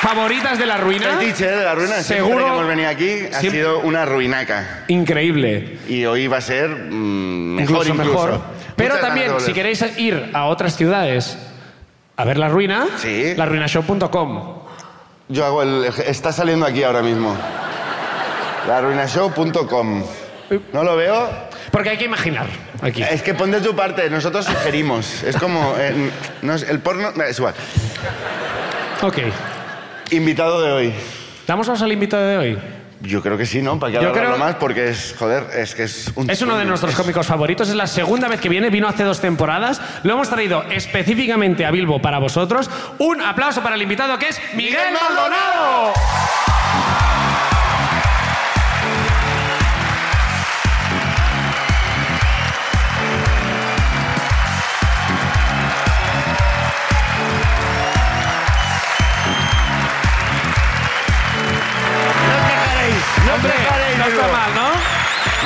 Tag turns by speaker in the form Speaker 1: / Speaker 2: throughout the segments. Speaker 1: favoritas de la ruina.
Speaker 2: Fetiche ¿eh? de la ruina. Seguro
Speaker 1: ¿Ah? Seguro.
Speaker 2: que hemos venido aquí ha
Speaker 1: Siempre-
Speaker 2: sido una ruinaca.
Speaker 1: Increíble.
Speaker 2: Y hoy va a ser mm, mejor
Speaker 1: Incluso
Speaker 2: incluso.
Speaker 1: mejor. Pero
Speaker 2: Muchas
Speaker 1: también,
Speaker 2: ganas de
Speaker 1: si
Speaker 2: volver.
Speaker 1: queréis ir a otras ciudades a ver la ruina,
Speaker 2: Sí.
Speaker 1: laruinashow.com.
Speaker 2: Yo hago el... Está saliendo aquí ahora mismo. Laruinashow.com. No lo veo.
Speaker 1: Porque hay que imaginar aquí.
Speaker 2: Es que pon de tu parte, nosotros sugerimos. Es como... eh, no es- el porno... Es igual.
Speaker 1: Ok.
Speaker 2: Invitado de hoy.
Speaker 1: Damos paso al invitado de hoy.
Speaker 2: Yo creo que sí, ¿no? ¿Para qué
Speaker 1: Yo
Speaker 2: hablarlo
Speaker 1: creo-
Speaker 2: más? Porque es, joder, es que es un...
Speaker 1: Es uno de nuestros cómicos favoritos, es la segunda vez que viene, vino hace dos temporadas. Lo hemos traído específicamente a Bilbo para vosotros. Un aplauso para el invitado que es Miguel Maldonado.
Speaker 2: No os quejaréis, no os
Speaker 1: Hombre,
Speaker 2: quejaréis,
Speaker 1: no está
Speaker 2: Bilbo.
Speaker 1: mal, ¿no?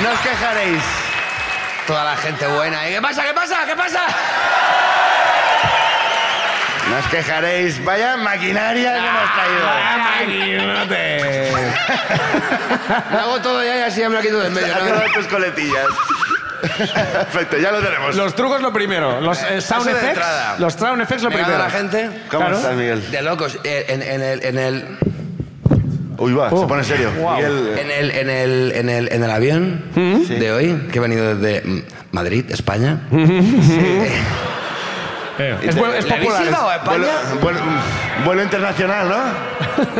Speaker 2: No os quejaréis.
Speaker 3: Toda la gente buena. ¿Y qué pasa? ¿Qué pasa? ¿Qué pasa?
Speaker 2: No os quejaréis. Vaya maquinaria que hemos traído.
Speaker 3: Me hago todo ya y así ya me lo quito del medio.
Speaker 2: A
Speaker 3: ¿no?
Speaker 2: todas tus coletillas. Perfecto, ya lo tenemos.
Speaker 1: Los trucos lo primero, los eh, sound
Speaker 2: Eso de
Speaker 1: effects,
Speaker 2: entrada.
Speaker 1: los sound effects lo
Speaker 3: Me gana
Speaker 1: primero.
Speaker 3: la gente
Speaker 2: ¿Cómo
Speaker 1: claro.
Speaker 2: estás, Miguel?
Speaker 3: de locos. Eh, En, en el, en, el,
Speaker 2: Uy, va,
Speaker 1: Oh.
Speaker 2: se pone serio.
Speaker 1: Wow.
Speaker 2: Miguel,
Speaker 3: en, el, en, el, en, el, en el avión
Speaker 2: Sí.
Speaker 3: de hoy, que he venido desde mm, Madrid, España.
Speaker 1: Eh, es, bu- es
Speaker 3: ¿Le habéis
Speaker 1: popular.
Speaker 3: silbado a
Speaker 2: vuelo,
Speaker 3: España?
Speaker 2: vuelo- vuelo internacional, ¿no?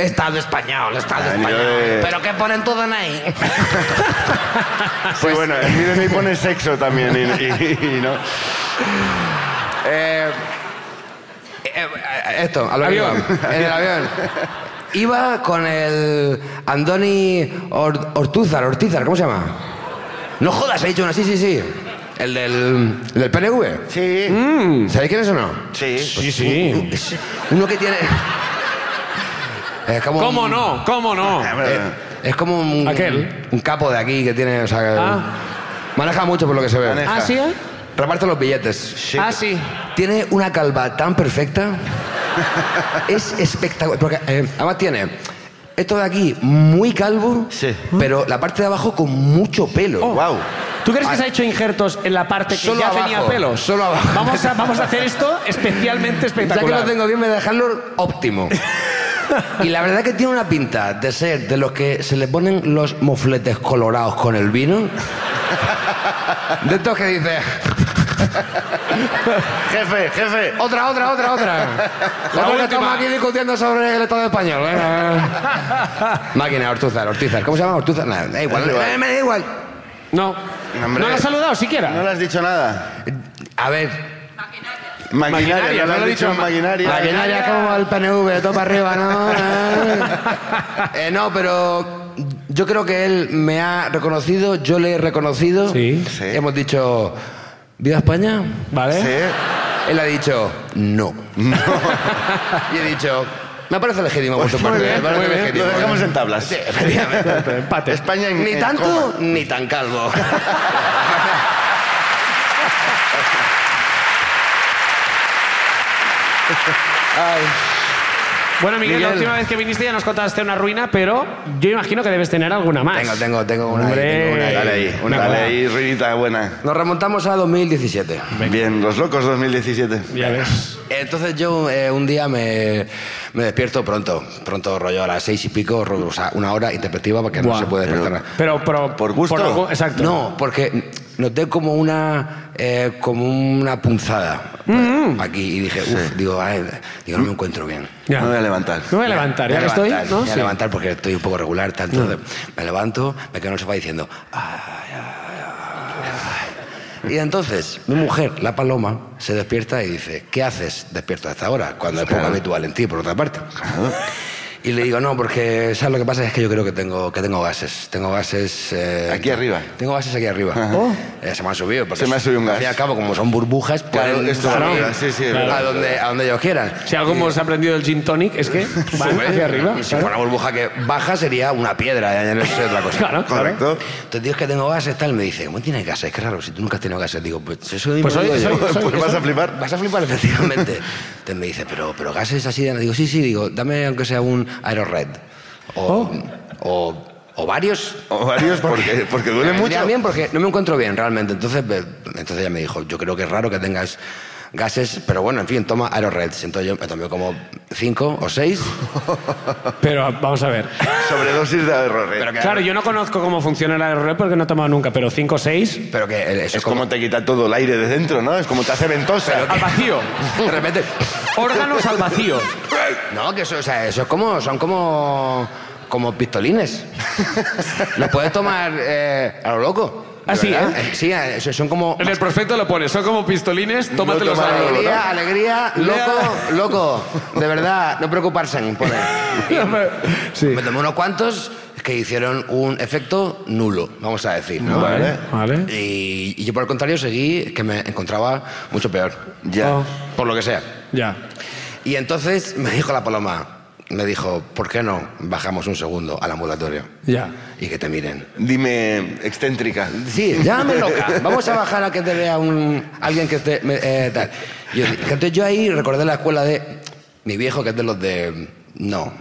Speaker 3: Estado español, Estado
Speaker 2: Ay,
Speaker 3: español.
Speaker 2: eh.
Speaker 3: ¿Pero qué ponen todo en ahí?
Speaker 2: Pues bueno, el mío me pone sexo también y, y- y no.
Speaker 3: Eh, eh, esto, a lo que
Speaker 1: Avión.
Speaker 3: iba. En el avión. Iba con el Andoni Or- Ortúzar, Ortizar, ¿cómo se llama? No jodas, he dicho una, sí, sí, sí. El del, el del PNV.
Speaker 2: Sí,
Speaker 3: ¿Sabéis quién es o no?
Speaker 2: sí.
Speaker 1: Sí, sí.
Speaker 3: Es uno que tiene... Es como un-
Speaker 1: ¿Cómo no? ¿Cómo no?
Speaker 3: eh, es como un,
Speaker 1: Aquel.
Speaker 3: un capo de aquí que tiene, o sea, que-
Speaker 1: Ah.
Speaker 3: maneja mucho por lo que se ve.
Speaker 2: Maneja.
Speaker 1: ¿Ah, sí? eh?
Speaker 3: Reparte los billetes.
Speaker 1: Ah, sí.
Speaker 3: Tiene una calva tan perfecta. es espectacular. Porque eh, además tiene esto de aquí muy calvo,
Speaker 2: Sí.
Speaker 3: pero la parte de abajo con mucho pelo.
Speaker 2: Wow.
Speaker 1: ¿Tú crees que se ha hecho injertos en la parte que
Speaker 3: Solo
Speaker 1: Oh. ya
Speaker 3: abajo,
Speaker 1: tenía pelos?
Speaker 3: solo abajo.
Speaker 1: Vamos a, vamos a hacer esto especialmente
Speaker 3: Ya que
Speaker 1: espectacular.
Speaker 3: lo tengo bien, me voy a dejarlo óptimo. Y la verdad que tiene una pinta de ser de los que se le ponen los mofletes colorados con el vino. De estos que dices,
Speaker 2: Jefe, jefe.
Speaker 3: otra, otra, otra, otra.
Speaker 1: La
Speaker 3: La
Speaker 1: última.
Speaker 3: que estamos aquí discutiendo sobre el Estado español. ¿eh? Máquina, Ortuzar, Ortizar. ¿Cómo se llama? Ortuzar. Nada, da igual,
Speaker 2: Da igual.
Speaker 3: eh, me da igual.
Speaker 1: No.
Speaker 2: Hombre.
Speaker 1: No lo has saludado siquiera.
Speaker 2: No le has dicho nada.
Speaker 3: A ver,
Speaker 2: Maquinaria,
Speaker 1: Maquinaria,
Speaker 2: no le has dicho maquinaria.
Speaker 3: maquinaria como el PNV, todo para arriba, ¿no? Eh, no, pero yo creo que él me ha reconocido, yo le he reconocido.
Speaker 1: Sí.
Speaker 2: Sí.
Speaker 3: Hemos dicho, ¿viva España?
Speaker 1: ¿Vale?
Speaker 2: Sí.
Speaker 3: Él ha dicho, no. y he dicho, me parece legítimo por
Speaker 2: Pues
Speaker 3: su
Speaker 2: muy
Speaker 3: parte.
Speaker 2: bien,
Speaker 3: me parece
Speaker 2: muy bien.
Speaker 3: legítimo". ¿eh?
Speaker 2: Lo dejamos en tablas.
Speaker 3: Sí, efectivamente.
Speaker 1: Empate.
Speaker 2: España en
Speaker 3: Ni
Speaker 2: en
Speaker 3: tanto
Speaker 2: coma.
Speaker 3: ni tan calvo.
Speaker 1: Bueno, Miguel, la
Speaker 3: Miguel.
Speaker 1: última vez que viniste ya nos contaste una ruina, pero yo imagino que debes tener alguna más.
Speaker 3: Tengo, tengo, tengo una ahí,
Speaker 1: Hombre.
Speaker 3: tengo una ahí.
Speaker 2: Dale ahí, una,
Speaker 1: Venga,
Speaker 2: dale
Speaker 1: va.
Speaker 2: ahí, ruinita buena.
Speaker 3: Nos remontamos a 2017.
Speaker 2: Bien, Los Locos 2017.
Speaker 1: Ya ves.
Speaker 3: Entonces yo eh, un día me, me despierto pronto, pronto rollo a las seis y pico, ro- o sea, una hora interpretativa porque no
Speaker 1: Buah.
Speaker 3: se puede despertar.
Speaker 1: Pero, pero
Speaker 2: Por gusto.
Speaker 1: algo- exacto.
Speaker 3: No, porque noté como una eh, como una punzada
Speaker 1: Mm.
Speaker 3: aquí y dije, uff, digo, ay, digo, no me encuentro bien.
Speaker 1: Ya.
Speaker 2: Me voy a levantar.
Speaker 1: Me voy a levantar, ya que estoy,
Speaker 3: levantar,
Speaker 1: ¿no?
Speaker 3: me voy a
Speaker 1: Sí.
Speaker 3: levantar porque estoy un poco regular, tal,
Speaker 2: Ah.
Speaker 3: entonces me levanto, me quedo en el sofá diciendo. "Ay, ay, ay". Y entonces mi mujer, la paloma, se despierta y dice: ¿Qué haces despierto a esta hora? Cuando es poco habitual en ti, por otra parte. Y le digo, no, porque ¿sabes lo que pasa? Es que yo creo que tengo, que tengo gases. Tengo gases... eh,
Speaker 2: Aquí arriba.
Speaker 3: Tengo gases aquí arriba.
Speaker 2: Ajá.
Speaker 1: Oh.
Speaker 3: Eh, se me han subido. Porque
Speaker 2: Se me ha subido un
Speaker 3: al fin y
Speaker 2: gas.
Speaker 3: al cabo, como son burbujas,
Speaker 2: Claro,
Speaker 3: pueden
Speaker 2: esto
Speaker 3: salir
Speaker 2: arriba, sí, sí, es
Speaker 3: a,
Speaker 2: verdad.
Speaker 3: donde, a donde ellos quieran.
Speaker 1: Si algo hemos aprendido del gin tonic es que van
Speaker 3: Sube.
Speaker 1: hacia arriba.
Speaker 3: Si
Speaker 1: claro.
Speaker 3: fuera una burbuja que baja sería una piedra, ya no sé otra cosa.
Speaker 1: Claro, claro.
Speaker 2: Correcto.
Speaker 3: Entonces digo "Es que tengo gases, tal, y me dice, ¿cómo tienes gases? Es que raro, si tú nunca has tenido gases. Digo, pues eso mismo
Speaker 1: Pues soy-
Speaker 3: digo yo.
Speaker 1: soy-
Speaker 2: Pues vas a flipar.
Speaker 3: Vas a flipar, efectivamente. Entonces me dice, pero, pero gases así de... Digo, sí, sí, digo, dame aunque sea un Aerored. O, o, o varios.
Speaker 2: O varios porque, porque duele
Speaker 3: Me vendría
Speaker 2: mucho.
Speaker 3: bien porque no me encuentro bien realmente. Entonces, pues, entonces ella me dijo, yo creo que es raro que tengas gases, pero bueno, en fin, toma Aerored. Entonces yo me tomé como cinco o seis.
Speaker 1: Pero vamos a ver.
Speaker 2: Sobredosis de errores.
Speaker 1: Claro, yo no conozco cómo funciona la RR porque no he tomado nunca, pero 5 o 6
Speaker 3: Pero que eh, eso
Speaker 2: Es como te quita todo el aire de dentro, ¿no? Es como te hace ventosa.
Speaker 1: al vacío.
Speaker 3: De repente.
Speaker 1: Órganos al vacío.
Speaker 3: No, que eso, o sea, eso es como. Son como. Como pistolines. Los puedes tomar eh, a lo loco. de
Speaker 1: Ah, sí,
Speaker 3: verdad.
Speaker 1: ¿eh?
Speaker 3: Sí, eh, son- son como.
Speaker 1: En el prospecto lo pones, son como pistolines, tómatelos
Speaker 2: tomar
Speaker 1: a la
Speaker 2: algo,
Speaker 1: loca.
Speaker 3: Alegría, alegría, loco,
Speaker 1: Lea-
Speaker 3: loco. De verdad, no preocuparse en poner.
Speaker 1: Sí.
Speaker 3: Me tomé unos cuantos que hicieron un efecto nulo, vamos a decir. ¿no?
Speaker 2: Vale.
Speaker 1: Vale.
Speaker 3: Y, y yo, por el contrario, seguí que me encontraba mucho peor.
Speaker 2: Ya.
Speaker 1: Oh.
Speaker 3: Por lo que sea.
Speaker 1: Ya.
Speaker 3: Y entonces me dijo la paloma, me dijo, ¿por qué no bajamos un segundo al ambulatorio
Speaker 1: Ya.
Speaker 3: y que te miren?
Speaker 2: Dime, excéntrica.
Speaker 3: Sí, llámame loca, vamos a bajar a que te vea un, alguien que esté... me- eh, tal. Yo- que entonces yo ahí recordé la escuela de mi viejo, que es de los de... No,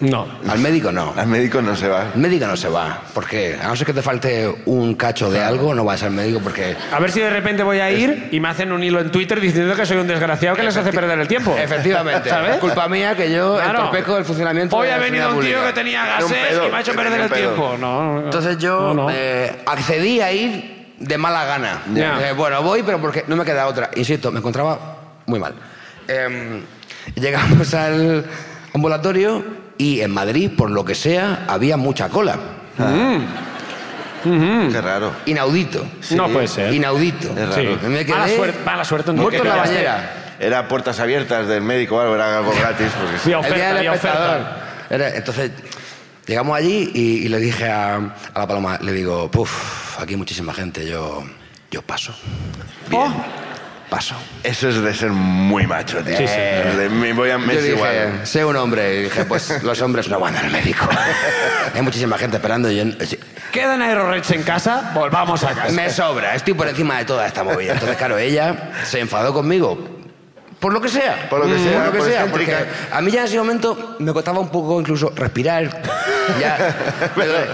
Speaker 1: No.
Speaker 3: al médico no.
Speaker 2: Al médico no se va.
Speaker 3: Al médico no se va, porque a no ser que te falte un cacho de algo, no vas al médico porque...
Speaker 1: A ver si de repente voy a ir y me hacen un hilo en Twitter diciendo que soy un desgraciado que les hace perder el tiempo.
Speaker 3: Efectivamente,
Speaker 1: ¿Sabes?
Speaker 3: es culpa mía que yo
Speaker 1: Claro.
Speaker 3: entorpezco el funcionamiento
Speaker 1: Hoy
Speaker 3: de la
Speaker 1: ha venido
Speaker 3: sanidad
Speaker 1: un tío
Speaker 3: pública.
Speaker 1: que tenía
Speaker 2: Era un
Speaker 1: gases
Speaker 2: pedo,
Speaker 1: y me ha hecho
Speaker 2: que
Speaker 1: perder
Speaker 2: tenía
Speaker 1: el
Speaker 2: un pedo.
Speaker 1: tiempo. No, no.
Speaker 3: Entonces yo
Speaker 1: No, no.
Speaker 3: eh, accedí a ir de mala gana.
Speaker 1: Ya.
Speaker 3: Eh, bueno, voy, pero porque no me queda otra. Insisto, me encontraba muy mal. Em, llegamos al ambulatorio y en Madrid, por lo que sea, había mucha cola.
Speaker 1: Mm.
Speaker 2: Qué raro.
Speaker 3: Inaudito.
Speaker 1: No puede ser.
Speaker 3: Inaudito.
Speaker 2: Es
Speaker 1: Sí.
Speaker 2: raro.
Speaker 3: Me quedé
Speaker 1: Mala suerte, mala suerte.
Speaker 3: muerto en la
Speaker 1: Porque-
Speaker 3: bañera.
Speaker 2: Era puertas abiertas del médico o algo, era algo gratis. Porque sí.
Speaker 1: Había
Speaker 3: El día
Speaker 1: oferta,
Speaker 3: del
Speaker 1: había
Speaker 3: espectador.
Speaker 1: oferta.
Speaker 3: Era- entonces, llegamos allí y, y le dije a, a la paloma, le digo, puff, aquí hay muchísima gente, yo, yo paso.
Speaker 1: Oh,
Speaker 3: Paso.
Speaker 2: Eso es de ser muy macho, tío.
Speaker 1: Sí, sí.
Speaker 2: Eh, de- me voy a... Me
Speaker 3: Yo
Speaker 2: es
Speaker 3: dije, eh,
Speaker 2: igual.
Speaker 3: sé un hombre. Y dije, pues los hombres no van al médico. Hay muchísima gente esperando. y yo, eh,
Speaker 1: ¿Quedan aeroreds en casa? Volvamos a casa.
Speaker 3: me sobra, estoy por encima de toda esta movida. Entonces, claro, ella se enfadó conmigo. Por lo que sea.
Speaker 2: Por lo que sea,
Speaker 3: Por lo
Speaker 2: por
Speaker 3: que sea. Porque
Speaker 2: excéntrica.
Speaker 3: a mí ya en ese momento me costaba un poco incluso respirar. Ya. me dolía-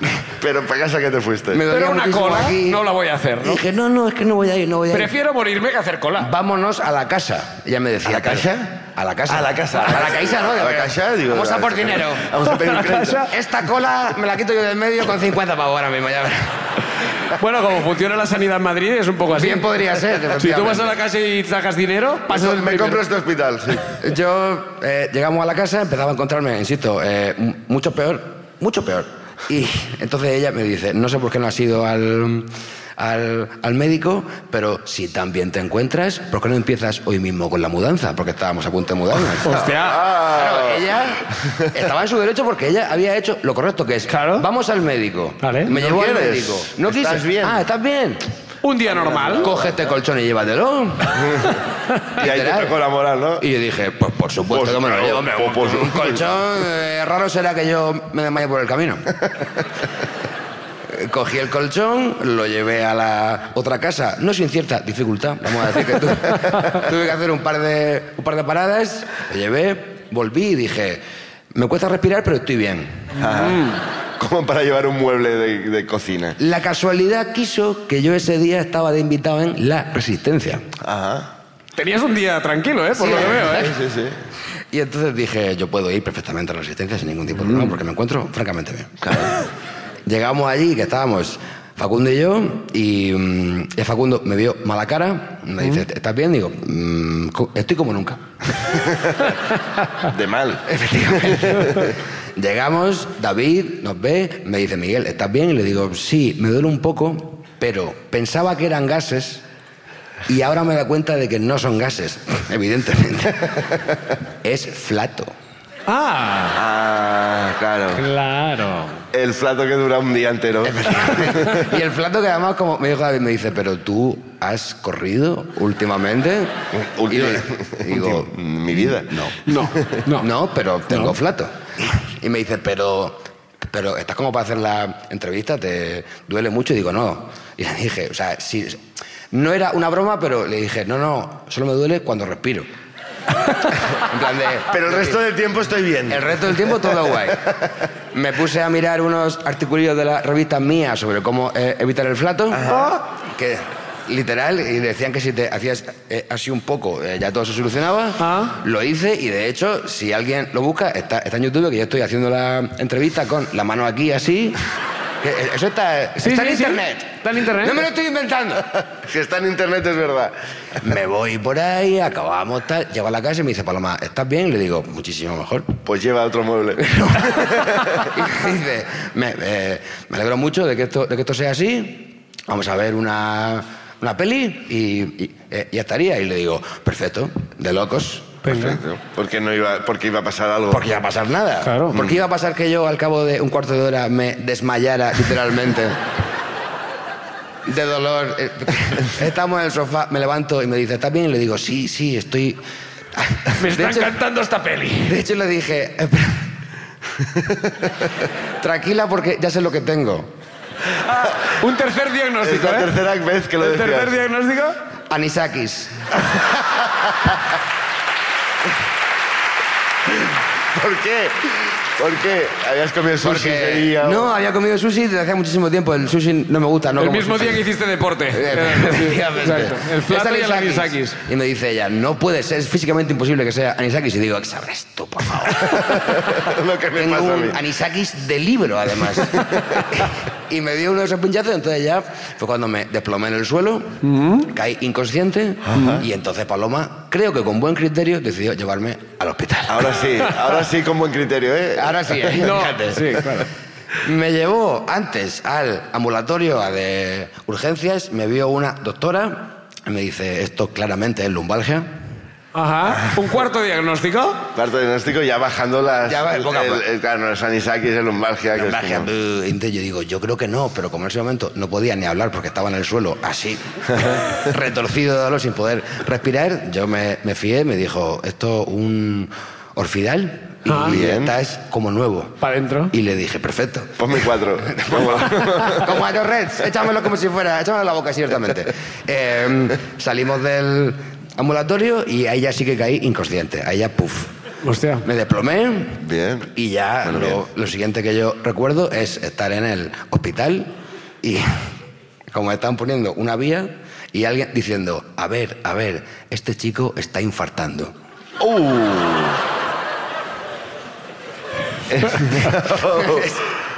Speaker 2: Pero para casa que te fuiste.
Speaker 3: me dolía
Speaker 1: Pero una
Speaker 3: muchísimo
Speaker 1: cola
Speaker 3: aquí.
Speaker 1: no la voy a hacer,
Speaker 3: Y
Speaker 1: ¿no?
Speaker 3: dije, no, no, es que no voy a ir, no voy a ir.
Speaker 1: Prefiero morirme que hacer cola.
Speaker 3: Vámonos a la casa. Ella me decía.
Speaker 2: ¿A la
Speaker 3: pero-
Speaker 2: casa?
Speaker 3: A la casa.
Speaker 2: A la casa.
Speaker 3: A la casa, ¿no?
Speaker 2: A la casa, digo.
Speaker 3: Vamos a por dinero.
Speaker 2: Vamos a pedir un crédito.
Speaker 3: Esta cola me la quito yo del medio con 50 pavos ahora mismo, ya verás.
Speaker 1: Bueno, como funciona la sanidad en Madrid, es un poco así.
Speaker 3: Bien podría ser.
Speaker 1: Si tú vas
Speaker 3: efectivamente.
Speaker 1: a la calle y sacas dinero, pasas
Speaker 2: Me
Speaker 1: el
Speaker 2: me
Speaker 1: primero.
Speaker 2: compro este hospital, sí.
Speaker 3: Yo eh, llegamos a la casa, empezaba a encontrarme, insisto, eh, mu- mucho peor, mucho peor. Y entonces ella me dice, no sé por qué no has ido al, al, al médico, pero si también te encuentras, ¿por qué no empiezas hoy mismo con la mudanza? Porque estábamos a punto de mudarnos.
Speaker 1: Hostia.
Speaker 2: Ah,
Speaker 3: Claro, ella estaba en su derecho porque ella había hecho lo correcto que es.
Speaker 1: Claro.
Speaker 3: Vamos al médico.
Speaker 1: Vale.
Speaker 3: Me
Speaker 2: No
Speaker 3: llevó al
Speaker 2: quieres.
Speaker 3: médico. No quise.
Speaker 2: Estás bien.
Speaker 3: Ah, estás bien.
Speaker 1: Un día normal.
Speaker 3: Coge este colchón y llévatelo.
Speaker 2: y ahí te
Speaker 3: Literal.
Speaker 2: tocó la moral, ¿no?
Speaker 3: Y yo dije, pues por supuesto
Speaker 2: Pues
Speaker 3: que me lo
Speaker 2: claro,
Speaker 3: llevo. hombre, un,
Speaker 2: pues, pues,
Speaker 3: un colchón, eh, raro será que yo me desmaye por el camino. Eh, Cogí el colchón, lo llevé a la otra casa, no sin cierta dificultad, vamos a decir que tu- tuve que hacer un par, de, un par de paradas, lo llevé, volví y dije, me cuesta respirar pero estoy bien.
Speaker 2: Ajá. Como para llevar un mueble de, de cocina.
Speaker 3: La casualidad quiso que yo ese día estaba de invitado en La Resistencia.
Speaker 2: Ajá.
Speaker 1: Tenías un día tranquilo, ¿eh? Por
Speaker 3: Sí.
Speaker 1: lo que veo, ¿eh?
Speaker 2: Sí, sí, sí.
Speaker 3: Y entonces dije, yo puedo ir perfectamente a la resistencia sin ningún tipo de problema, porque me encuentro francamente bien. Llegamos allí, que estábamos Facundo y yo, y, mm, y Facundo me vio mala cara, me dice, ¿estás bien? Digo, "Mm, co- estoy como nunca.
Speaker 2: De mal.
Speaker 3: Efectivamente. Llegamos, David nos ve, me dice, Miguel, ¿estás bien? Y le digo, sí, me duele un poco, pero pensaba que eran gases y ahora me da cuenta de que no son gases, evidentemente. es flato.
Speaker 1: Ah,
Speaker 2: Ah, claro.
Speaker 1: claro.
Speaker 2: El plato que dura un día entero.
Speaker 3: y el plato que además, como me dijo David, me dice, pero tú has corrido últimamente.
Speaker 2: Última-
Speaker 3: Y digo, mm,
Speaker 2: última- mi vida.
Speaker 3: no.
Speaker 1: No, no.
Speaker 3: No, pero tengo
Speaker 1: No.
Speaker 3: flato. Y me dice, pero, pero estás como para hacer la entrevista, te duele mucho. Y digo, no. Y le dije, o sea, sí, no era una broma, pero le dije, no, no, solo me duele cuando respiro. en plan de,
Speaker 4: Pero el resto del tiempo estoy bien.
Speaker 3: el resto del tiempo todo guay. Me puse a mirar unos articulillos de la revista mía sobre cómo eh, evitar el flato. Que literal, y decían que si te hacías eh, así un poco, eh, ya todo se solucionaba.
Speaker 1: Ah.
Speaker 3: Lo hice y de hecho, si alguien lo busca, está, está en YouTube que yo estoy haciendo la entrevista con la mano aquí así. Que eh, Eso está,
Speaker 1: Sí,
Speaker 3: está en
Speaker 1: sí, sí.
Speaker 3: internet.
Speaker 1: Está en internet.
Speaker 3: No me lo estoy inventando.
Speaker 2: Si está en internet es verdad.
Speaker 3: me voy por ahí, acabamos tal. Llego a la casa y me dice, Paloma, ¿estás bien? Y le digo, muchísimo mejor.
Speaker 2: Pues lleva otro mueble.
Speaker 3: y dice, me, eh, me alegro mucho de que, esto, de que esto sea así, vamos a ver una, una peli y, y- eh, ya estaría. Y le digo, perfecto, de locos.
Speaker 1: Venga.
Speaker 2: Porque no iba, porque iba a pasar algo.
Speaker 3: Porque iba a pasar nada.
Speaker 1: Claro.
Speaker 3: Porque iba a pasar que yo al cabo de un cuarto de hora me desmayara literalmente. De dolor. Eh, Estamos en el sofá, me levanto y me dice, ¿estás bien? Y le digo, sí, sí, estoy...
Speaker 1: Me está
Speaker 3: De hecho-
Speaker 1: encantando esta peli.
Speaker 3: De hecho, le dije, "Espera". tranquila porque ya sé lo que tengo.
Speaker 1: Un tercer
Speaker 2: Es
Speaker 1: diagnóstico,
Speaker 2: la
Speaker 1: ¿eh?
Speaker 2: tercera vez que lo
Speaker 1: ¿El tercer
Speaker 2: decías.
Speaker 1: diagnóstico?
Speaker 3: Anisakis.
Speaker 2: ¿Por qué? ¿Por qué? Habías comido sushi ese
Speaker 3: Porque
Speaker 2: día o-
Speaker 3: no, había comido sushi desde hacía muchísimo tiempo. El sushi no me gusta, no
Speaker 1: el
Speaker 3: como
Speaker 1: mismo
Speaker 3: sushi.
Speaker 1: día que hiciste deporte.
Speaker 3: Efectivamente.
Speaker 1: Exacto. El plato y el
Speaker 3: Es anisakis.
Speaker 1: anisakis.
Speaker 3: Y me dice ella, no puede ser, es físicamente imposible que sea anisakis. Y digo, ¿qué sabrás tú, por favor?
Speaker 2: lo que me
Speaker 3: Tengo
Speaker 2: pasa a mí.
Speaker 3: un anisakis de libro, además. y me dio uno de esos pinchazos, entonces ya fue cuando me desplomé en el suelo, caí inconsciente, y entonces Paloma, creo que con buen criterio, decidió llevarme al hospital.
Speaker 2: Ahora sí, ahora sí con buen criterio, ¿eh?
Speaker 3: Ahora sí, ¿eh?
Speaker 1: No,
Speaker 3: fíjate.
Speaker 1: sí, claro.
Speaker 3: Me llevó antes al ambulatorio a de urgencias, me vio una doctora y me dice, esto claramente es lumbalgia.
Speaker 1: Ajá. ¿Un cuarto diagnóstico?
Speaker 2: Cuarto diagnóstico, ya bajando las.
Speaker 3: Ya va,
Speaker 2: el,
Speaker 3: poco a
Speaker 2: el-
Speaker 3: poco.
Speaker 2: el- claro, los anisakis, el lumbalgia. que es
Speaker 3: Lumbalgia,
Speaker 2: como-
Speaker 3: buh. Y entonces yo digo, yo creo que no, pero como en ese momento no podía ni hablar porque estaba en el suelo así, retorcido de dolor sin poder respirar, yo me, me fié, me dijo, esto un orfidal y
Speaker 1: Ah.
Speaker 2: Bien.
Speaker 3: estás como nuevo.
Speaker 1: Para adentro.
Speaker 3: Y le dije, perfecto.
Speaker 2: Ponme cuatro. Vamos.
Speaker 3: Como Aero Reds, échamelo como si fuera, échamelo en la boca, ciertamente. Eh, salimos del ambulatorio y ahí ya sí que caí inconsciente. Ahí ya, puff.
Speaker 1: Hostia.
Speaker 3: Me desplomé
Speaker 2: Bien.
Speaker 3: y ya
Speaker 2: Bueno, bien.
Speaker 3: lo, lo siguiente que yo recuerdo es estar en el hospital y como estaban poniendo una vía y alguien diciendo, a ver, a ver, este chico está infartando.
Speaker 2: Uh.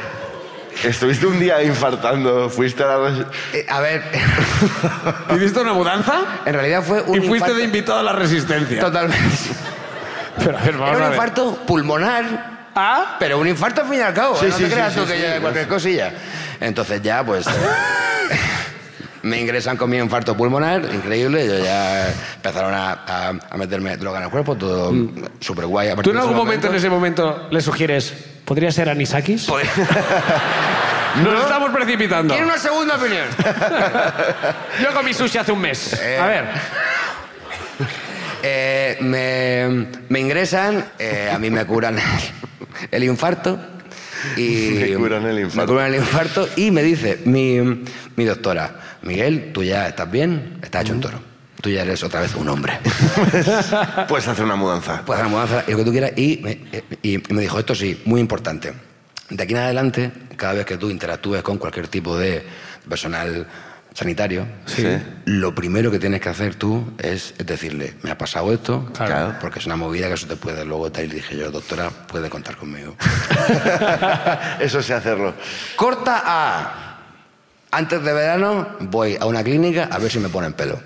Speaker 2: Estuviste un día infartando, fuiste a la. res-
Speaker 3: Eh, a ver,
Speaker 1: ¿Hiciste una mudanza?
Speaker 3: en realidad fue un
Speaker 1: Y fuiste
Speaker 3: infarto-
Speaker 1: de invitado a la resistencia.
Speaker 3: Totalmente.
Speaker 1: Pero a ver, vamos
Speaker 3: Era
Speaker 1: a
Speaker 3: un
Speaker 1: ver.
Speaker 3: infarto pulmonar
Speaker 1: ¿Ah?
Speaker 3: Pero un infarto al fin y al cabo,
Speaker 2: Sí,
Speaker 3: ¿eh? no
Speaker 2: sí,
Speaker 3: te creas
Speaker 2: sí,
Speaker 3: tú
Speaker 2: sí,
Speaker 3: que
Speaker 2: sí,
Speaker 3: ya
Speaker 2: sí.
Speaker 3: cualquier cosilla. Entonces ya, pues... eh, Me ingresan con mi infarto pulmonar, increíble. Yo ya empezaron a, a- a meterme droga en el cuerpo, todo
Speaker 2: Mm.
Speaker 3: súper guay.
Speaker 1: ¿Tú en algún momento, en ese momento, le sugieres, ¿podría ser Anisakis? Nos estamos precipitando.
Speaker 3: Quiero una segunda opinión.
Speaker 1: Yo comí sushi hace un mes. A ver.
Speaker 3: Eh, me, me ingresan, eh, a mí me curan el infarto. Y
Speaker 2: Me curan el infarto.
Speaker 3: Me curan el infarto y me dice mi, mi doctora, Miguel, tú ya estás bien, estás
Speaker 2: Mm.
Speaker 3: hecho un toro. Tú ya eres otra vez un hombre.
Speaker 2: Puedes hacer una mudanza.
Speaker 3: Puedes hacer mudanza y pues lo que tú quieras. Y me, y me dijo, esto sí, muy importante. De aquí en adelante, cada vez que tú interactúes con cualquier tipo de personal sanitario, lo primero que tienes que hacer tú es decirle, me ha pasado esto,
Speaker 1: Claro.
Speaker 3: porque es una movida que eso te puede luego tal. Y dije yo, doctora, puede contar conmigo.
Speaker 2: Eso sé hacerlo.
Speaker 3: Corta a... Antes de verano voy a una clínica a ver si me ponen pelo.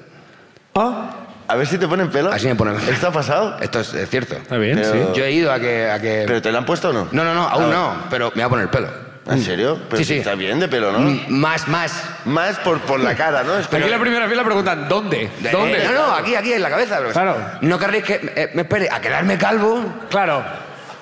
Speaker 1: Ah,
Speaker 2: A ver si te ponen pelo.
Speaker 3: Así me ponen pelo.
Speaker 2: ¿Esto ha pasado?
Speaker 3: Esto es, es cierto.
Speaker 1: está bien,
Speaker 2: Pero-
Speaker 1: sí.
Speaker 3: Yo he ido a que... A que...
Speaker 2: ¿Pero te lo han puesto o no?
Speaker 3: No, no, no, aún no, pero me voy a poner pelo.
Speaker 2: ¿En serio? Pero
Speaker 3: Sí,
Speaker 2: si
Speaker 3: sí.
Speaker 2: Está bien de
Speaker 1: ¿Ah?
Speaker 2: pelo, ¿no?
Speaker 3: Mm, Más, más.
Speaker 2: Más por, por la cara, ¿no? Es
Speaker 1: Aquí
Speaker 2: como-
Speaker 1: la primera fila preguntan, ¿dónde?
Speaker 3: Eh,
Speaker 1: ¿Dónde?
Speaker 3: no, no, aquí, aquí, en la cabeza. bro.
Speaker 1: Claro.
Speaker 3: No querréis que eh, me espere a quedarme calvo
Speaker 1: Claro.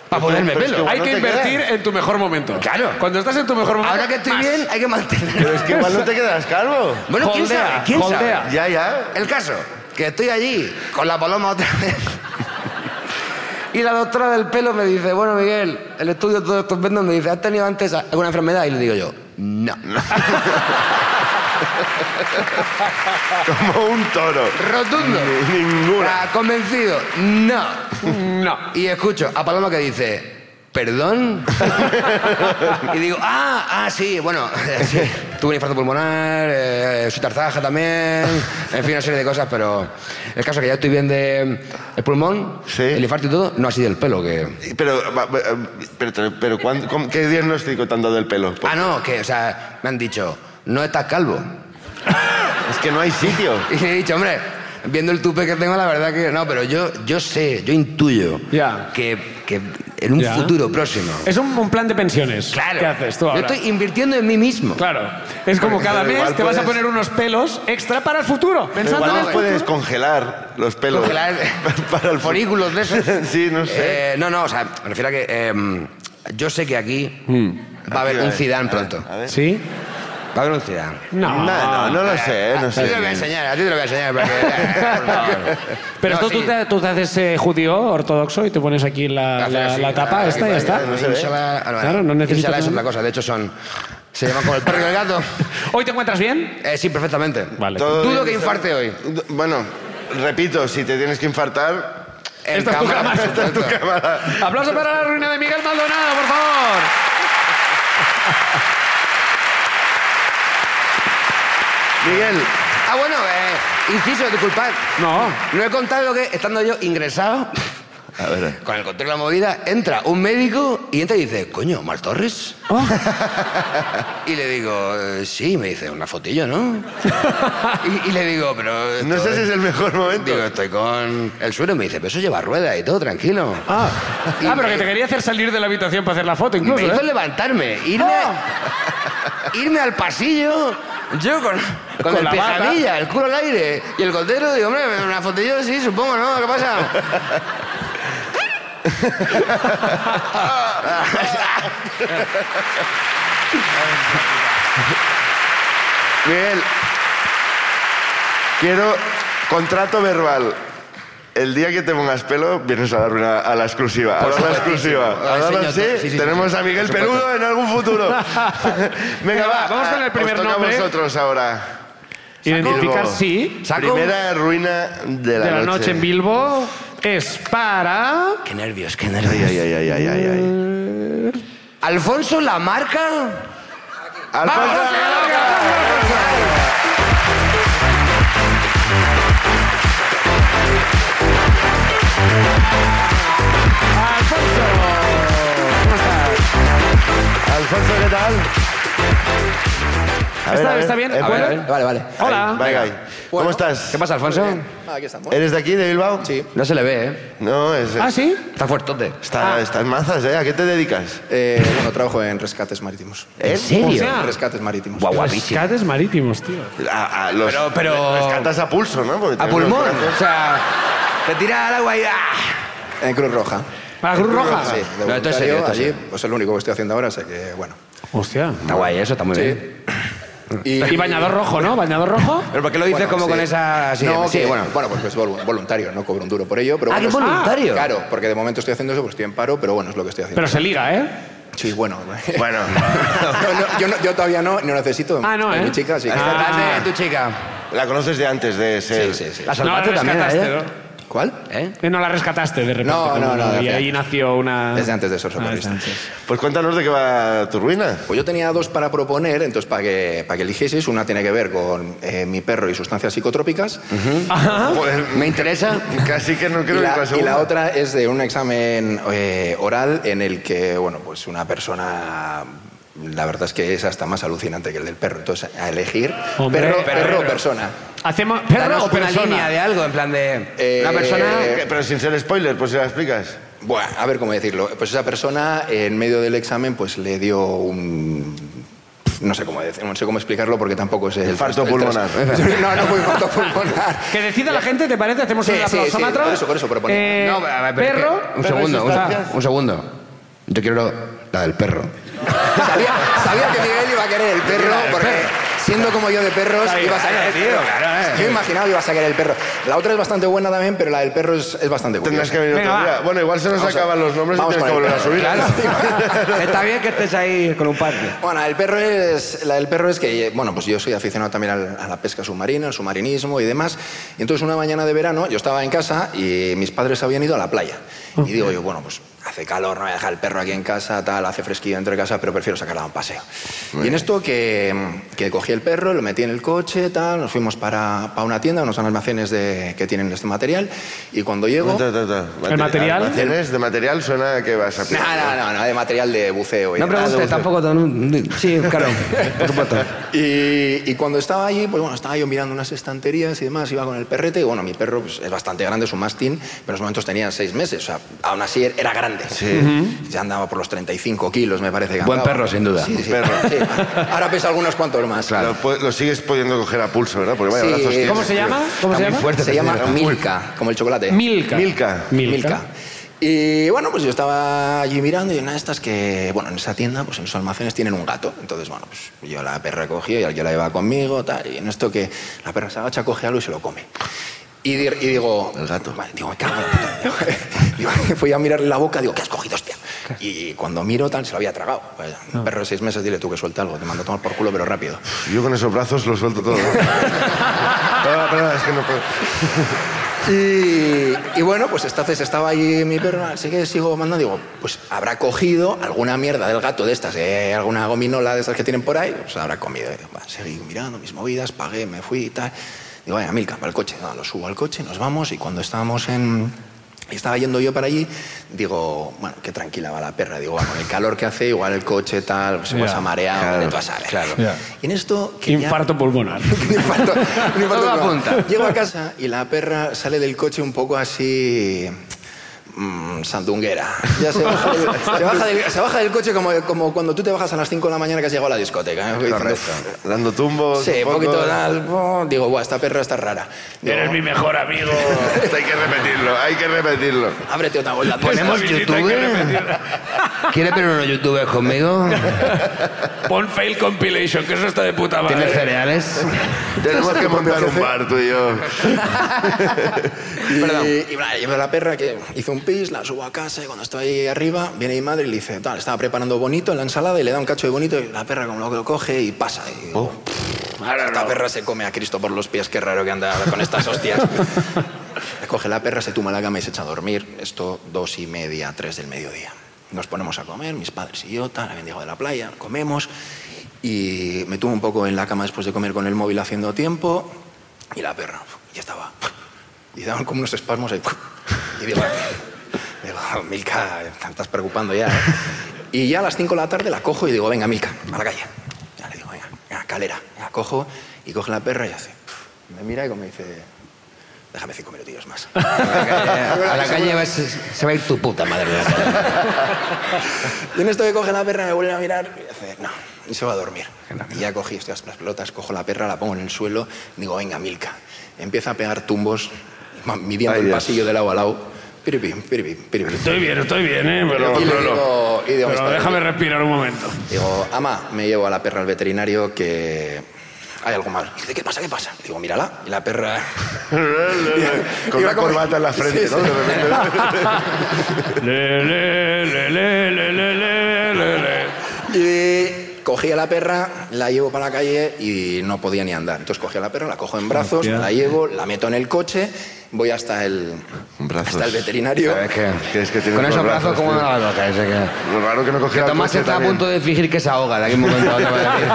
Speaker 3: para ponerme
Speaker 2: pero es
Speaker 3: pelo.
Speaker 2: que igual
Speaker 1: Hay
Speaker 2: no
Speaker 1: que
Speaker 2: te
Speaker 1: invertir
Speaker 2: queda.
Speaker 1: en tu mejor momento.
Speaker 3: Claro.
Speaker 1: Cuando estás en tu mejor momento.
Speaker 3: Ahora que estoy
Speaker 1: más.
Speaker 3: bien, hay que mantenerlo.
Speaker 2: Pero es que igual no te quedas calvo.
Speaker 3: Bueno, ¿quién
Speaker 1: Holdea,
Speaker 3: sabe? ¿Quién sabe?
Speaker 1: holdea.
Speaker 2: Ya, ya.
Speaker 3: El caso, que estoy allí con la paloma otra vez. Y la doctora del pelo me dice, bueno, Miguel, el estudio todo estupendo, me dice, ¿has tenido antes alguna enfermedad? Y le digo yo, no.
Speaker 2: Como un toro.
Speaker 3: Rotundo.
Speaker 2: Ni- ninguna.
Speaker 3: Ah, Convencido, no.
Speaker 1: Mm, No.
Speaker 3: Y escucho a Paloma que dice, ¿perdón? y digo, ah, ah, sí, bueno, sí. tuve un infarto pulmonar, eh, soy tarzaja también, en fin, una serie de cosas, pero el caso es que ya estoy bien de el pulmón,
Speaker 2: Sí.
Speaker 3: el infarto y todo, no así del pelo, que...
Speaker 2: Pero, va- va- pero, pero, ¿cuándo- cómo- ¿qué diagnóstico te han dado del pelo?
Speaker 3: Ah, no, que, o sea, me han dicho, no estás calvo.
Speaker 2: Es que no hay sitio.
Speaker 3: Y he dicho, hombre, viendo el tupe que tengo, la verdad que no, pero yo, yo sé, yo intuyo
Speaker 1: Ya.
Speaker 3: que, que en un
Speaker 1: Ya.
Speaker 3: futuro próximo...
Speaker 1: Es un, un plan de pensiones.
Speaker 3: Claro.
Speaker 1: ¿Qué haces tú
Speaker 3: Yo
Speaker 1: ahora?
Speaker 3: estoy invirtiendo en mí mismo.
Speaker 1: Claro. Es como
Speaker 2: Pero
Speaker 1: cada mes
Speaker 2: igual
Speaker 1: te vas a
Speaker 2: puedes-
Speaker 1: poner unos pelos extra para el futuro.
Speaker 2: Pero
Speaker 1: Pensando
Speaker 2: igual
Speaker 1: en
Speaker 2: no
Speaker 1: el
Speaker 2: puedes
Speaker 1: futuro.
Speaker 2: congelar los pelos.
Speaker 3: Congelar
Speaker 2: Para el
Speaker 3: folículos de esos.
Speaker 2: Sí, no sé.
Speaker 3: Eh, no, no, o sea, me refiero a que eh, yo sé que aquí
Speaker 1: Hmm.
Speaker 3: va a haber un Zidane pronto.
Speaker 2: A ver.
Speaker 1: ¿Sí?
Speaker 3: Va a haber un Zidane.
Speaker 1: No.
Speaker 2: No, no, no lo sé, no
Speaker 3: a ti te lo voy a
Speaker 2: sé.
Speaker 3: enseñar, a ti te lo voy a enseñar. para que- por favor.
Speaker 1: Pero
Speaker 3: No,
Speaker 1: esto
Speaker 3: sí.
Speaker 1: tú, te, tú te haces eh, judío ortodoxo y te pones aquí la,
Speaker 3: Hacer
Speaker 1: la-
Speaker 3: así,
Speaker 1: la tapa
Speaker 3: ah,
Speaker 1: esta y ya está.
Speaker 3: No se ve. Inshallah- ah, vale.
Speaker 1: Claro, no necesito
Speaker 3: Inshallah es
Speaker 1: nada.
Speaker 3: otra cosa. De hecho, son... Se llaman como el perro y el gato.
Speaker 1: ¿Hoy te encuentras bien?
Speaker 3: Eh, sí, perfectamente.
Speaker 1: Vale.
Speaker 2: Todo bien
Speaker 3: Dudo que
Speaker 2: está.
Speaker 3: infarte hoy.
Speaker 2: Bueno, repito, si te tienes que infartar,
Speaker 3: En
Speaker 1: Esta es tu
Speaker 3: cámara.
Speaker 1: cámara.
Speaker 2: esta es tu cámara.
Speaker 1: Aplauso para la ruina de Miguel Maldonado, por favor.
Speaker 2: Miguel,
Speaker 3: Ah, bueno, eh, inciso, disculpad.
Speaker 1: No.
Speaker 3: No he contado que, estando yo ingresado,
Speaker 2: a ver.
Speaker 3: con el control de la movida, entra un médico y entra y dice, coño, Mar Torres. y le digo, "Eh, sí, me dice, una fotillo, ¿no? y, y le digo, pero...
Speaker 2: No
Speaker 3: esto
Speaker 2: sé si es el mejor momento.
Speaker 3: Digo, estoy con el suelo y me dice, pero eso lleva rueda y todo, tranquilo.
Speaker 1: Ah.
Speaker 3: Y
Speaker 1: pero
Speaker 3: me-
Speaker 1: que te quería hacer salir de la habitación para hacer la foto
Speaker 3: Me
Speaker 1: incluso.
Speaker 3: hizo
Speaker 1: ¿eh?
Speaker 3: levantarme, irme, irme al pasillo, yo con, Oh. con,
Speaker 1: Con
Speaker 3: el
Speaker 1: la bata.
Speaker 3: pijamilla, el culo al aire y el cordero, digo, hombre, una fotillo sí, supongo, ¿no? ¿Qué pasa?
Speaker 2: Miguel, quiero contrato verbal. El día que te pongas pelo, vienes a dar una- a la exclusiva. A
Speaker 3: Por
Speaker 2: dar la
Speaker 3: supuestísimo. Lo
Speaker 2: exclusiva. A dar la-
Speaker 3: enseño
Speaker 2: sí,
Speaker 3: todo. Sí, sí,
Speaker 2: tenemos
Speaker 3: sí, sí.
Speaker 2: a Miguel
Speaker 3: Por supuesto.
Speaker 2: Peludo en algún futuro. Venga,
Speaker 1: Venga,
Speaker 2: va.
Speaker 1: va, vamos con el
Speaker 2: ah,
Speaker 1: primer
Speaker 2: os toca
Speaker 1: nombre.
Speaker 2: a vosotros ahora.
Speaker 1: Identificar
Speaker 2: Bilbo.
Speaker 1: sí
Speaker 3: Saco-
Speaker 2: Primera ruina de la,
Speaker 1: de la noche en Bilbo es para...
Speaker 3: Qué nervios, qué
Speaker 2: Ay,
Speaker 3: nervios.
Speaker 2: ay, ay, ay, ay, ay, ay.
Speaker 3: Alfonso Lamarca.
Speaker 2: Alfonso
Speaker 3: Vamos,
Speaker 2: Lamarca. Alfonso, ¿qué tal? A ver,
Speaker 1: ¿Está-
Speaker 2: a ver,
Speaker 1: está bien?
Speaker 2: ¿eh,
Speaker 1: ¿A
Speaker 2: bueno?
Speaker 1: ver?
Speaker 3: Vale, vale.
Speaker 2: Ahí,
Speaker 1: Hola.
Speaker 2: venga, ahí. ¿Cómo
Speaker 5: Bueno.
Speaker 2: estás?
Speaker 3: ¿Qué pasa, Alfonso?
Speaker 5: Ah, aquí estamos.
Speaker 2: ¿Eres de aquí, de Bilbao?
Speaker 5: Sí.
Speaker 3: Eh, No se le ve, ¿eh?
Speaker 2: No, es...
Speaker 1: ¿Ah, sí?
Speaker 3: Está fuertote.
Speaker 5: ah.
Speaker 2: Está, está en mazas, ¿eh? ¿A qué te dedicas?
Speaker 5: Eh, bueno, trabajo en rescates marítimos.
Speaker 3: ¿En
Speaker 1: O
Speaker 3: serio?
Speaker 1: sea,
Speaker 5: Rescates marítimos.
Speaker 3: Guau, guapísimo.
Speaker 1: rescates marítimos, tío.
Speaker 2: A, a los,
Speaker 3: Pero- pero-
Speaker 2: Rescatas a pulso, ¿no? Porque
Speaker 3: A
Speaker 2: tienes los
Speaker 3: pulmón.
Speaker 2: brazos.
Speaker 3: O sea, te tira al agua y... ¡ah!
Speaker 5: En Cruz Roja.
Speaker 1: ¿La Cruz Roja?
Speaker 5: Sí, Ah, de
Speaker 3: No, esto es
Speaker 5: voluntario
Speaker 3: serio, esto es
Speaker 5: allí,
Speaker 3: serio.
Speaker 5: pues es lo único que estoy haciendo ahora, así que bueno.
Speaker 1: Hostia.
Speaker 3: Está guay, eso está muy bien.
Speaker 5: Sí. Y,
Speaker 1: Y bañador rojo, ¿no? ¿Bañador rojo?
Speaker 3: Pero ¿por qué lo dices
Speaker 5: Bueno,
Speaker 3: como
Speaker 5: sí.
Speaker 3: con esa... así de-
Speaker 5: no,
Speaker 3: sí,
Speaker 5: que-
Speaker 3: bueno.
Speaker 5: bueno, pues es volu- voluntario, no cobro un duro por ello, pero
Speaker 3: Ah,
Speaker 5: bueno,
Speaker 3: que
Speaker 5: es-
Speaker 3: es voluntario.
Speaker 5: Claro, porque de momento estoy haciendo eso, pues estoy en paro, pero bueno, es lo que estoy haciendo.
Speaker 1: Pero se liga, ¿eh?
Speaker 5: Sí, bueno.
Speaker 2: Bueno,
Speaker 5: No, no, yo, no- yo todavía no, no necesito.
Speaker 1: Ah, no,
Speaker 5: Es
Speaker 1: ¿eh?
Speaker 5: Mi chica, así que...
Speaker 1: Ah.
Speaker 3: Espérate, tu chica.
Speaker 2: la conoces de antes de
Speaker 5: Sí,
Speaker 2: ser...
Speaker 5: sí, sí.
Speaker 3: La salvaste
Speaker 1: no, la
Speaker 3: también,
Speaker 1: rescataste,
Speaker 3: ¿eh?
Speaker 1: ¿no?
Speaker 5: ¿Cuál?
Speaker 3: ¿Eh?
Speaker 1: Eh, No la rescataste de repente.
Speaker 5: No, no, no,
Speaker 1: Y
Speaker 5: de
Speaker 1: ahí
Speaker 5: antes.
Speaker 1: nació una...
Speaker 5: Desde antes de ser socorrista.
Speaker 1: Ah, desde antes.
Speaker 2: Pues cuéntanos de qué va tu ruina.
Speaker 5: Pues yo tenía dos para proponer, entonces para que, para que eligieseis, una tiene que ver con eh, mi perro y sustancias psicotrópicas,
Speaker 3: Ah.
Speaker 2: Joder,
Speaker 3: Me interesa.
Speaker 2: casi que no
Speaker 5: y
Speaker 2: creo que
Speaker 5: la, y
Speaker 2: segunda.
Speaker 5: la otra es de un examen eh, oral en el que, bueno, pues una persona, la verdad es que es hasta más alucinante que el del perro, entonces a elegir
Speaker 1: Hombre,
Speaker 5: perro,
Speaker 1: perro.
Speaker 5: perro o persona.
Speaker 1: Hacemos... ¿Perro
Speaker 3: Danos
Speaker 1: o persona?
Speaker 3: una línea de algo, en plan de...
Speaker 5: Eh,
Speaker 3: Una persona...
Speaker 2: Eh, Pero sin ser spoiler, pues si la explicas.
Speaker 5: Bueno, a ver cómo decirlo. Pues esa persona eh, en medio del examen pues le dio un no sé cómo decir, no sé cómo explicarlo porque tampoco es el
Speaker 2: Infarto ¿eh?
Speaker 5: el tras- No, no fue infarto pulmonar.
Speaker 1: Que decida la gente, ¿te parece? Hacemos
Speaker 5: Sí,
Speaker 1: el
Speaker 5: sí, sí,
Speaker 1: aplausómetro.
Speaker 5: por eso, por eso, por poner.
Speaker 1: Eh,
Speaker 3: No, a ver, pero es
Speaker 1: perro...
Speaker 3: que- Un segundo, un,
Speaker 1: sustancias.
Speaker 3: un segundo. Yo quiero la del perro.
Speaker 5: Sabía, sabía que Miguel iba a querer el perro, porque siendo como yo de perros,
Speaker 1: Está bien,
Speaker 5: iba a sacar el
Speaker 1: tío,
Speaker 5: perro.
Speaker 1: claro, eh.
Speaker 5: Yo imaginaba que iba a sacar el perro. La otra es bastante buena también, pero la del perro es, es bastante buena.
Speaker 2: Tendrás que venir
Speaker 1: Venga,
Speaker 2: otro
Speaker 1: va.
Speaker 2: día. Bueno, igual se nos
Speaker 5: Vamos a-
Speaker 2: acaban los nombres y
Speaker 5: vamos
Speaker 2: tienes que
Speaker 5: con el
Speaker 2: volver a
Speaker 5: perro.
Speaker 2: subir.
Speaker 6: Está bien que estés ahí con un parque.
Speaker 5: Bueno, el perro es, la del perro es que, eh, bueno, pues yo soy aficionado también al- a la pesca submarina, al submarinismo y demás. Y entonces una mañana de verano yo estaba en casa y mis padres habían ido a la playa. Y digo yo, bueno, pues hace calor, no voy a dejar el perro aquí en casa, tal, hace fresquillo dentro de casa, pero prefiero sacarla a un paseo. Y en esto que, que cogí el perro, lo metí en el coche, tal, nos fuimos para, para una tienda, unos almacenes de, que tienen este material. Y cuando llego...
Speaker 2: Ta, ta, ta. Materi-
Speaker 1: material?
Speaker 2: almacenes de material suena que vas a
Speaker 5: No,
Speaker 2: pillar.
Speaker 5: no, no, no, de material de
Speaker 1: Pues
Speaker 5: buceo. y
Speaker 6: No
Speaker 5: demás.
Speaker 6: preguntes tampoco. tan- Sí, claro, por supuesto.
Speaker 5: Y, y cuando estaba allí, pues bueno, estaba yo mirando unas estanterías y demás, iba con el perrete, y bueno, mi perro pues, es bastante grande, es un mastín, pero en esos momentos tenía seis meses, o sea, aún así er- era grande. Ya andaba por los 35 kilos, me parece que
Speaker 3: Buen
Speaker 5: andaba.
Speaker 3: perro, sin duda.
Speaker 5: Sí, sí,
Speaker 2: Perro.
Speaker 5: sí. Ahora pesa algunos cuantos más.
Speaker 2: Lo, pu- lo sigues pudiendo coger a pulso, ¿verdad? Porque vaya
Speaker 5: Sí.
Speaker 2: brazos
Speaker 5: ¿Cómo
Speaker 2: tienes,
Speaker 1: ¿Cómo se
Speaker 2: tío.
Speaker 1: llama? ¿Cómo se llama?
Speaker 5: Se llama Milka, como el chocolate.
Speaker 1: Milka.
Speaker 2: Milka.
Speaker 1: Milka.
Speaker 5: Y bueno, pues yo estaba allí mirando y una de estas que, bueno, en esa tienda, pues en sus almacenes tienen un gato. Entonces, bueno, pues yo la perra cogí y yo la llevaba conmigo, tal. Y en esto que la perra se agacha, coge algo y se lo come. Y, di- y digo... El gato. digo, me cago en la puta. Digo, fui a mirarle la boca, digo, ¿qué has cogido, hostia? Y cuando miro, tal, se lo había tragado. Pues, Un perro de seis meses, dile tú que suelta algo, te mando a tomar por culo, pero rápido.
Speaker 2: Yo con esos brazos lo suelto todo. perdona, perdona, es que no puedo.
Speaker 5: Y, y bueno, pues entonces estaba ahí mi perro, así que sigo mandando, digo, pues habrá cogido alguna mierda del gato de estas, eh, alguna gominola de estas que tienen por ahí, pues habrá comido. Y, bueno, seguí mirando mis movidas, pagué, me fui y tal. Digo, vaya, Milka, para el coche. No, lo subo al coche, nos vamos y cuando estábamos en... Estaba yendo yo para allí, digo, bueno, qué tranquila va la perra. Digo, bueno, el calor que hace, igual el coche tal, pues igual
Speaker 1: Ya,
Speaker 5: se ha mareado, vete tú a saber.
Speaker 1: Ya.
Speaker 5: Y en esto... que ya-
Speaker 1: Infarto pulmonar.
Speaker 5: un infarto, un infarto
Speaker 3: Todo
Speaker 5: de broma.
Speaker 3: apunta.
Speaker 5: Llego a casa y la perra sale del coche un poco así. mm, sandunguera. Ya se baja, del, se baja del- se baja del coche como, como cuando tú te bajas a las 5 de la mañana que has llegado a la discoteca. ¿eh? Diciendo,
Speaker 2: Dando tumbos.
Speaker 5: Sí,
Speaker 2: un
Speaker 5: un
Speaker 2: poco.
Speaker 5: poquito tal. bo, Digo, "Buah, esta perra está rara. Digo,
Speaker 1: mejor amigo.
Speaker 2: Hay que repetirlo, hay que repetirlo.
Speaker 5: Ábrete otra vuelta.
Speaker 1: Pues
Speaker 3: ¿Ponemos YouTube? ¿Quieres ver unos youtubers conmigo?
Speaker 1: Pon fail compilation, que eso está de puta
Speaker 3: ¿Tienes cereales?
Speaker 2: Tenemos que montar un bar, tú y yo.
Speaker 5: Y, y, bla, llevo a la perra que hizo un pis, la subo a casa y cuando estoy ahí arriba viene mi madre y le dice, tal, estaba preparando bonito la ensalada y le da un cacho de bonito y la perra como lo que lo coge y pasa. Y digo, "Pff, esta perra se come a Cristo por los pies, qué raro que anda con estas hostias. Le coge la perra, se tuma la cama y se echa a dormir. Esto dos y media, tres del mediodía. Nos ponemos a comer, mis padres y yo, tal, habían llegado de la playa, comemos y me tumo un poco en la cama después de comer con el móvil haciendo tiempo y la perra, ya estaba. Y daban como unos espasmos ahí. Y digo, digo Milka, te estás preocupando ya. ¿eh?". Y ya a las 5 de la tarde la cojo y digo, venga, Milka, a la calle. Ya le digo, venga, venga, calera. La cojo y coge la perra y hace. Me mira y como dice, déjame cinco minutillos más.
Speaker 3: Eh, A la calle vas- se va a ir tu puta madre. de la calle.
Speaker 5: Y en esto que coge la perra, me vuelve a mirar y hace, no, y se va a dormir. Y ya cogí estoy hasta las pelotas, cojo la perra, la pongo en el suelo, digo, venga, Milka. Empieza a pegar tumbos, ma- midiendo
Speaker 2: Ay,
Speaker 5: el
Speaker 2: Dios.
Speaker 5: pasillo de lado a lado. Piripim, piripim, piripim.
Speaker 1: Estoy bien, estoy bien, ¿eh?
Speaker 5: Y le digo- y digo,
Speaker 1: pero
Speaker 5: "Está
Speaker 1: déjame respirar un momento.
Speaker 5: Digo, ama, me llevo a la perra al veterinario que hay algo mal. Dice, ¿qué pasa? ¿Qué pasa? Digo, mírala. Y la perra.
Speaker 2: Con
Speaker 5: Iba
Speaker 2: una
Speaker 5: como-
Speaker 2: corbata en la frente,
Speaker 5: Sí,
Speaker 2: ¿no?
Speaker 5: sí.
Speaker 2: De repente.
Speaker 1: Le, le, le, le, le, le, le, le, le.
Speaker 5: Y cogí a la perra, la llevo para la calle y no podía ni andar. Entonces cogí a la perra, la cojo en brazos,
Speaker 1: Hostia.
Speaker 5: la llevo, la meto en el coche, voy hasta el,
Speaker 2: Brazos.
Speaker 5: hasta el veterinario.
Speaker 3: ¿Sabes qué?
Speaker 2: Que es que tiene
Speaker 3: Con
Speaker 2: unos
Speaker 3: esos brazos,
Speaker 2: brazos,
Speaker 3: como
Speaker 2: tío.
Speaker 3: una loca. Ese que...
Speaker 2: Lo raro que no
Speaker 3: Que
Speaker 2: cogiera el
Speaker 3: Tomás
Speaker 2: coche
Speaker 3: está a
Speaker 2: también.
Speaker 3: punto de fingir que se ahoga. De aquí a un momento a otro va a decir.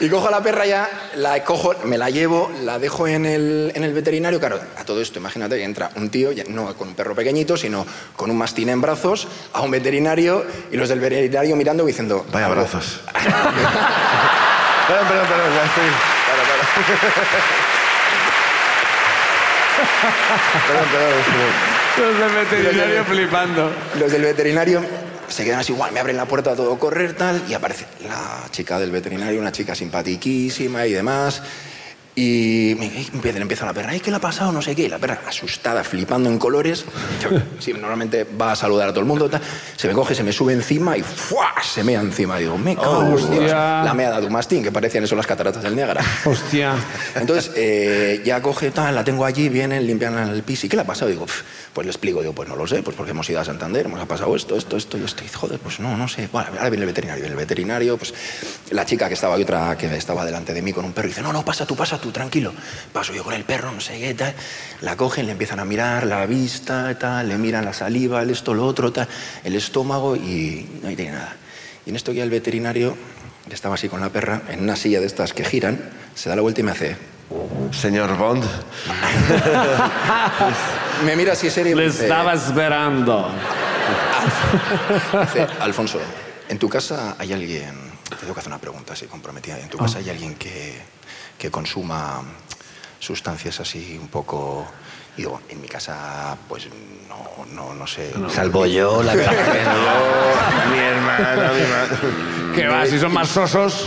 Speaker 5: Y cojo a la perra ya, la cojo, me la llevo, la dejo en el, en el veterinario. Claro, a todo esto, imagínate que entra un tío, ya no con un perro pequeñito, sino con un mastín en brazos, a un veterinario y los del veterinario mirando y diciendo...
Speaker 2: Vaya
Speaker 5: "Algo-
Speaker 2: brazos. Perdón, perdón, perdón, ya estoy. Para, para. Perdón, perdón, es que-
Speaker 1: Los del veterinario flipando.
Speaker 5: Los del veterinario se quedan así, guau, me abren la puerta a todo correr, tal, y aparece la chica del veterinario, una chica simpatiquísima y demás. Y me- y empieza, empieza la perra, ay, ¿qué le ha pasado? No sé qué. Y la perra, asustada, flipando en colores, yo, sí, normalmente va a saludar a todo el mundo, tal, se me coge, se me sube encima y ¡fua! se mea encima. Digo, me cago, en Dios".
Speaker 1: hostia.
Speaker 5: La meada de un mastín, que parecían eso las cataratas del Niágara.
Speaker 1: Hostia.
Speaker 5: Entonces, eh, ya coge, tal, la tengo allí, vienen, limpian el piso. ¿Y qué le ha pasado? Digo, "Pf", pues le explico, digo, pues no lo sé, pues porque hemos ido a Santander, nos ha pasado esto, esto, esto, y estoy, joder, pues no, no sé. Bueno, ahora viene el veterinario, viene el veterinario, pues la chica que estaba, hay otra que estaba delante de mí con un perro, dice, no, no, pasa tú, pasa tú, tranquilo. Paso yo con el perro, no sé qué, tal. La cogen, le empiezan a mirar la vista, tal, le miran la saliva, el esto, lo otro, tal, el estómago y no tiene nada. Y en esto ya el veterinario, que estaba así con la perra, en una silla de estas que giran, se da la vuelta y me hace...
Speaker 2: Señor Bond,
Speaker 5: Me mira así serio y me
Speaker 1: Le
Speaker 5: dice,
Speaker 1: estaba esperando.
Speaker 5: dice, Alfonso, en tu casa hay alguien, te tengo que hacer una pregunta así comprometida, ¿en tu casa hay alguien que, que consuma sustancias así un poco... Y digo, en mi casa, pues no, no, no sé.
Speaker 6: Salvo yo, la verdad que
Speaker 2: yo, mi hermana, mi madre.
Speaker 1: Que va, si son más sosos.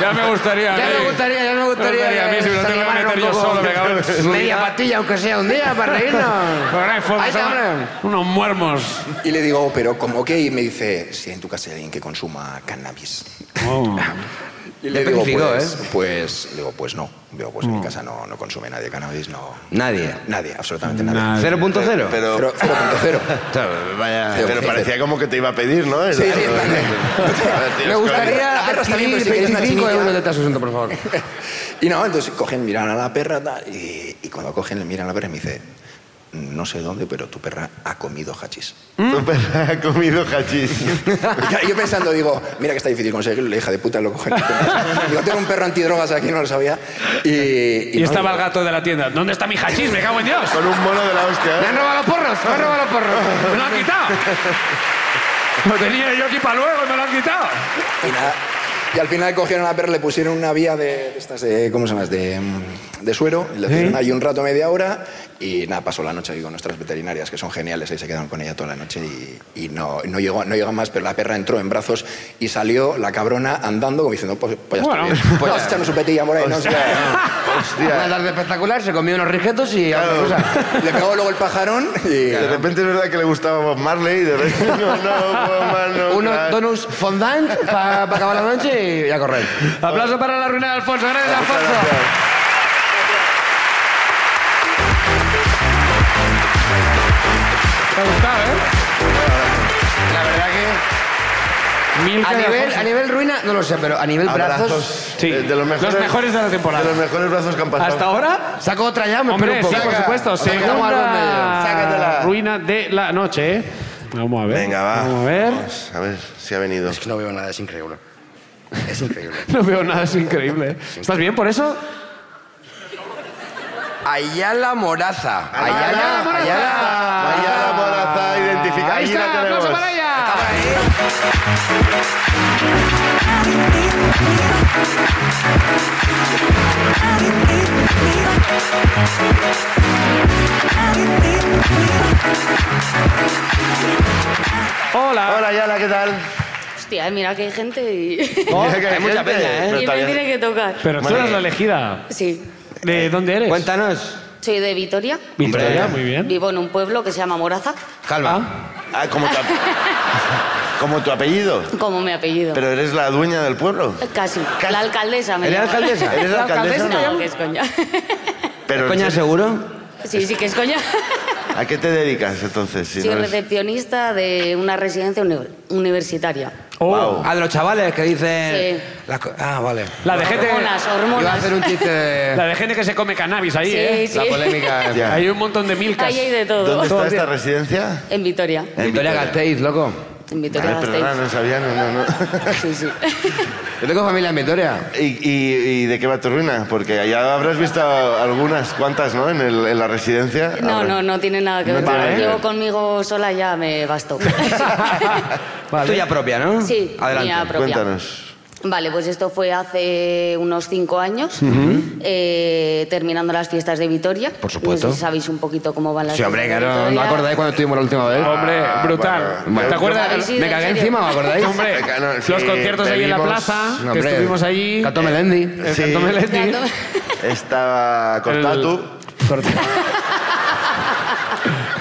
Speaker 1: ya me gustaría. ¿eh?
Speaker 3: Ya
Speaker 1: a mí.
Speaker 3: me gustaría, ya me gustaría.
Speaker 1: a mí, si me lo
Speaker 3: eh,
Speaker 1: tengo que meter
Speaker 3: animarnos un
Speaker 1: yo
Speaker 3: poco.
Speaker 1: solo, me cago en su
Speaker 3: Media
Speaker 1: vida.
Speaker 3: patilla, aunque sea un día, para reírnos.
Speaker 1: Pero no hay forma,
Speaker 3: Ahí te
Speaker 1: son
Speaker 3: hablan.
Speaker 1: unos muermos.
Speaker 5: Y le digo, pero ¿cómo qué? Y me dice, si en tu casa hay alguien que consuma cannabis.
Speaker 1: Oh.
Speaker 5: Y le
Speaker 3: Ya
Speaker 5: digo,
Speaker 3: especificó,
Speaker 5: pues, pues, le digo, pues no. Digo, pues
Speaker 1: Mm.
Speaker 5: en mi casa no, no consume nadie cannabis, no. Eh,
Speaker 6: Nadie.
Speaker 5: Nadie, absolutamente nadie.
Speaker 1: Nadie.
Speaker 6: 0.0.
Speaker 2: Pero,
Speaker 5: Cero- 0.0.
Speaker 2: vaya,
Speaker 5: Cero,
Speaker 2: pero
Speaker 5: cero.
Speaker 2: parecía como que te iba a pedir, ¿no?
Speaker 5: Sí, sí, en plan de-
Speaker 3: Me gustaría
Speaker 5: Ahora está
Speaker 3: adquirir
Speaker 5: bien, pero si quieres una
Speaker 3: 25
Speaker 5: chinilla.
Speaker 3: euros de este asunto, por favor.
Speaker 5: Y no, entonces cogen, miran a la perra tal, y, y cuando cogen, le miran a la perra y me dice, no sé dónde, pero tu perra ha comido hachís.
Speaker 2: Tu perra ha comido hachís.
Speaker 5: Y yo- yo pensando, digo, mira que está difícil conseguirlo, la hija de puta lo cogen. Digo, tengo un perro antidrogas aquí, no lo sabía. Y, y
Speaker 1: Y
Speaker 5: no,
Speaker 1: estaba el gato de la tienda. ¿Dónde está mi hachís? Me cago en Dios.
Speaker 2: Con un mono de la hostia,
Speaker 3: ¡Me han
Speaker 2: ¿eh?
Speaker 3: robado los porros! ¡Me han robado los porros!
Speaker 1: Me lo han quitado. Lo tenía yo aquí para luego y me lo han quitado.
Speaker 5: y nada. Y al final cogieron a la perra, le pusieron una vía de, de estas de, ¿cómo se llama? De, mm, de suero, y le pusieron ahí un rato, media hora, y nada, pasó la noche ahí con nuestras veterinarias, que son geniales, ahí se quedaron con ella toda la noche y, y no, no, llegó, no llegó más, pero la perra entró en brazos y salió la cabrona andando como diciendo, pues, pues ya
Speaker 1: Bueno.
Speaker 5: está bien. Pues ya echarnos su petilla por ahí, no sé.
Speaker 3: Una tarde espectacular, se comió unos rijetos y otra cosa.
Speaker 5: Le pegó luego el pajarón y...
Speaker 2: De repente es verdad que le gustaba Bob Marley y de repente no, no, Bob Marley.
Speaker 3: Unos
Speaker 2: tal.
Speaker 3: donuts fondant para acabar la noche y a correr.
Speaker 1: Aplauso para la ruina de Alfonso. Gracias,
Speaker 2: Muchas
Speaker 1: Alfonso.
Speaker 2: gracias.
Speaker 1: Te ha gustado, ¿eh?
Speaker 3: La verdad que...
Speaker 1: Mil
Speaker 3: A
Speaker 1: gracias,
Speaker 3: nivel,
Speaker 1: Alfonso.
Speaker 3: a nivel ruina, no lo sé, pero a nivel brazos...
Speaker 2: Abrazos.
Speaker 1: Sí.
Speaker 2: Eh, De los mejores,
Speaker 1: Los mejores de la temporada.
Speaker 2: De los mejores brazos que han pasado.
Speaker 1: Hasta ahora.
Speaker 3: ¿Saco otra ya? Me
Speaker 1: Hombre,
Speaker 3: espero
Speaker 1: sí,
Speaker 3: un poco.
Speaker 1: por supuesto.
Speaker 3: Saca. Sacamos algo en medio.
Speaker 1: Segunda
Speaker 2: Sácatela.
Speaker 1: ruina de la noche, ¿eh? Vamos a ver.
Speaker 2: Venga, va.
Speaker 1: Vamos a ver.
Speaker 2: Vamos a ver si ha venido.
Speaker 3: Es que no veo nada, es increíble. Es increíble.
Speaker 1: No veo nada, es increíble. ¿eh? ¿Estás bien por eso?
Speaker 3: Ayala Moraza. Ayala, Moraza. Ayala.
Speaker 2: Ayala Moraza, identificada.
Speaker 1: Ah, Ahí
Speaker 2: Allí la
Speaker 1: está,
Speaker 2: tenemos.
Speaker 1: aplauso para ella. Hola.
Speaker 2: Hola, Ayala, ¿qué
Speaker 1: Oh,
Speaker 2: tal?
Speaker 7: Hostia, eh, mira que hay gente y...
Speaker 2: Mira que hay
Speaker 6: mucha
Speaker 2: gente,
Speaker 6: peña, ¿eh?
Speaker 2: pero
Speaker 7: y
Speaker 2: está
Speaker 7: me
Speaker 2: bien.
Speaker 7: tiene que tocar.
Speaker 1: Pero tú
Speaker 2: Madre
Speaker 1: eres la
Speaker 2: mía.
Speaker 1: elegida.
Speaker 7: Sí,
Speaker 2: Eh,
Speaker 1: ¿De dónde eres?
Speaker 6: Cuéntanos.
Speaker 7: soy de Vitoria.
Speaker 1: Victoria, muy bien.
Speaker 7: Vivo en un pueblo que se llama Moraza,
Speaker 1: Calma.
Speaker 2: Ah, como tu, ap- como tu apellido.
Speaker 7: como mi apellido.
Speaker 2: Pero eres la dueña del pueblo.
Speaker 7: Casi. La alcaldesa me
Speaker 6: ¿Eres
Speaker 7: llama.
Speaker 6: alcaldesa?
Speaker 2: ¿Eres
Speaker 6: ¿La
Speaker 2: alcaldesa?
Speaker 6: alcaldesa?
Speaker 7: No, que es coña.
Speaker 2: Pero
Speaker 6: ¿Coña seguro?
Speaker 7: sí, sí que es coña.
Speaker 2: ¿A qué te dedicas entonces? si
Speaker 7: Soy
Speaker 2: no eres-
Speaker 7: recepcionista de una residencia uni- universitaria.
Speaker 1: Oh,
Speaker 2: Guau.
Speaker 6: A de los chavales que dicen...
Speaker 7: Sí.
Speaker 6: las co- ah, vale.
Speaker 1: La de gente.
Speaker 7: Hormonas,
Speaker 3: Iba a
Speaker 7: hormonas.
Speaker 3: hacer un chiste...
Speaker 1: La de gente que se come cannabis ahí,
Speaker 7: Sí,
Speaker 1: ¿eh?
Speaker 7: sí.
Speaker 3: La polémica...
Speaker 2: Ya.
Speaker 1: Hay un montón de milcas.
Speaker 7: Ahí hay de todo.
Speaker 2: ¿Dónde
Speaker 1: Todo
Speaker 2: está esta
Speaker 1: bien.
Speaker 2: residencia?
Speaker 7: En Vitoria.
Speaker 3: Victoria Gasteiz, loco.
Speaker 7: En Vitoria
Speaker 2: Vale, perdona,
Speaker 7: Gasteiz.
Speaker 2: no sabía, no, no, no.
Speaker 7: Sí, sí.
Speaker 3: Yo tengo familia en Victoria.
Speaker 2: ¿Y, y, y de qué va tu ruina? Porque ya habrás visto algunas, cuantas, ¿no? En, el- en la residencia.
Speaker 7: No,
Speaker 2: Habrá-
Speaker 7: no, no tiene nada que
Speaker 2: No
Speaker 7: ver.
Speaker 2: tiene nada que
Speaker 7: Llevo
Speaker 2: ver.
Speaker 7: conmigo sola ya me bastó.
Speaker 6: Tuya propia, ¿no?
Speaker 7: Sí,
Speaker 6: Adelante.
Speaker 7: mía propia.
Speaker 2: Cuéntanos.
Speaker 7: Vale, pues esto fue hace unos cinco años, eh, terminando las fiestas de Vitoria.
Speaker 3: Por supuesto.
Speaker 7: No sé si sabéis un poquito cómo van las
Speaker 3: Sí, hombre,
Speaker 7: fiestas
Speaker 3: que
Speaker 7: de
Speaker 3: no, ¿no
Speaker 7: Vitoria.
Speaker 3: acordáis cuando estuvimos la última vez?
Speaker 1: Hombre,
Speaker 2: Ah,
Speaker 1: brutal.
Speaker 2: bueno.
Speaker 1: ¿Te
Speaker 7: Habéis
Speaker 1: acuerdas?
Speaker 7: ido,
Speaker 3: ¿Me
Speaker 7: en
Speaker 3: cagué
Speaker 7: serio.
Speaker 3: encima, ¿os acordáis?
Speaker 1: Hombre,
Speaker 2: Venga, no,
Speaker 1: los
Speaker 2: sí,
Speaker 1: conciertos ahí en la
Speaker 2: bebimos.
Speaker 1: plaza,
Speaker 3: No,
Speaker 1: que
Speaker 3: hombre,
Speaker 1: estuvimos allí.
Speaker 3: Cantó Melendi.
Speaker 1: El
Speaker 2: Sí.
Speaker 1: Cantó Melendi.
Speaker 7: Claro.
Speaker 2: Estaba
Speaker 1: El-
Speaker 2: Cortatu.
Speaker 1: Corta-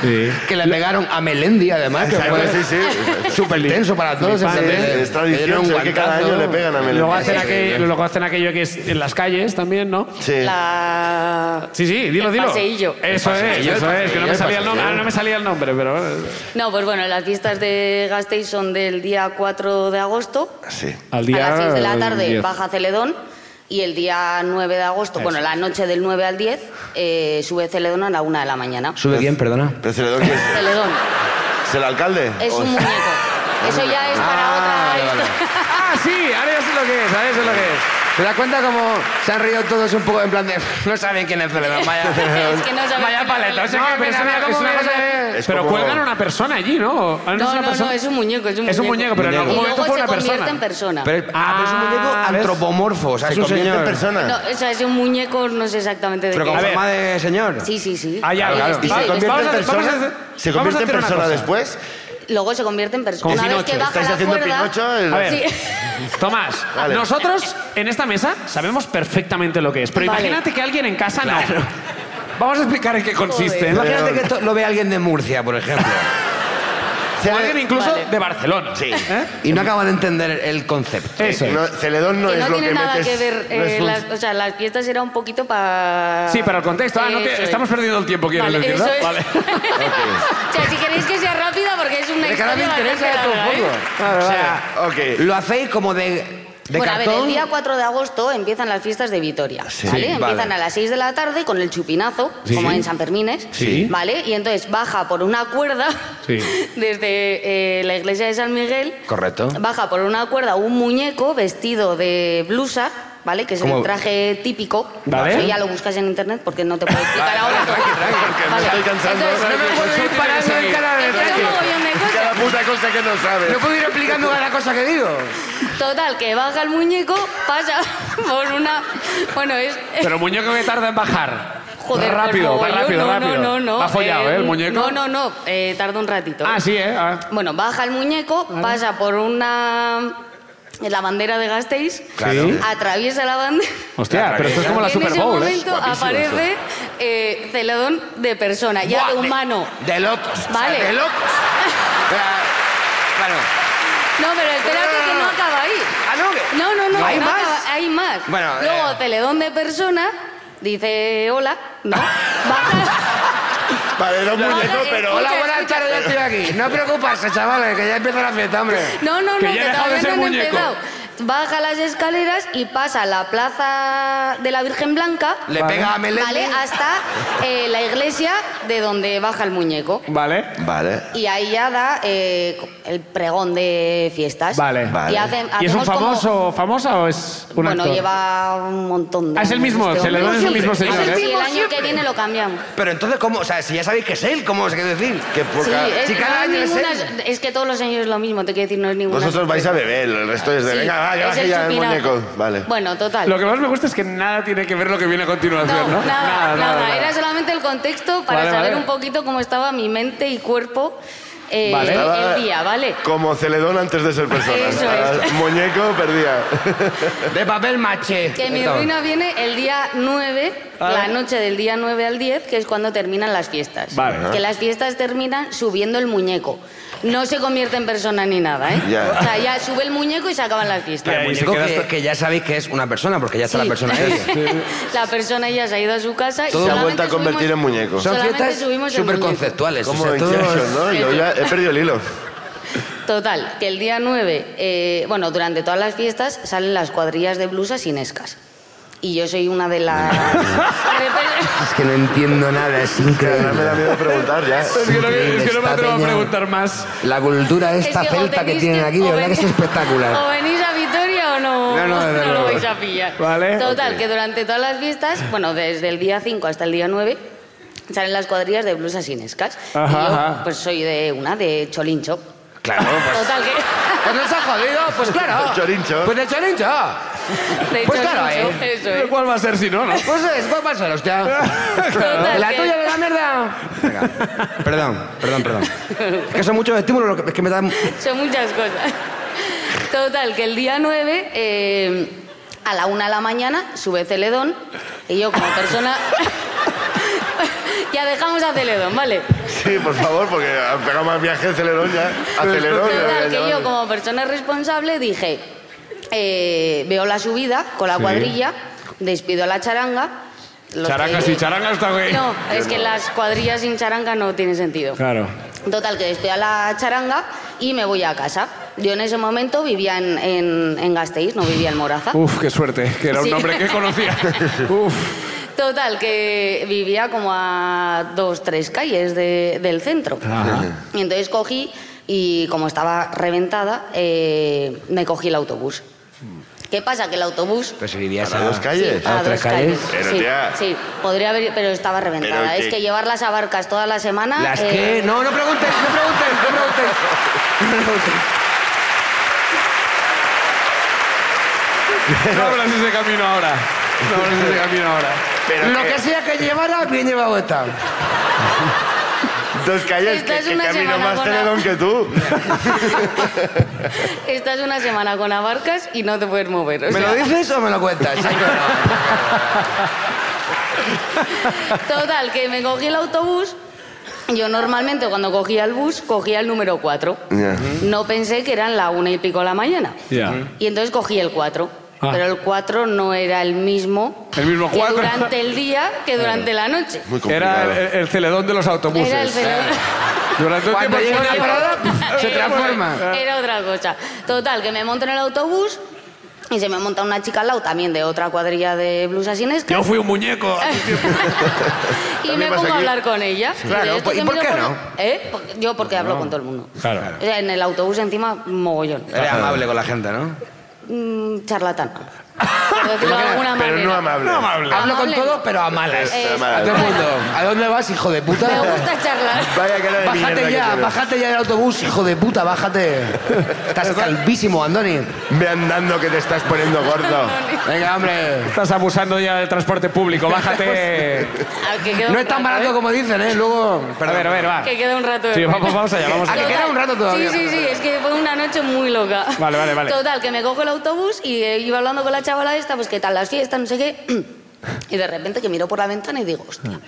Speaker 1: Sí.
Speaker 3: Que le pegaron a Melendi, además. Que
Speaker 2: Exacto, sí,
Speaker 3: fue
Speaker 2: sí.
Speaker 3: súper tenso para todos.
Speaker 1: Mi padre.
Speaker 3: ese-
Speaker 2: Es tradición,
Speaker 3: le
Speaker 2: se
Speaker 3: dieron
Speaker 2: ve
Speaker 3: un
Speaker 2: que cada
Speaker 3: guantazo.
Speaker 2: año le pegan a Melendi.
Speaker 1: Luego hacen, aquello, luego hacen aquello que es en las calles también, ¿no?
Speaker 2: Sí.
Speaker 7: La-
Speaker 1: Sí, sí, dilo,
Speaker 7: El
Speaker 1: dilo.
Speaker 7: paseillo.
Speaker 1: Eso es,
Speaker 3: paseillo, el
Speaker 1: eso es, que no
Speaker 3: paseillo,
Speaker 1: me
Speaker 3: el
Speaker 1: salía el nombre,
Speaker 3: paseillo.
Speaker 1: ah, no me salía el nombre, pero eh. bueno.
Speaker 7: No, pues bueno, las fiestas de Gasteiz son del día 4 de agosto
Speaker 2: Sí.
Speaker 1: Al
Speaker 7: a
Speaker 1: día
Speaker 7: las 6 de la tarde
Speaker 1: 10.
Speaker 7: baja Celedón y el día 9 de agosto, bueno, la noche del 9 al 10, eh, sube Celedón a la 1 de la mañana.
Speaker 3: ¿Sube quién, perdona?
Speaker 2: ¿Pero Celedón quién es?
Speaker 7: Celedón
Speaker 2: ¿Es el alcalde?
Speaker 7: es
Speaker 2: O-
Speaker 7: un muñeco. Eso ya es para otra historia.
Speaker 1: Ah, sí, ahora ya sé lo que es, ahora ya sé lo que es.
Speaker 3: ¿Te das cuenta cómo se han reído todos un poco en plan de... No saben quién es Celedón, vaya...
Speaker 7: Es que no sabemos
Speaker 3: Vaya
Speaker 7: quién es
Speaker 3: paleta.
Speaker 7: Celedón.
Speaker 3: o sea, que
Speaker 1: pero es
Speaker 3: mira,
Speaker 1: una-
Speaker 3: mira
Speaker 1: es
Speaker 3: cómo
Speaker 1: una
Speaker 3: me-
Speaker 1: cosa de-
Speaker 2: Es
Speaker 1: Pero
Speaker 2: como-
Speaker 1: cuelgan a una persona allí, ¿no? Ah, una
Speaker 7: No, no, no,
Speaker 1: persona?
Speaker 7: es un muñeco, es un muñeco.
Speaker 1: Es un muñeco, pero en algún
Speaker 7: Y
Speaker 1: momento
Speaker 7: luego
Speaker 1: fue una
Speaker 7: se convierte en
Speaker 1: persona.
Speaker 7: persona.
Speaker 3: Pero, ah, pero es un muñeco
Speaker 1: Ah, ¿ves?
Speaker 3: antropomorfo, o sea, Pues, es
Speaker 2: ¿Se
Speaker 3: un
Speaker 2: convierte en
Speaker 3: señor.
Speaker 2: persona?
Speaker 7: No, eso es un muñeco, no sé exactamente de
Speaker 3: Pero
Speaker 7: qué.
Speaker 3: con
Speaker 1: A ver.
Speaker 3: forma de señor.
Speaker 7: Sí, sí, sí.
Speaker 1: Ah, ya,
Speaker 7: Y
Speaker 1: claro.
Speaker 7: vestido
Speaker 1: Va-
Speaker 7: y
Speaker 2: ¿Se convierte en
Speaker 1: vamos
Speaker 7: vestido.
Speaker 1: a- vamos a
Speaker 2: persona,
Speaker 1: hacer-
Speaker 2: ¿Se
Speaker 1: vamos a
Speaker 2: convierte en
Speaker 1: hacer una
Speaker 2: persona
Speaker 1: cosa.
Speaker 2: después?
Speaker 7: Luego se convierte en persona.
Speaker 1: Como
Speaker 7: Una vez
Speaker 1: Pinocho.
Speaker 7: que baja
Speaker 2: ¿Estáis
Speaker 7: la
Speaker 2: haciendo
Speaker 7: cuerda-
Speaker 2: Pinocho? El-
Speaker 1: A ver.
Speaker 7: Sí.
Speaker 1: Tomás,
Speaker 2: Vale.
Speaker 1: nosotros en esta mesa sabemos perfectamente lo que es, pero
Speaker 7: Vale.
Speaker 1: imagínate que alguien en casa no. Vamos a explicar en qué consiste.
Speaker 7: Joder.
Speaker 1: ¿no?
Speaker 3: Imagínate que esto lo ve alguien de Murcia, por ejemplo,
Speaker 1: O alguien incluso
Speaker 7: Vale.
Speaker 1: de Barcelona. Sí.
Speaker 3: y no acaba de entender el concepto.
Speaker 1: Eso.
Speaker 2: No, Celedón no
Speaker 7: que
Speaker 2: es
Speaker 7: no
Speaker 2: lo
Speaker 7: tiene
Speaker 2: que
Speaker 7: nada
Speaker 2: metes.
Speaker 7: que ver.
Speaker 2: no es
Speaker 7: eh,
Speaker 2: un-
Speaker 7: las, o sea, las fiestas era un poquito para.
Speaker 1: Sí, para el contexto. Ah, no te-
Speaker 7: Eso es.
Speaker 1: estamos perdiendo el tiempo, quiero
Speaker 7: Vale,
Speaker 1: decir,
Speaker 7: eso
Speaker 1: ¿no?
Speaker 7: es.
Speaker 1: Vale.
Speaker 7: o sea, si queréis que sea rápida, porque es una
Speaker 3: Es que ahora
Speaker 7: historia
Speaker 3: me interesa
Speaker 7: bastante
Speaker 3: todo
Speaker 7: larga,
Speaker 3: un
Speaker 7: ¿eh?
Speaker 3: poco.
Speaker 1: Vale,
Speaker 3: o
Speaker 1: vale.
Speaker 3: sea,
Speaker 2: Ah, Ok.
Speaker 3: lo hacéis como de, de
Speaker 7: bueno, a ver, el
Speaker 3: cartón.
Speaker 7: día 4 de agosto empiezan las fiestas de Vitoria, ¿vale? Empiezan
Speaker 3: vale.
Speaker 7: a las 6 de la tarde con el chupinazo, como en San Fermines,
Speaker 1: Sí.
Speaker 7: ¿vale? Y entonces baja por una cuerda
Speaker 1: Sí.
Speaker 7: desde eh, la iglesia de San Miguel.
Speaker 3: Correcto.
Speaker 7: Baja por una cuerda un muñeco vestido de blusa, ¿vale? Que es
Speaker 3: ¿Cómo?
Speaker 7: el traje típico.
Speaker 1: Vale.
Speaker 7: Eso ya lo buscas en internet porque no te puedo explicar ahora todo.
Speaker 2: Porque me
Speaker 7: Vale.
Speaker 2: estoy cansando.
Speaker 7: Entonces,
Speaker 2: ¿sabes?
Speaker 7: no me
Speaker 1: puedo ir parando en cada
Speaker 7: entonces, un mogollón de cosas.
Speaker 2: Cada puta cosa que no sabes.
Speaker 3: No puedo ir explicando cada cosa que digo.
Speaker 7: Total, que baja el muñeco, pasa por una... Bueno, es...
Speaker 1: Pero muñeco que tarda en bajar.
Speaker 7: Joder, pues
Speaker 1: rápido, va
Speaker 7: mogollón,
Speaker 1: rápido,
Speaker 7: no,
Speaker 1: rápido.
Speaker 7: No, no, no.
Speaker 1: Va follado, ¿eh? El muñeco.
Speaker 7: No, no, no. eh, tarda un ratito.
Speaker 1: Ah, sí, ¿eh? Ah.
Speaker 7: Bueno, baja el muñeco, pasa por una... La bandera de Gasteiz,
Speaker 1: Claro. Sí.
Speaker 7: atraviesa la bandera.
Speaker 1: Hostia, pero esto es como la
Speaker 7: y
Speaker 1: Super
Speaker 7: En ese
Speaker 1: Bowl, ¿eh?
Speaker 7: momento aparece eh, celadón de persona, ya
Speaker 3: Buah,
Speaker 7: de humano.
Speaker 3: De locos.
Speaker 7: Vale.
Speaker 3: O sea, de locos. O sea, Claro.
Speaker 7: No, pero espérate que no acaba ahí.
Speaker 3: Ah, no, que-
Speaker 7: No, no, no.
Speaker 3: ¿Hay más?
Speaker 7: acaba- hay más.
Speaker 3: Bueno,
Speaker 7: Luego,
Speaker 3: eh.
Speaker 7: Teledón de persona dice hola, ¿no? Baja.
Speaker 2: Vale, era un
Speaker 7: Vale,
Speaker 2: muñeco,
Speaker 7: eh,
Speaker 2: pero...
Speaker 3: Hola,
Speaker 7: Escucha,
Speaker 3: buenas
Speaker 7: escucha.
Speaker 3: tardes, ya estoy aquí. No preocuparse, chavales, que ya empieza la fiesta, hombre.
Speaker 7: No, no, no,
Speaker 1: Que
Speaker 7: que,
Speaker 1: ya he dejado de
Speaker 7: todavía
Speaker 1: ser
Speaker 7: no han
Speaker 1: muñeco.
Speaker 7: empezado. Baja las escaleras y pasa a la plaza de la Virgen Blanca,
Speaker 3: Le pega
Speaker 1: Ah,
Speaker 3: a Melendi.
Speaker 7: ¿vale? Hasta eh, la iglesia de donde baja el muñeco.
Speaker 1: Vale.
Speaker 2: Vale.
Speaker 7: Y ahí ya da eh, el pregón de fiestas.
Speaker 1: Vale.
Speaker 7: Y,
Speaker 2: Vale.
Speaker 7: hacen-
Speaker 1: ¿Y es un
Speaker 7: hacemos como-
Speaker 1: famoso o famosa o es un
Speaker 7: bueno,
Speaker 1: actor?
Speaker 7: lleva un montón de.
Speaker 1: Ah, es el
Speaker 7: años
Speaker 1: mismo,
Speaker 7: este
Speaker 1: se le
Speaker 7: hombre.
Speaker 1: da el mismo señor,
Speaker 7: Es el
Speaker 1: ¿eh?
Speaker 7: mismo, y el año que viene lo cambiamos.
Speaker 3: Pero entonces, ¿cómo? O sea, si ya sabéis que es él, ¿cómo se quiere decir?
Speaker 2: Qué
Speaker 7: Sí,
Speaker 2: poca...
Speaker 7: es,
Speaker 3: si cada
Speaker 7: no
Speaker 3: año
Speaker 7: es,
Speaker 3: es
Speaker 7: ninguna-
Speaker 3: él.
Speaker 7: es que todos los años es lo mismo, te quiero decir, no es ninguna.
Speaker 2: Vosotros vais a beber, el resto es de...
Speaker 7: Sí,
Speaker 2: Venga, va, que
Speaker 7: es
Speaker 2: baje
Speaker 7: el
Speaker 2: ya el
Speaker 7: chupinazo.
Speaker 2: muñeco. Vale.
Speaker 7: Bueno, total.
Speaker 1: Lo que más me gusta es que nada tiene que ver lo que viene a
Speaker 7: no,
Speaker 1: continuación, ¿no?
Speaker 7: nada, nada, Era solamente el contexto para
Speaker 1: Vale,
Speaker 7: saber
Speaker 1: vale.
Speaker 7: un poquito cómo estaba mi mente y cuerpo eh,
Speaker 1: Vale.
Speaker 2: Estaba
Speaker 7: el día, ¿vale?
Speaker 2: Como Celedón antes de ser persona.
Speaker 7: Eso es.
Speaker 2: Ah, Muñeco perdía.
Speaker 3: De papel maché.
Speaker 7: Que mi
Speaker 3: Entonces,
Speaker 7: ruina viene el día 9,
Speaker 3: Ah.
Speaker 7: la noche del día 9 al 10, que es cuando terminan las fiestas.
Speaker 1: Vale.
Speaker 7: Que las fiestas terminan subiendo el muñeco. No se convierte en persona ni nada, ¿eh?
Speaker 2: Ya.
Speaker 7: O sea, ya sube el muñeco y se acaban las fiestas.
Speaker 1: Pero
Speaker 3: El
Speaker 1: ahí se
Speaker 3: muñeco
Speaker 1: queda
Speaker 3: que,
Speaker 1: hasta-
Speaker 3: que ya sabéis que es una persona, porque ya está
Speaker 7: Sí.
Speaker 3: la persona ahí.
Speaker 7: la persona ya se ha ido a su casa y
Speaker 2: Se ha
Speaker 7: solamente
Speaker 2: vuelto a convertir en
Speaker 7: subimos-
Speaker 2: muñeco.
Speaker 3: Son
Speaker 7: Solamente
Speaker 3: fiestas
Speaker 7: subimos el
Speaker 3: súper
Speaker 7: muñeco.
Speaker 3: conceptuales.
Speaker 2: Como
Speaker 3: o sea,
Speaker 2: en
Speaker 3: todo-
Speaker 2: Jackson, ¿no? Yo ya he perdido el hilo.
Speaker 7: Total, que el día 9, eh, bueno, durante todas las fiestas salen las cuadrillas de blusas sinescas. Y yo soy una de las...
Speaker 3: Es que no entiendo nada, es
Speaker 2: Ahora me
Speaker 3: increíble.
Speaker 2: da miedo preguntar ya.
Speaker 1: Es que no, es que no me
Speaker 3: Esta
Speaker 1: atrevo a
Speaker 3: peña.
Speaker 1: preguntar más.
Speaker 3: La cultura esta
Speaker 7: Es que o
Speaker 3: celta que
Speaker 7: tenéis
Speaker 3: tienen aquí, de
Speaker 7: o
Speaker 3: verdad que es
Speaker 7: ven- O
Speaker 3: espectacular.
Speaker 7: venís a Vitoria o no,
Speaker 3: No, no, desde
Speaker 7: lo
Speaker 3: luego.
Speaker 7: vais a pillar.
Speaker 1: Vale.
Speaker 7: Total, que durante todas las fiestas, bueno, desde el día 5 hasta el día 9, salen las cuadrillas de blusas sinescas.
Speaker 1: Ajá,
Speaker 7: y yo,
Speaker 1: ajá.
Speaker 7: pues soy de una, de Cholincho.
Speaker 3: Claro, pues
Speaker 7: Total, que...
Speaker 3: Pues nos ha jodido, pues claro.
Speaker 2: El chorincho.
Speaker 3: Pues el chorincho.
Speaker 7: De
Speaker 3: Pues
Speaker 7: hecho,
Speaker 3: claro,
Speaker 7: eso,
Speaker 3: eh.
Speaker 7: eso es.
Speaker 1: ¿Cuál va a ser si no, no?
Speaker 3: Pues es, pues pasa, hostia.
Speaker 7: Total,
Speaker 3: Pues La
Speaker 7: que-
Speaker 3: tuya de la mierda. Venga. Perdón, perdón, perdón. Es que son muchos estímulos lo que, es que me dan.
Speaker 7: Son muchas cosas. Total, que el día 9, eh, a la una de la mañana, sube Celedón y yo como persona... ya dejamos a Celedón, ¿vale?
Speaker 2: Sí, por favor, porque han pegado más viaje acelerón ya. Acelerón. ya,
Speaker 7: Total,
Speaker 2: ya, ya.
Speaker 7: que yo como persona responsable dije, eh, veo la subida con la
Speaker 1: Sí.
Speaker 7: cuadrilla, despido a la charanga. los
Speaker 1: Charangas
Speaker 7: que-
Speaker 1: y charangas está güey.
Speaker 7: No, es que las cuadrillas sin charanga no tiene sentido.
Speaker 1: Claro.
Speaker 7: Total, que despido a la charanga y me voy a casa. Yo en ese momento vivía en, en, en Gasteiz, no vivía en Moraza.
Speaker 1: Uf, qué suerte, que era un
Speaker 7: Sí.
Speaker 1: hombre que conocía. Uf.
Speaker 7: Total, que vivía como a dos, tres calles de- del centro. Y entonces cogí y como estaba reventada, eh, me cogí el autobús. ¿Qué pasa? Que el autobús...
Speaker 6: Pues si vivías
Speaker 2: ¿A dos calles?
Speaker 7: Sí, a,
Speaker 6: otras
Speaker 7: dos
Speaker 6: calles?
Speaker 7: calles.
Speaker 2: Pero,
Speaker 7: sí,
Speaker 2: tía.
Speaker 7: sí, podría haber, pero estaba reventada.
Speaker 2: Pero
Speaker 7: es
Speaker 2: que-
Speaker 7: que llevar las abarcas toda la semana.
Speaker 6: Las
Speaker 7: eh,
Speaker 6: que... No, no preguntes, no preguntes, no preguntes.
Speaker 1: No hablas ese camino ahora. No hablas ese camino ahora.
Speaker 2: Pero
Speaker 3: Lo
Speaker 2: que
Speaker 3: que sea que llevara, bien llevado está.
Speaker 2: dos calles que,
Speaker 7: Estás
Speaker 2: que
Speaker 7: una
Speaker 2: camino
Speaker 7: semana
Speaker 2: más
Speaker 7: con la-
Speaker 2: acelerón que tú.
Speaker 7: Estás una semana con abarcas y no te puedes mover. o
Speaker 3: ¿Me
Speaker 7: sea,
Speaker 3: lo dices o me lo cuentas? Sí, claro.
Speaker 7: Total, que me cogí el autobús. Yo normalmente cuando cogía el bus cogía el número 4.
Speaker 2: Ya.
Speaker 7: No pensé que eran la una y pico de la mañana.
Speaker 1: Ya.
Speaker 7: Y entonces cogí el 4.
Speaker 1: Ah.
Speaker 7: Pero el 4 no era el mismo,
Speaker 1: El mismo
Speaker 7: que
Speaker 1: cuatro.
Speaker 7: durante el día que durante la noche.
Speaker 2: Muy complicado.
Speaker 1: Era el, el- el celedón de los autobuses.
Speaker 7: Era el fenómeno.
Speaker 1: Durante un
Speaker 3: Cuando
Speaker 1: tiempo
Speaker 3: llega una parada, pf, se
Speaker 7: Era-
Speaker 3: transforma.
Speaker 7: Era otra cosa. Total, que me monto en el autobús y se me monta una chica al lado también de otra cuadrilla de blusas sin escas.
Speaker 1: Yo fui un muñeco.
Speaker 7: y me
Speaker 2: pasa
Speaker 7: pongo a
Speaker 2: aquí.
Speaker 7: hablar con ella.
Speaker 3: Claro,
Speaker 7: de esto
Speaker 3: ¿y
Speaker 7: que
Speaker 3: por
Speaker 7: miro
Speaker 3: qué no?
Speaker 7: ¿Eh? Porque- Yo porque hablo con todo el mundo.
Speaker 1: Claro.
Speaker 7: O sea, En el autobús encima, mogollón.
Speaker 3: Eres amable con la gente, ¿no?
Speaker 7: Mm, charlatán. Por decirlo de alguna
Speaker 2: Pero no
Speaker 7: manera.
Speaker 2: amable.
Speaker 1: No amable.
Speaker 3: Hablo con
Speaker 7: Amable.
Speaker 3: todo, pero a malas.
Speaker 7: Eh,
Speaker 3: A todo el mundo. ¿A dónde vas, hijo de puta?
Speaker 7: Me gusta charlar.
Speaker 2: Vaya cara de mierda
Speaker 3: Bájate
Speaker 2: que
Speaker 3: ya,
Speaker 2: tienes.
Speaker 3: bájate ya del autobús, hijo de puta, bájate. Estás calvísimo, Andoni.
Speaker 2: Ve andando que te estás poniendo gordo.
Speaker 3: Venga, hombre.
Speaker 1: Estás abusando ya del transporte público. Bájate.
Speaker 7: Ah, que queda
Speaker 3: No
Speaker 7: un
Speaker 3: es tan
Speaker 7: rato,
Speaker 3: barato
Speaker 7: ¿eh?
Speaker 3: como dicen, ¿eh? Luego...
Speaker 1: A ver, a ver, va.
Speaker 7: Que queda un rato. de
Speaker 1: Sí, vamos,
Speaker 7: broma.
Speaker 1: vamos allá, vamos allá.
Speaker 3: que queda un rato todavía.
Speaker 7: Sí, sí, sí, es que fue una noche muy loca.
Speaker 1: Vale, vale, vale.
Speaker 7: Total, que me cojo el autobús y eh, iba hablando con la chavala esta, pues qué tal las fiestas, no sé qué. Y de repente que miro por la ventana y digo, hostia,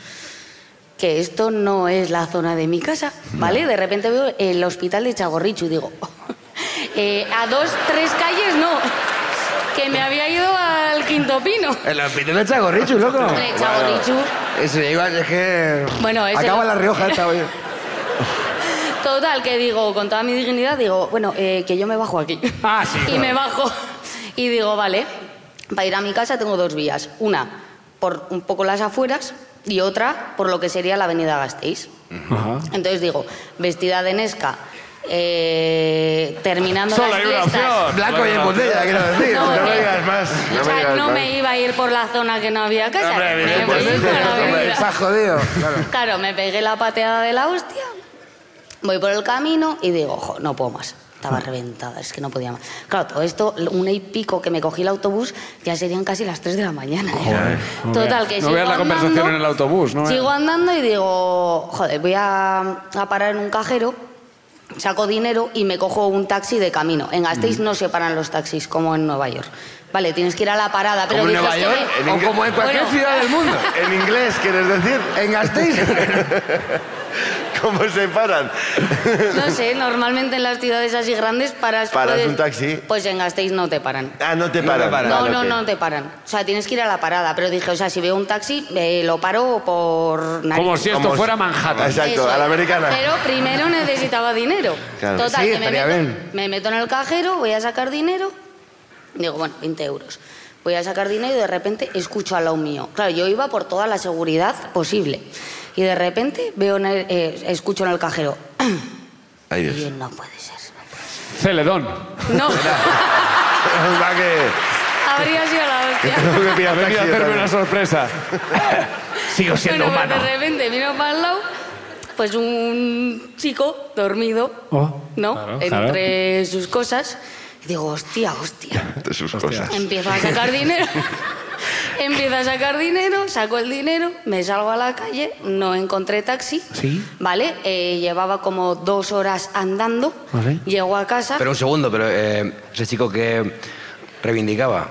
Speaker 7: que esto no es la zona de mi casa, ¿vale? De repente veo el hospital de Chagorrichu y digo, "Oh, eh, a dos, tres calles no, que me había ido al Quinto Pino.
Speaker 3: El hospital de Chagorrichu, loco.
Speaker 7: Hombre, Chagorrichu,
Speaker 3: Eso ya iba, es que...
Speaker 7: Bueno, ese
Speaker 3: Acaba
Speaker 7: no-
Speaker 3: la Rioja esta, oye.
Speaker 7: Total, que digo, con toda mi dignidad, digo, bueno, eh, que yo me bajo aquí.
Speaker 1: Ah, sí,
Speaker 7: Y
Speaker 1: claro.
Speaker 7: me bajo. Y digo, vale, para ir a mi casa tengo dos vías. Una por un poco las afueras y otra por lo que sería la avenida Gasteiz.
Speaker 1: Ajá.
Speaker 7: Entonces digo, vestida de Nesca, eh, terminando
Speaker 1: Solo
Speaker 7: las
Speaker 1: hay una
Speaker 7: fiestas.
Speaker 1: opción.
Speaker 3: Blanco y en botella, quiero decir.
Speaker 7: No,
Speaker 2: No
Speaker 7: que-
Speaker 2: me digas más.
Speaker 7: o
Speaker 2: No me
Speaker 7: sea,
Speaker 2: digas
Speaker 7: no
Speaker 2: más.
Speaker 7: me iba a ir por la zona que no había casa.
Speaker 1: Hombre,
Speaker 7: Me
Speaker 1: evidente,
Speaker 7: voy a ir por la
Speaker 2: evidente,
Speaker 7: avenida.
Speaker 3: Está jodido. Claro.
Speaker 7: Claro, me pegué la pateada de la hostia, voy por el camino y digo, ojo, no puedo más. Estaba reventada, es que no podía más. Claro, todo esto, una y pico que me cogí el autobús, ya serían casi las 3 de la mañana. ¿eh?
Speaker 1: no
Speaker 7: Total,
Speaker 1: veas-
Speaker 7: que
Speaker 1: no
Speaker 7: sigo
Speaker 1: veas la conversación
Speaker 7: andando-
Speaker 1: en el autobús, no veas.
Speaker 7: Sigo andando y digo, joder, voy a, a parar en un cajero, saco dinero y me cojo un taxi de camino. En Gasteiz no se paran los taxis, como en Nueva York. Vale, tienes que ir a la parada, pero
Speaker 3: Como en
Speaker 7: dices,
Speaker 3: Nueva York
Speaker 7: joder,
Speaker 2: en
Speaker 3: o
Speaker 2: Ingl-
Speaker 3: como en cualquier
Speaker 7: Bueno.
Speaker 3: ciudad del mundo.
Speaker 2: En inglés, ¿quieres decir?
Speaker 3: En Gasteiz.
Speaker 2: ¿Cómo se paran?
Speaker 7: No sé, normalmente en las ciudades así grandes paras.
Speaker 2: ¿Paras un taxi?
Speaker 7: Pues en Gasteiz no te paran.
Speaker 2: Ah, no te paran.
Speaker 7: No,
Speaker 2: Vale,
Speaker 7: no,
Speaker 2: ok.
Speaker 7: no te paran. O sea, tienes que ir a la parada. Pero dije, o sea, si veo un taxi, eh, lo paro por nariz.
Speaker 1: Como si esto
Speaker 2: Vamos.
Speaker 1: fuera Manhattan.
Speaker 2: Exacto,
Speaker 7: Eso
Speaker 2: a la
Speaker 7: es.
Speaker 2: americana.
Speaker 7: Pero primero necesitaba dinero.
Speaker 2: Claro.
Speaker 7: Total,
Speaker 3: Sí,
Speaker 7: que me
Speaker 3: estaría
Speaker 7: meto,
Speaker 3: bien.
Speaker 7: me meto en el cajero, voy a sacar dinero. Digo, bueno, 20 euros. Voy a sacar dinero y de repente escucho al lado mío. Claro, yo iba por toda la seguridad posible. Y de repente veo en el- eh, escucho en el cajero.
Speaker 2: Ay,
Speaker 7: Y yo,
Speaker 2: Dios.
Speaker 7: no puede ser.
Speaker 1: Celedón.
Speaker 7: No.
Speaker 2: Va que...
Speaker 7: Habría sido la hostia.
Speaker 2: Tengo que
Speaker 1: Ha
Speaker 2: pillar taxi
Speaker 1: venido a
Speaker 2: otra
Speaker 1: hacerme
Speaker 2: vez.
Speaker 1: una sorpresa. Sigo siendo
Speaker 7: bueno, pues
Speaker 1: humano.
Speaker 7: de repente miro para el lado pues un chico dormido,
Speaker 1: Oh,
Speaker 7: ¿no?
Speaker 1: claro,
Speaker 7: Entre sus cosas. Y digo, hostia, hostia.
Speaker 2: de sus cosas.
Speaker 7: Empiezo a sacar dinero. Empiezo a sacar dinero, saco el dinero, me salgo a la calle, no encontré taxi.
Speaker 1: Sí.
Speaker 7: ¿Vale? Eh, llevaba como dos horas andando.
Speaker 1: Vale.
Speaker 7: Llego a casa,
Speaker 3: Pero un segundo, pero eh, ese chico que reivindicaba.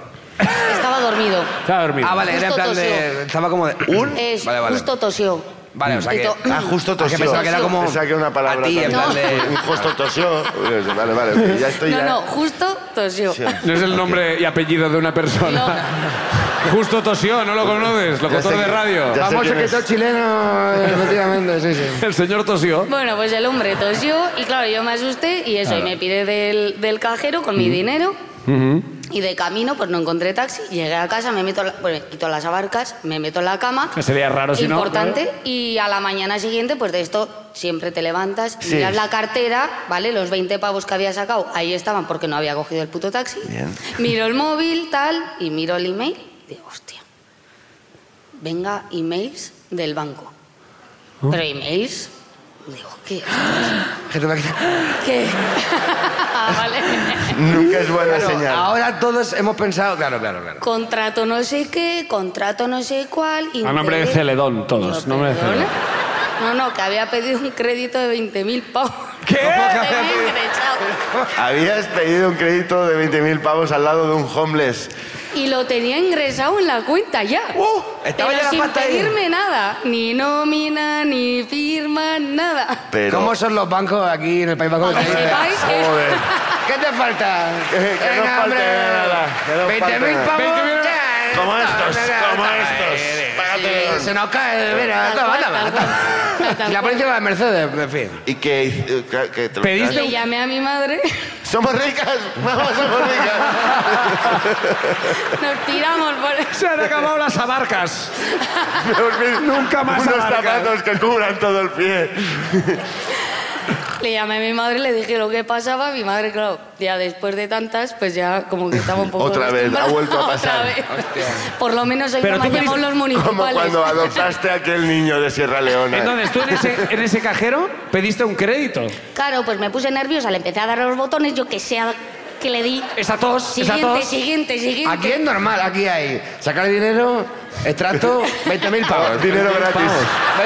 Speaker 7: estaba dormido.
Speaker 1: Está dormido.
Speaker 3: Ah, vale, era en
Speaker 7: Justo
Speaker 3: plan de.
Speaker 7: tosió.
Speaker 3: Estaba como de. ¿Un?
Speaker 7: Es
Speaker 3: vale, vale.
Speaker 7: justo tosió.
Speaker 3: Vale, o sea
Speaker 7: Y
Speaker 3: que.
Speaker 7: to-
Speaker 2: Ah, justo
Speaker 3: Ah, que
Speaker 2: tosió.
Speaker 3: pensaba que era como.
Speaker 2: Pensaba que era una palabra
Speaker 3: A ti, en plan
Speaker 2: también.
Speaker 3: de.
Speaker 2: Un justo tosió. Vale, vale, ya estoy
Speaker 7: No,
Speaker 2: ya.
Speaker 7: no, justo tosió.
Speaker 2: Sí.
Speaker 1: No es el nombre y apellido de una persona. Justo tosió, ¿no lo conoces? Locutor
Speaker 2: sé
Speaker 1: de
Speaker 2: que-
Speaker 1: radio.
Speaker 2: Ya sé
Speaker 3: Famoso
Speaker 2: quién
Speaker 3: que
Speaker 2: es.
Speaker 3: todo chileno, efectivamente, sí, sí.
Speaker 1: El señor tosió.
Speaker 7: Bueno, pues el hombre tosió y claro, yo me asusté y eso, y me pide del, del cajero con mi dinero. Y de camino, pues no encontré taxi. Llegué a casa, me meto, la- pues, me quito las abarcas, me meto en la cama.
Speaker 1: Que sería raro si no,
Speaker 7: Importante. Y a la mañana siguiente, pues de esto siempre te levantas,
Speaker 2: Sí.
Speaker 7: miras la cartera, ¿vale? Los 20 pavos que había sacado, ahí estaban porque no había cogido el puto taxi.
Speaker 2: Bien.
Speaker 7: Miro el móvil, tal, y miro el email. Y digo, hostia, venga, emails del banco. Pero emails, digo, ¿qué?
Speaker 3: Gente, me-
Speaker 7: ¿Qué? Ah, vale.
Speaker 2: Nunca es buena
Speaker 3: Claro,
Speaker 2: señal.
Speaker 3: ahora todos hemos pensado. Claro, claro, claro.
Speaker 7: Contrato no sé qué, contrato no sé cuál.
Speaker 1: A nombre de
Speaker 7: interés-
Speaker 1: Celedón, todos.
Speaker 7: Digo,
Speaker 1: nombre de
Speaker 7: ¿perdona?
Speaker 1: Celedón.
Speaker 7: No, no, que había pedido un crédito de 20.000 pavos.
Speaker 1: ¿Qué?
Speaker 7: Tenía engrechado.
Speaker 2: Habías pedido un crédito de 20.000 pavos al lado de un homeless.
Speaker 7: Y lo tenía ingresado en la cuenta ya.
Speaker 1: Uh,
Speaker 2: Uh,
Speaker 3: Estaba
Speaker 7: pero
Speaker 3: ya la
Speaker 7: sin
Speaker 3: pasta ahí.
Speaker 7: pedirme nada. Ni nómina, ni firma, nada.
Speaker 2: Pero...
Speaker 3: ¿Cómo son los bancos aquí en el País Vasco?
Speaker 7: Para que sepáis que-
Speaker 3: ¿Qué te falta?
Speaker 2: Que- que no
Speaker 3: Venga,
Speaker 2: falte
Speaker 3: hombre.
Speaker 2: nada, que no falte
Speaker 3: 20.000
Speaker 2: nada.
Speaker 3: pavos.
Speaker 1: 20.000
Speaker 3: ya, eh.
Speaker 2: Como estos,
Speaker 3: Venga,
Speaker 2: como
Speaker 3: venga,
Speaker 2: estos.
Speaker 3: eh,
Speaker 2: Págate.
Speaker 3: eh, Se nos cae, mira,
Speaker 7: Tal
Speaker 3: toma,
Speaker 7: cual,
Speaker 3: toma,
Speaker 7: tal cual.
Speaker 3: toma.
Speaker 7: Tal
Speaker 3: Y la
Speaker 7: cual.
Speaker 3: policía va de Mercedes, en fin.
Speaker 2: Y que, eh, que- que te lo-
Speaker 1: Pediste
Speaker 7: Le llamé a mi madre,
Speaker 2: ¡Somos ricas! ¡Vamos, somos ricas!
Speaker 7: nos tiramos por
Speaker 1: Se han acabado las abarcas. Nunca más
Speaker 2: Unos
Speaker 1: abarcas.
Speaker 2: zapatos que cubran todo el pie.
Speaker 7: Le llamé a mi madre, le dije lo que pasaba. Mi madre, claro, ya después de tantas, pues ya como que estaba un poco...
Speaker 2: Otra vez, ha vuelto a
Speaker 7: Otra
Speaker 2: pasar.
Speaker 7: vez. Por lo menos hoy
Speaker 1: Pero
Speaker 7: no me
Speaker 1: tú
Speaker 7: han llamado
Speaker 1: pediste-
Speaker 7: los
Speaker 2: Como
Speaker 7: municipales.
Speaker 2: cuando adoptaste a aquel niño de Sierra Leona.
Speaker 1: Entonces, tú en ese, en ese cajero pediste un crédito.
Speaker 7: Claro, pues me puse nerviosa, le empecé a dar a los botones, yo que sea que le di...
Speaker 1: Esa tos, esa
Speaker 7: Siguiente,
Speaker 1: tos.
Speaker 7: siguiente, siguiente.
Speaker 3: Aquí es normal, aquí hay sacar dinero, extracto, 20.000 pavos.
Speaker 2: Dinero gratis.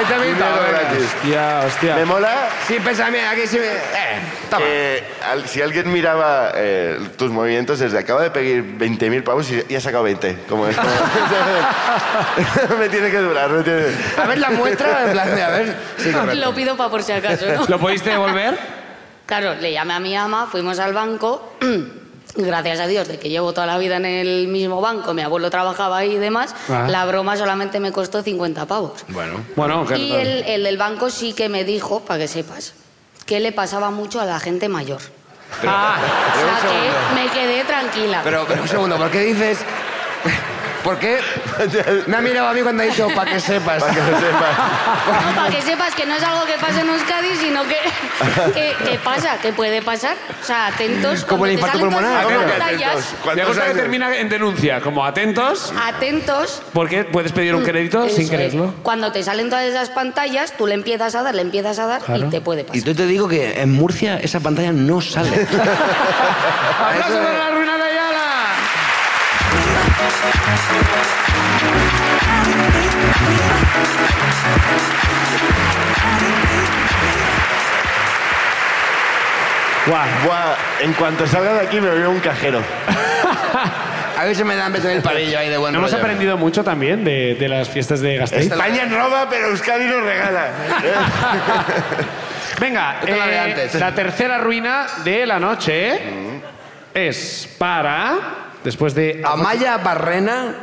Speaker 3: 20.000
Speaker 2: Dinero
Speaker 3: pavos. venga.
Speaker 2: gratis.
Speaker 1: Hostia, hostia.
Speaker 2: Me mola
Speaker 3: Sí, pensamiento, aquí sí. me- Eh, toma.
Speaker 2: que al- si alguien miraba eh, tus movimientos desde acaba de pedir 20.000 pavos y, y ha sacado 20. Como es. me tiene que durar. Me tiene...
Speaker 3: A ver la muestra, en plan de, a ver. Sí, correcto.
Speaker 7: Lo pido para por si acaso, ¿no?
Speaker 1: ¿Lo pudiste devolver?
Speaker 7: Claro, le llamé a mi ama, fuimos al banco. Gracias a Dios de que llevo toda la vida en el mismo banco, mi abuelo trabajaba ahí y demás,
Speaker 1: Ah.
Speaker 7: la broma solamente me costó 50 pavos.
Speaker 3: Bueno.
Speaker 1: Bueno, que-
Speaker 7: Y el, el del banco sí que me dijo, para que sepas, que le pasaba mucho a la gente mayor.
Speaker 1: Ah,
Speaker 7: O
Speaker 3: Pero un
Speaker 7: sea
Speaker 3: segundo.
Speaker 7: que me quedé tranquila.
Speaker 3: Pero, pero un segundo, ¿por qué dices.? ¿Por qué me ha mirado a mí cuando ha dicho para que sepas?
Speaker 2: Para que lo sepas.
Speaker 7: No, para que sepas que no es algo que pasa en Euskadi, sino que, que, que pasa, que puede pasar. O sea, atentos.
Speaker 3: Como el infarto
Speaker 7: cuando te salen todas
Speaker 3: pulmonar,
Speaker 7: esas
Speaker 2: ¿Cómo que
Speaker 7: pantallas,
Speaker 2: atentos?
Speaker 1: me
Speaker 2: ¿Cuántos
Speaker 1: gusta que
Speaker 2: años?
Speaker 1: termina en denuncia. Como atentos,
Speaker 7: Atentos.
Speaker 1: porque puedes pedir un crédito
Speaker 7: Eso
Speaker 1: sin
Speaker 7: es.
Speaker 1: quererlo.
Speaker 7: Cuando te salen todas esas pantallas, tú le empiezas a dar, le empiezas a dar
Speaker 1: Claro.
Speaker 7: y te puede
Speaker 3: Y
Speaker 7: pasar.
Speaker 3: yo te digo que en Murcia esa pantalla no sale.
Speaker 1: ¡Aplausos para la ruina de Ayala! Guau.
Speaker 2: Buah, en cuanto salga de aquí me veo un cajero.
Speaker 3: A ver si me dan beso en el palillo ahí de buen
Speaker 1: Hemos
Speaker 3: rollo.
Speaker 1: aprendido mucho también de, de las fiestas de Gasteiz.
Speaker 2: España roba, pero Euskadi nos regala.
Speaker 1: Venga,
Speaker 3: Yo te la
Speaker 1: eh,
Speaker 3: veo antes.
Speaker 1: la tercera ruina de la noche es para, después de...
Speaker 3: Amaya Barrena.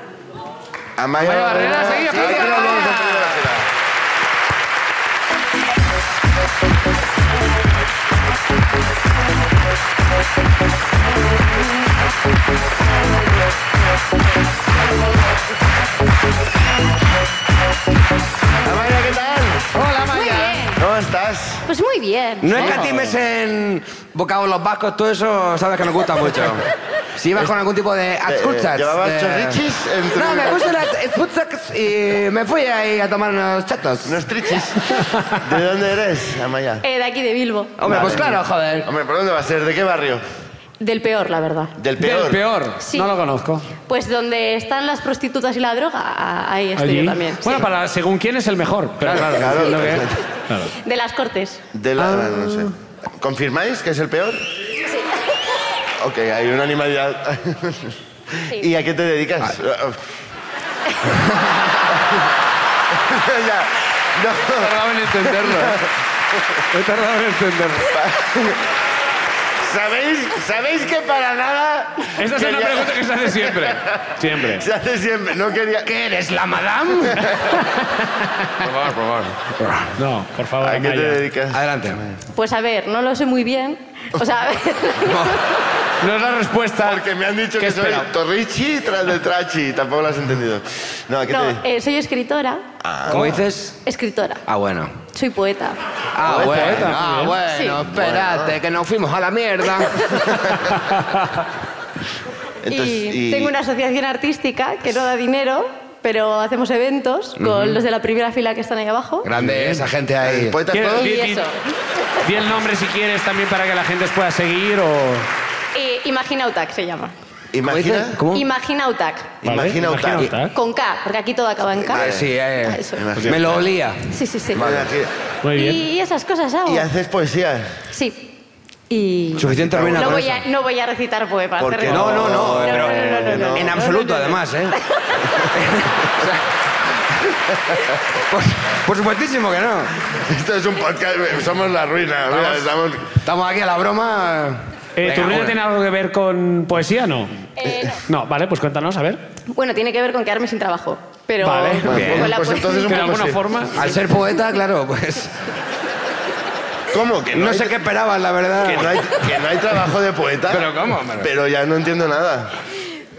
Speaker 2: Amaya
Speaker 1: Amaya Barrera, seguí,
Speaker 2: Ahora
Speaker 1: aplausos.
Speaker 2: lo vamos a hacer de la cena. Amaya, ¿qué tal?
Speaker 3: Hola,
Speaker 7: Muy
Speaker 3: Amaya.
Speaker 7: bien.
Speaker 2: ¿Cómo estás?
Speaker 7: Pues muy bien.
Speaker 3: No escatimes en bocados los vascos, todo eso sabes que nos gusta mucho. Si ibas con algún tipo de
Speaker 2: eh,
Speaker 3: adscuchas.
Speaker 2: llevabas
Speaker 3: eh,
Speaker 2: chorrichis entre-
Speaker 3: No, me puse las adscuchas y me fui ahí a tomar unos chatos.
Speaker 2: Unos trichis. ¿De dónde eres, Amaya?
Speaker 7: Eh, de aquí de Bilbo.
Speaker 3: Hombre, pues claro, joder.
Speaker 2: Hombre, ¿por dónde va a ser? ¿De qué barrio?
Speaker 7: Del peor, la verdad.
Speaker 2: Del peor.
Speaker 1: Del peor.
Speaker 7: Sí.
Speaker 1: No lo conozco.
Speaker 7: Pues donde están las prostitutas y la droga, a- ahí estoy
Speaker 1: Allí.
Speaker 7: Este yo también. sí.
Speaker 1: Bueno, para según quién es el mejor. Pero claro,
Speaker 2: claro,
Speaker 1: es lo que-
Speaker 2: claro.
Speaker 7: De las cortes.
Speaker 2: De la, no sé. ¿Confirmáis que es el peor?
Speaker 7: Sí.
Speaker 2: Ok, hay una animalidad.
Speaker 7: Sí.
Speaker 2: ¿Y a qué te dedicas? Ah, Ya, no,
Speaker 1: tardado en entenderlo. He tardado en entenderlo.
Speaker 2: ¿Sabéis, ¿Sabéis que para nada...
Speaker 1: Esa es una
Speaker 2: quería-
Speaker 1: pregunta que se hace siempre. Siempre.
Speaker 2: Se hace siempre, no quería...
Speaker 3: ¿Qué eres, la madame?
Speaker 1: No, por favor.
Speaker 2: ¿A qué te
Speaker 1: Amaya.
Speaker 2: dedicas?
Speaker 3: Adelante.
Speaker 7: Pues a ver, no lo sé muy bien. O sea, a ver,
Speaker 1: No es la respuesta.
Speaker 2: Porque me han dicho que soy
Speaker 1: espera?
Speaker 2: Torrichi tras de Trachi, tampoco lo has entendido. No, ¿a qué te
Speaker 7: no,
Speaker 2: dedicas?
Speaker 7: eh, soy escritora.
Speaker 1: Ah.
Speaker 3: ¿Cómo dices?
Speaker 7: Escritora.
Speaker 3: Ah, bueno.
Speaker 7: Soy poeta.
Speaker 1: Pues,
Speaker 3: Ah, bueno. Ah,
Speaker 7: Sí.
Speaker 3: bueno. Espérate, que nos fuimos a la mierda.
Speaker 2: Entonces,
Speaker 7: y, tengo una asociación artística que no da dinero, pero hacemos eventos con los de la primera fila que están ahí abajo.
Speaker 3: Grande esa gente ahí.
Speaker 2: ¿Poetas
Speaker 1: ¿Quieres-
Speaker 2: todos?
Speaker 7: Y
Speaker 1: di- di-
Speaker 7: eso.
Speaker 1: di el nombre si quieres también para que la gente os pueda seguir o...
Speaker 7: Eh, Imaginautac se llama.
Speaker 2: Imagina,
Speaker 3: ¿Cómo?
Speaker 7: Imaginautac.
Speaker 1: Vale,
Speaker 2: imagina
Speaker 1: imagina
Speaker 2: Otac.
Speaker 1: Otac.
Speaker 7: Con K, porque aquí todo acaba en K.
Speaker 3: Eh, sí,
Speaker 2: Ah,
Speaker 3: eh.
Speaker 7: Eso.
Speaker 2: Imagina.
Speaker 3: Me lo olía.
Speaker 7: Sí, sí, sí.
Speaker 1: Muy
Speaker 7: Y,
Speaker 1: bien.
Speaker 7: y esas cosas hago.
Speaker 2: Y haces poesía.
Speaker 7: Sí. Y
Speaker 3: Suficiente ruina
Speaker 7: no
Speaker 3: con
Speaker 7: voy,
Speaker 3: eso.
Speaker 7: a, no voy a recitar poemas.
Speaker 2: ¿Por
Speaker 7: te
Speaker 2: qué
Speaker 7: recuerdo.
Speaker 2: no? No, no,
Speaker 7: no,
Speaker 2: pero-
Speaker 7: no, no, no, no.
Speaker 3: En
Speaker 7: No,
Speaker 3: absoluto,
Speaker 7: no, no, no.
Speaker 3: además, ¿eh? O sea, por, por supuestísimo que no.
Speaker 2: Esto es un podcast, somos la ruina. mira, estamos-
Speaker 3: Estamos aquí a la broma.
Speaker 1: Eh, ¿Tu
Speaker 3: Venga,
Speaker 1: ruina
Speaker 3: bueno.
Speaker 1: tiene algo que ver con poesía no?
Speaker 7: Eh, no.
Speaker 1: No, vale, pues cuéntanos, a ver.
Speaker 7: Bueno, tiene que ver con quedarme sin trabajo. Pero
Speaker 1: Vale,
Speaker 7: con
Speaker 2: bien.
Speaker 7: la
Speaker 2: Pues
Speaker 7: poesía.
Speaker 2: entonces un
Speaker 1: Que de
Speaker 2: poco
Speaker 1: alguna
Speaker 2: sí.
Speaker 1: forma...
Speaker 3: Al ser poeta, claro, pues.
Speaker 2: ¿Cómo? Que no,
Speaker 3: No
Speaker 2: hay,
Speaker 3: sé qué esperabas, la verdad.
Speaker 2: que no hay- que no hay trabajo de poeta.
Speaker 3: Pero ¿cómo, hombre?
Speaker 2: Pero ya no entiendo nada.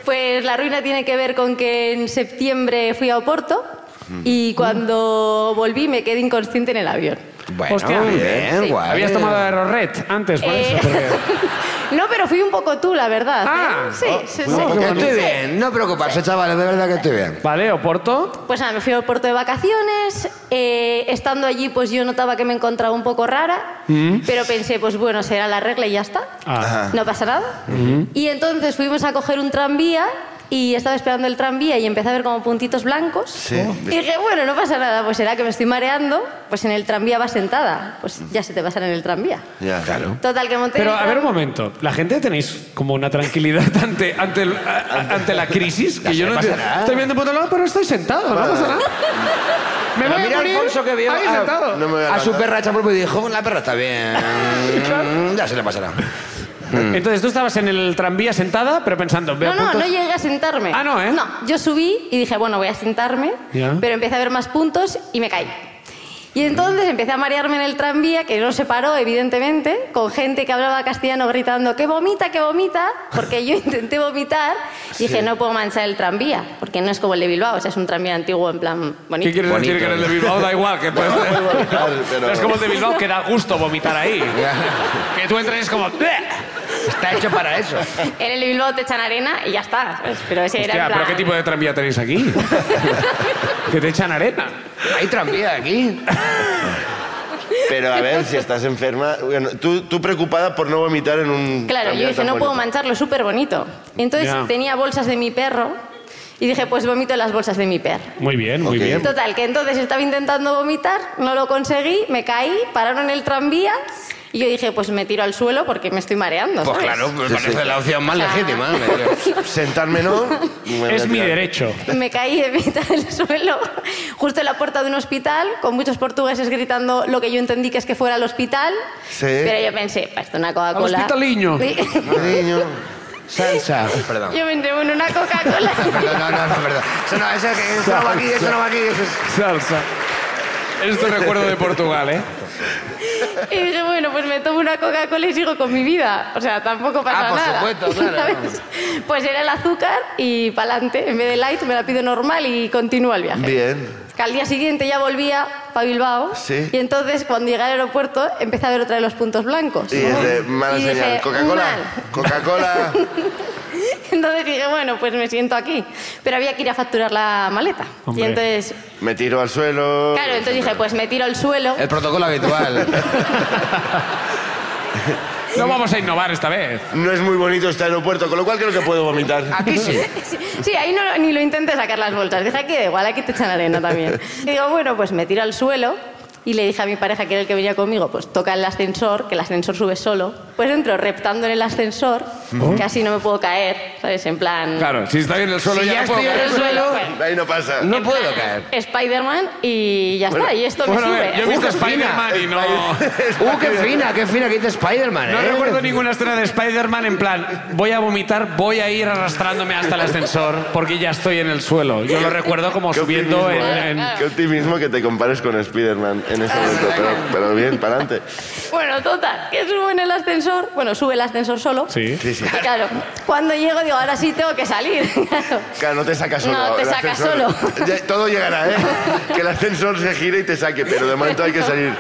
Speaker 7: Pues la ruina tiene que ver con que en septiembre fui a Oporto
Speaker 2: Mm.
Speaker 7: y cuando volví me quedé inconsciente en el avión.
Speaker 3: Bueno,
Speaker 1: Hostia,
Speaker 3: bien,
Speaker 7: sí.
Speaker 3: guay.
Speaker 1: Habías tomado Aerored antes, por
Speaker 7: Eh,
Speaker 1: eso. porque-
Speaker 7: no, pero fui un poco tú, la verdad.
Speaker 1: Ah,
Speaker 7: ¿eh? sí,
Speaker 2: oh,
Speaker 7: sí, sí.
Speaker 3: No, que
Speaker 2: pues
Speaker 3: estoy bien, no preocuparse, chavales, de verdad que estoy bien.
Speaker 1: Vale, Oporto.
Speaker 7: Pues nada, me fui a Oporto de vacaciones. eh, estando allí, pues yo notaba que me encontraba un poco rara,
Speaker 2: Mm.
Speaker 7: pero pensé, pues bueno, será la regla y ya está.
Speaker 1: Ah.
Speaker 7: No pasa nada. Y entonces fuimos a coger un tranvía y estaba esperando el tranvía y empecé a ver como puntitos blancos. Y dije, bueno, no pasa nada, pues será que me estoy mareando, pues en el tranvía vas sentada, pues ya se te pasará en el tranvía.
Speaker 2: Ya. Claro.
Speaker 7: Total, que monté
Speaker 1: Pero
Speaker 7: en el
Speaker 1: a ver un
Speaker 7: tranvía.
Speaker 1: momento, la gente tenéis como una tranquilidad ante, ante, el- a- a- ante la crisis que yo no entiendo. Estoy viendo por otro lado, pero estoy sentado, no pasa nada. Me voy a
Speaker 3: Mira
Speaker 1: morir
Speaker 3: Alfonso que vio
Speaker 1: ahí sentado.
Speaker 3: a,
Speaker 2: No me voy a
Speaker 3: a su
Speaker 2: levantar.
Speaker 3: perra hecha polvo y dijo, la perra está bien, ya se le pasará.
Speaker 1: Entonces tú estabas en el tranvía sentada, pero pensando, veo
Speaker 7: No, no,
Speaker 1: puntos.
Speaker 7: no llegué a sentarme.
Speaker 1: Ah, no, ¿eh?
Speaker 7: No, yo subí y dije, bueno, voy a sentarme,
Speaker 1: Ya.
Speaker 7: pero empecé a ver más puntos y me caí. Y entonces
Speaker 1: Mm.
Speaker 7: empecé a marearme en el tranvía, que no se paró, evidentemente, con gente que hablaba castellano gritando, que vomita, que vomita, porque yo intenté vomitar y dije, no puedo manchar el tranvía, porque no es como el de Bilbao, o sea, es un tranvía antiguo en plan bonito.
Speaker 1: ¿Qué quieres
Speaker 3: Bonito.
Speaker 1: decir que eres de Bilbao? Da igual, que puede ser.
Speaker 2: Claro, pero-
Speaker 1: Es como el de Bilbao que da gusto vomitar ahí. que tú entres y es como... "Bleh".
Speaker 3: Está hecho para eso.
Speaker 7: En el de Bilbao te echan arena y ya está. ¿sabes? Pero ese era
Speaker 1: Hostia,
Speaker 7: en plan...
Speaker 1: pero ¿qué tipo de tranvía tenéis aquí? que te echan arena.
Speaker 3: Hay tranvía aquí.
Speaker 2: Pero a ver, si estás enferma... Bueno, tú, tú preocupada por no vomitar en un...
Speaker 7: Claro, yo
Speaker 2: ambiente
Speaker 7: dije,
Speaker 2: tan
Speaker 7: no
Speaker 2: bonito.
Speaker 7: puedo mancharlo, es súper bonito. Entonces
Speaker 1: Ya.
Speaker 7: tenía bolsas de mi perro y dije, pues vomito en las bolsas de mi perro.
Speaker 1: Muy bien, muy
Speaker 2: Ok.
Speaker 1: bien.
Speaker 7: Total, que entonces estaba intentando vomitar, no lo conseguí, me caí, pararon el tranvía y yo dije, pues me tiro al suelo porque me estoy mareando.
Speaker 3: Pues
Speaker 7: ¿sabes?
Speaker 3: claro, me parece la opción más legítima. me creo.
Speaker 2: Sentarme no. me voy a
Speaker 1: Es mi
Speaker 2: tirar.
Speaker 1: derecho.
Speaker 7: Me caí de mitad del suelo, justo en la puerta de un hospital, con muchos portugueses gritando lo que yo entendí que es que fuera al hospital.
Speaker 2: Sí.
Speaker 7: Pero yo pensé, "Pa, esto una Coca-Cola.
Speaker 1: Al hospitaliño.
Speaker 7: Sí.
Speaker 2: Niño.
Speaker 3: Sansa. Perdón.
Speaker 7: Yo me entrego en una Coca-Cola.
Speaker 3: Perdón, no, no, no, perdón. Eso no, eso, que- eso no va aquí, eso no va aquí. Eso es...
Speaker 1: Salsa. Esto recuerdo de Portugal, ¿eh?
Speaker 7: Y dije, bueno, pues me tomo una Coca-Cola y sigo con mi vida. O sea, tampoco pasa
Speaker 2: Ah,
Speaker 3: por
Speaker 7: nada.
Speaker 3: supuesto, claro.
Speaker 7: ¿Sabes? Pues era el azúcar y pa'lante. En vez de light me la pido normal y continúa el viaje.
Speaker 2: Bien.
Speaker 7: Que al día siguiente ya volvía pa- para Bilbao.
Speaker 2: Sí.
Speaker 7: Y entonces, cuando llegué al aeropuerto, empecé a ver otra de los puntos blancos.
Speaker 2: Y es de mala
Speaker 7: Y dije,
Speaker 2: señal. Coca-Cola.
Speaker 7: mal.
Speaker 2: Coca-Cola.
Speaker 7: Entonces dije, bueno, pues me siento aquí. Pero había que ir a facturar la maleta.
Speaker 1: Hombre.
Speaker 7: Y entonces,
Speaker 2: Me tiro al suelo.
Speaker 7: claro, entonces dije, pues me tiro al suelo.
Speaker 3: El protocolo habitual.
Speaker 1: No vamos a innovar esta vez.
Speaker 2: No es muy bonito este aeropuerto, con lo cual creo que puedo vomitar.
Speaker 1: Aquí sí.
Speaker 7: Sí, sí, ahí no, ni lo intenté sacar las bolsas. Dije, aquí da igual, aquí te echan arena también. Y digo, bueno, pues me tiro al suelo y le dije a mi pareja, que era el que venía conmigo, pues toca el ascensor, que el ascensor sube solo. Pues entro reptando en el ascensor, que así no me puedo caer, ¿sabes? En plan...
Speaker 1: Claro, si estoy en el suelo
Speaker 3: Si
Speaker 1: ya,
Speaker 3: ya
Speaker 1: no puedo.
Speaker 3: estoy en
Speaker 7: en el suelo,
Speaker 2: Ahí no pasa.
Speaker 3: No puedo caer.
Speaker 7: Spider-Man y ya está, y esto
Speaker 1: Bueno, a
Speaker 7: me sube.
Speaker 1: ver, yo he visto Spider-Man y no.
Speaker 3: Uh, qué fina, qué fina que dice Spider-Man,
Speaker 1: No
Speaker 3: ¿eh?
Speaker 1: recuerdo ninguna escena de Spider-Man en plan, voy a vomitar, voy a ir arrastrándome hasta el ascensor porque ya estoy en el suelo. Yo lo recuerdo como
Speaker 2: Qué
Speaker 1: subiendo en,
Speaker 2: optimismo, ¿eh?
Speaker 1: en-
Speaker 2: Qué optimismo que te compares con Spider-Man en ese momento.
Speaker 7: Ah,
Speaker 2: Pero, pero bien, para adelante.
Speaker 7: Bueno, total, que subo en el ascensor. Bueno, sube el ascensor solo.
Speaker 1: Sí.
Speaker 2: Sí, sí.
Speaker 7: Y claro, cuando llego digo, ahora sí tengo que salir. Claro.
Speaker 2: Claro, no te sacas solo.
Speaker 7: No, te
Speaker 2: el
Speaker 7: saca
Speaker 2: ascensor-
Speaker 7: solo.
Speaker 2: Ya, todo llegará, ¿eh? Que el ascensor se gire y te saque, pero de momento hay que salir.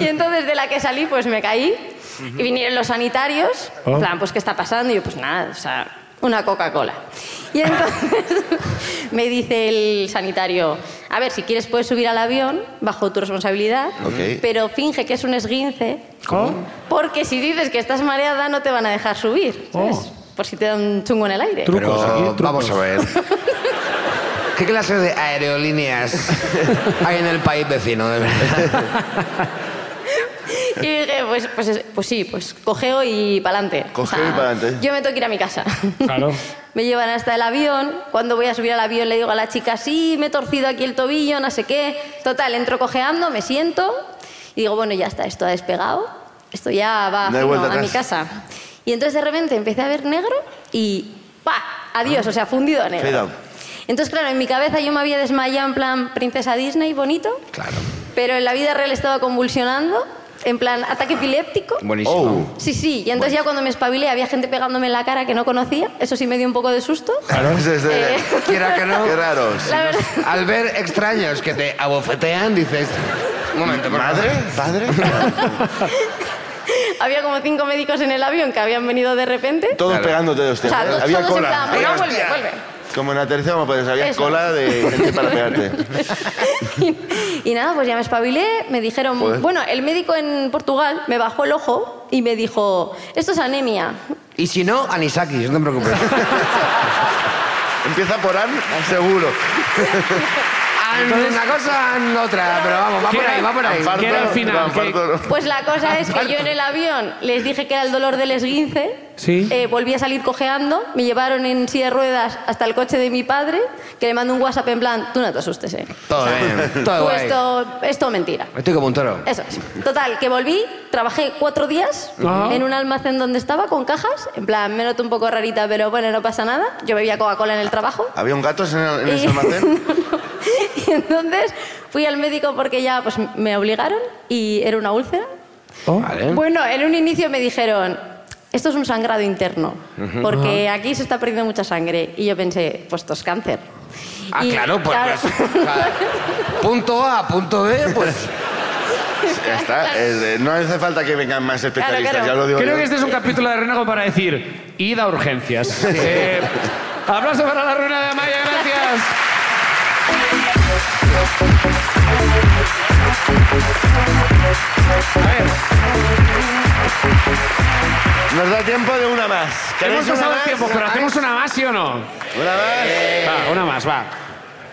Speaker 7: Y entonces de la que salí, pues me caí. Y vinieron los sanitarios. En plan, pues ¿qué está pasando? Y yo, pues nada, o sea, una Coca-Cola. Y entonces me dice el sanitario, a ver, si quieres puedes subir al avión bajo tu responsabilidad,
Speaker 2: Ok.
Speaker 7: pero finge que es un esguince, porque si dices que estás mareada no te van a dejar subir. ¿sabes? Por si te da un chungo en el aire.
Speaker 3: Pero vamos a ver. ¿Qué clase de aerolíneas hay en el país vecino, de verdad?
Speaker 7: Y dije, pues, pues, es- pues sí, pues cogeo y pa'lante.
Speaker 2: Cogeo y pa'lante.
Speaker 7: Yo me tengo que ir a mi casa.
Speaker 1: Claro.
Speaker 7: me llevan hasta el avión. Cuando voy a subir al avión le digo a la chica, sí, me he torcido aquí el tobillo, no sé qué. Total, entro cojeando, me siento y digo, bueno, ya está, esto ha despegado. Esto ya va
Speaker 2: No hay
Speaker 7: fino
Speaker 2: vuelta
Speaker 7: a mi
Speaker 2: atrás.
Speaker 7: casa. Y entonces de repente empecé a ver negro y ¡pa! Adiós, o sea, fundido a
Speaker 2: Ah. Fade
Speaker 7: negro.
Speaker 2: out.
Speaker 7: Entonces, claro, en mi cabeza yo me había desmayado en plan princesa Disney, bonito.
Speaker 3: Claro.
Speaker 7: Pero en la vida real estaba convulsionando, en plan ataque epiléptico.
Speaker 3: Buenísimo.
Speaker 2: Oh.
Speaker 7: Sí, sí, y entonces ya cuando me espabilé había gente pegándome en la cara que no conocía, eso sí me dio un poco de susto.
Speaker 2: Es este-
Speaker 7: Eh,
Speaker 3: Quiera que no,
Speaker 2: Qué raros.
Speaker 7: la verdad,
Speaker 3: al ver extraños que te abofetean, dices... Un momento, por favor".
Speaker 2: ¿Madre? ¿Padre?
Speaker 7: había como cinco médicos en el avión que habían venido de repente.
Speaker 2: Todos pegándote de hostia.
Speaker 7: O sea, todos-
Speaker 2: había
Speaker 7: todos en
Speaker 2: cola.
Speaker 7: plan,
Speaker 2: Había
Speaker 7: venga, vuelve,
Speaker 2: hostia.
Speaker 7: vuelve.
Speaker 2: Como en la tercera, como puedes, había
Speaker 7: Eso.
Speaker 2: cola de gente para pegarte.
Speaker 7: y, y nada, pues ya me espabilé, me dijeron,
Speaker 2: Joder.
Speaker 7: bueno, el médico en Portugal me bajó el ojo y me dijo, esto es anemia.
Speaker 3: Y si no, Anisakis, no te preocupes.
Speaker 2: Empieza por An, seguro.
Speaker 3: An- una cosa, an- otra, pero vamos, va por ahí, va por ahí.
Speaker 2: Anfarto,
Speaker 1: era el final?
Speaker 2: no, anfarto no.
Speaker 7: Pues la cosa es que yo en el avión les dije que era el dolor del esguince.
Speaker 1: Sí.
Speaker 7: Eh, volví a salir cojeando, me llevaron en silla de ruedas hasta el coche de mi padre, que le mandó un WhatsApp en plan, tú no te asustes, eh.
Speaker 3: Todo bien, todo
Speaker 7: Tú
Speaker 3: Ah, guay.
Speaker 7: esto, esto mentira.
Speaker 3: Estoy como un toro.
Speaker 7: Eso es. Total, que volví, trabajé cuatro días
Speaker 1: Ajá.
Speaker 7: en un almacén donde estaba con cajas. En plan, me noto un poco rarita, pero bueno, no pasa nada. Yo bebía Coca-Cola en el trabajo.
Speaker 2: ¿Había un gato en, el, en
Speaker 7: Y-
Speaker 2: ese almacén?
Speaker 7: y entonces fui al médico porque ya pues, me obligaron y era una úlcera.
Speaker 3: Vale.
Speaker 7: Bueno, en un inicio me dijeron, esto es un sangrado interno, porque aquí se está perdiendo mucha sangre. Y yo pensé, pues esto es cáncer.
Speaker 3: Ah,
Speaker 7: Y,
Speaker 3: claro, pues,
Speaker 7: claro,
Speaker 3: pues, claro. Punto A, punto B, pues...
Speaker 2: Ya está. eh, no hace falta que vengan más especialistas,
Speaker 7: Claro, claro.
Speaker 2: ya lo digo
Speaker 1: Creo
Speaker 2: yo.
Speaker 1: que este es un capítulo de Renago para decir, id a urgencias. Eh, aplauso para la ruina de Amaya, gracias.
Speaker 2: Nos da tiempo de una más. ¿Queréis
Speaker 1: Hemos
Speaker 2: una
Speaker 1: pasado el
Speaker 2: más?
Speaker 1: tiempo, pero hacemos una más, ¿sí o no?
Speaker 2: ¿Una
Speaker 3: Eh.
Speaker 2: más?
Speaker 1: Va, una más, va.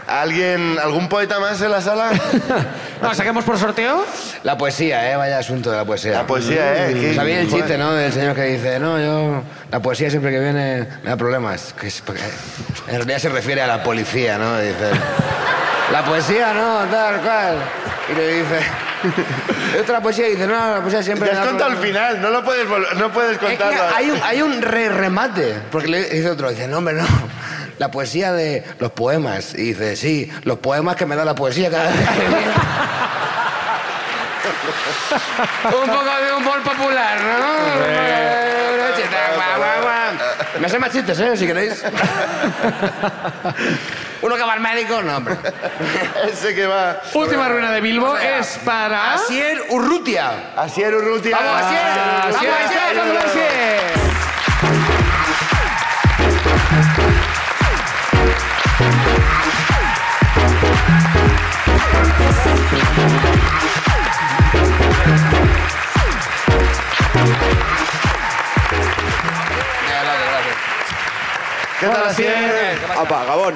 Speaker 2: ¿Alguien, ¿Algún poeta más en la sala?
Speaker 1: No, saquemos por sorteo.
Speaker 3: La poesía, ¿eh? Vaya asunto de la poesía.
Speaker 2: La poesía, ¿eh? Qué-
Speaker 3: Sabía el chiste, ¿no? Del señor que dice, no, yo... La poesía siempre que viene me da problemas. Que es porque- en realidad se refiere a la policía, ¿no? Dice, la poesía, ¿no? Tal cual. Y le dice... Y otra poesía y dice, no, la poesía siempre
Speaker 2: Ya
Speaker 3: me
Speaker 2: has
Speaker 3: da
Speaker 2: contado
Speaker 3: problemas".
Speaker 2: el final, no lo puedes, vol- no puedes
Speaker 3: Es que
Speaker 2: contarlo.
Speaker 3: hay un, hay un re remate, porque le dice otro, dice, no, hombre, no. La poesía de los poemas. Y dice, sí, los poemas que me da la poesía cada vez. que viene". un poco de humor popular, ¿no? Me hacen más chistes, ¿eh? Si queréis. uno que va al médico, no, hombre.
Speaker 2: Ese que va.
Speaker 1: Última ruina de Bilbo
Speaker 3: O sea,
Speaker 1: es para...
Speaker 3: Asier Urrutia.
Speaker 2: Asier Urrutia.
Speaker 3: ¡Vamos, Asier! ¡Vamos,
Speaker 1: Asier,
Speaker 3: Asier!
Speaker 1: vamos, Asier.
Speaker 2: ¿Qué tal, Asier?
Speaker 5: Apa, Gabón.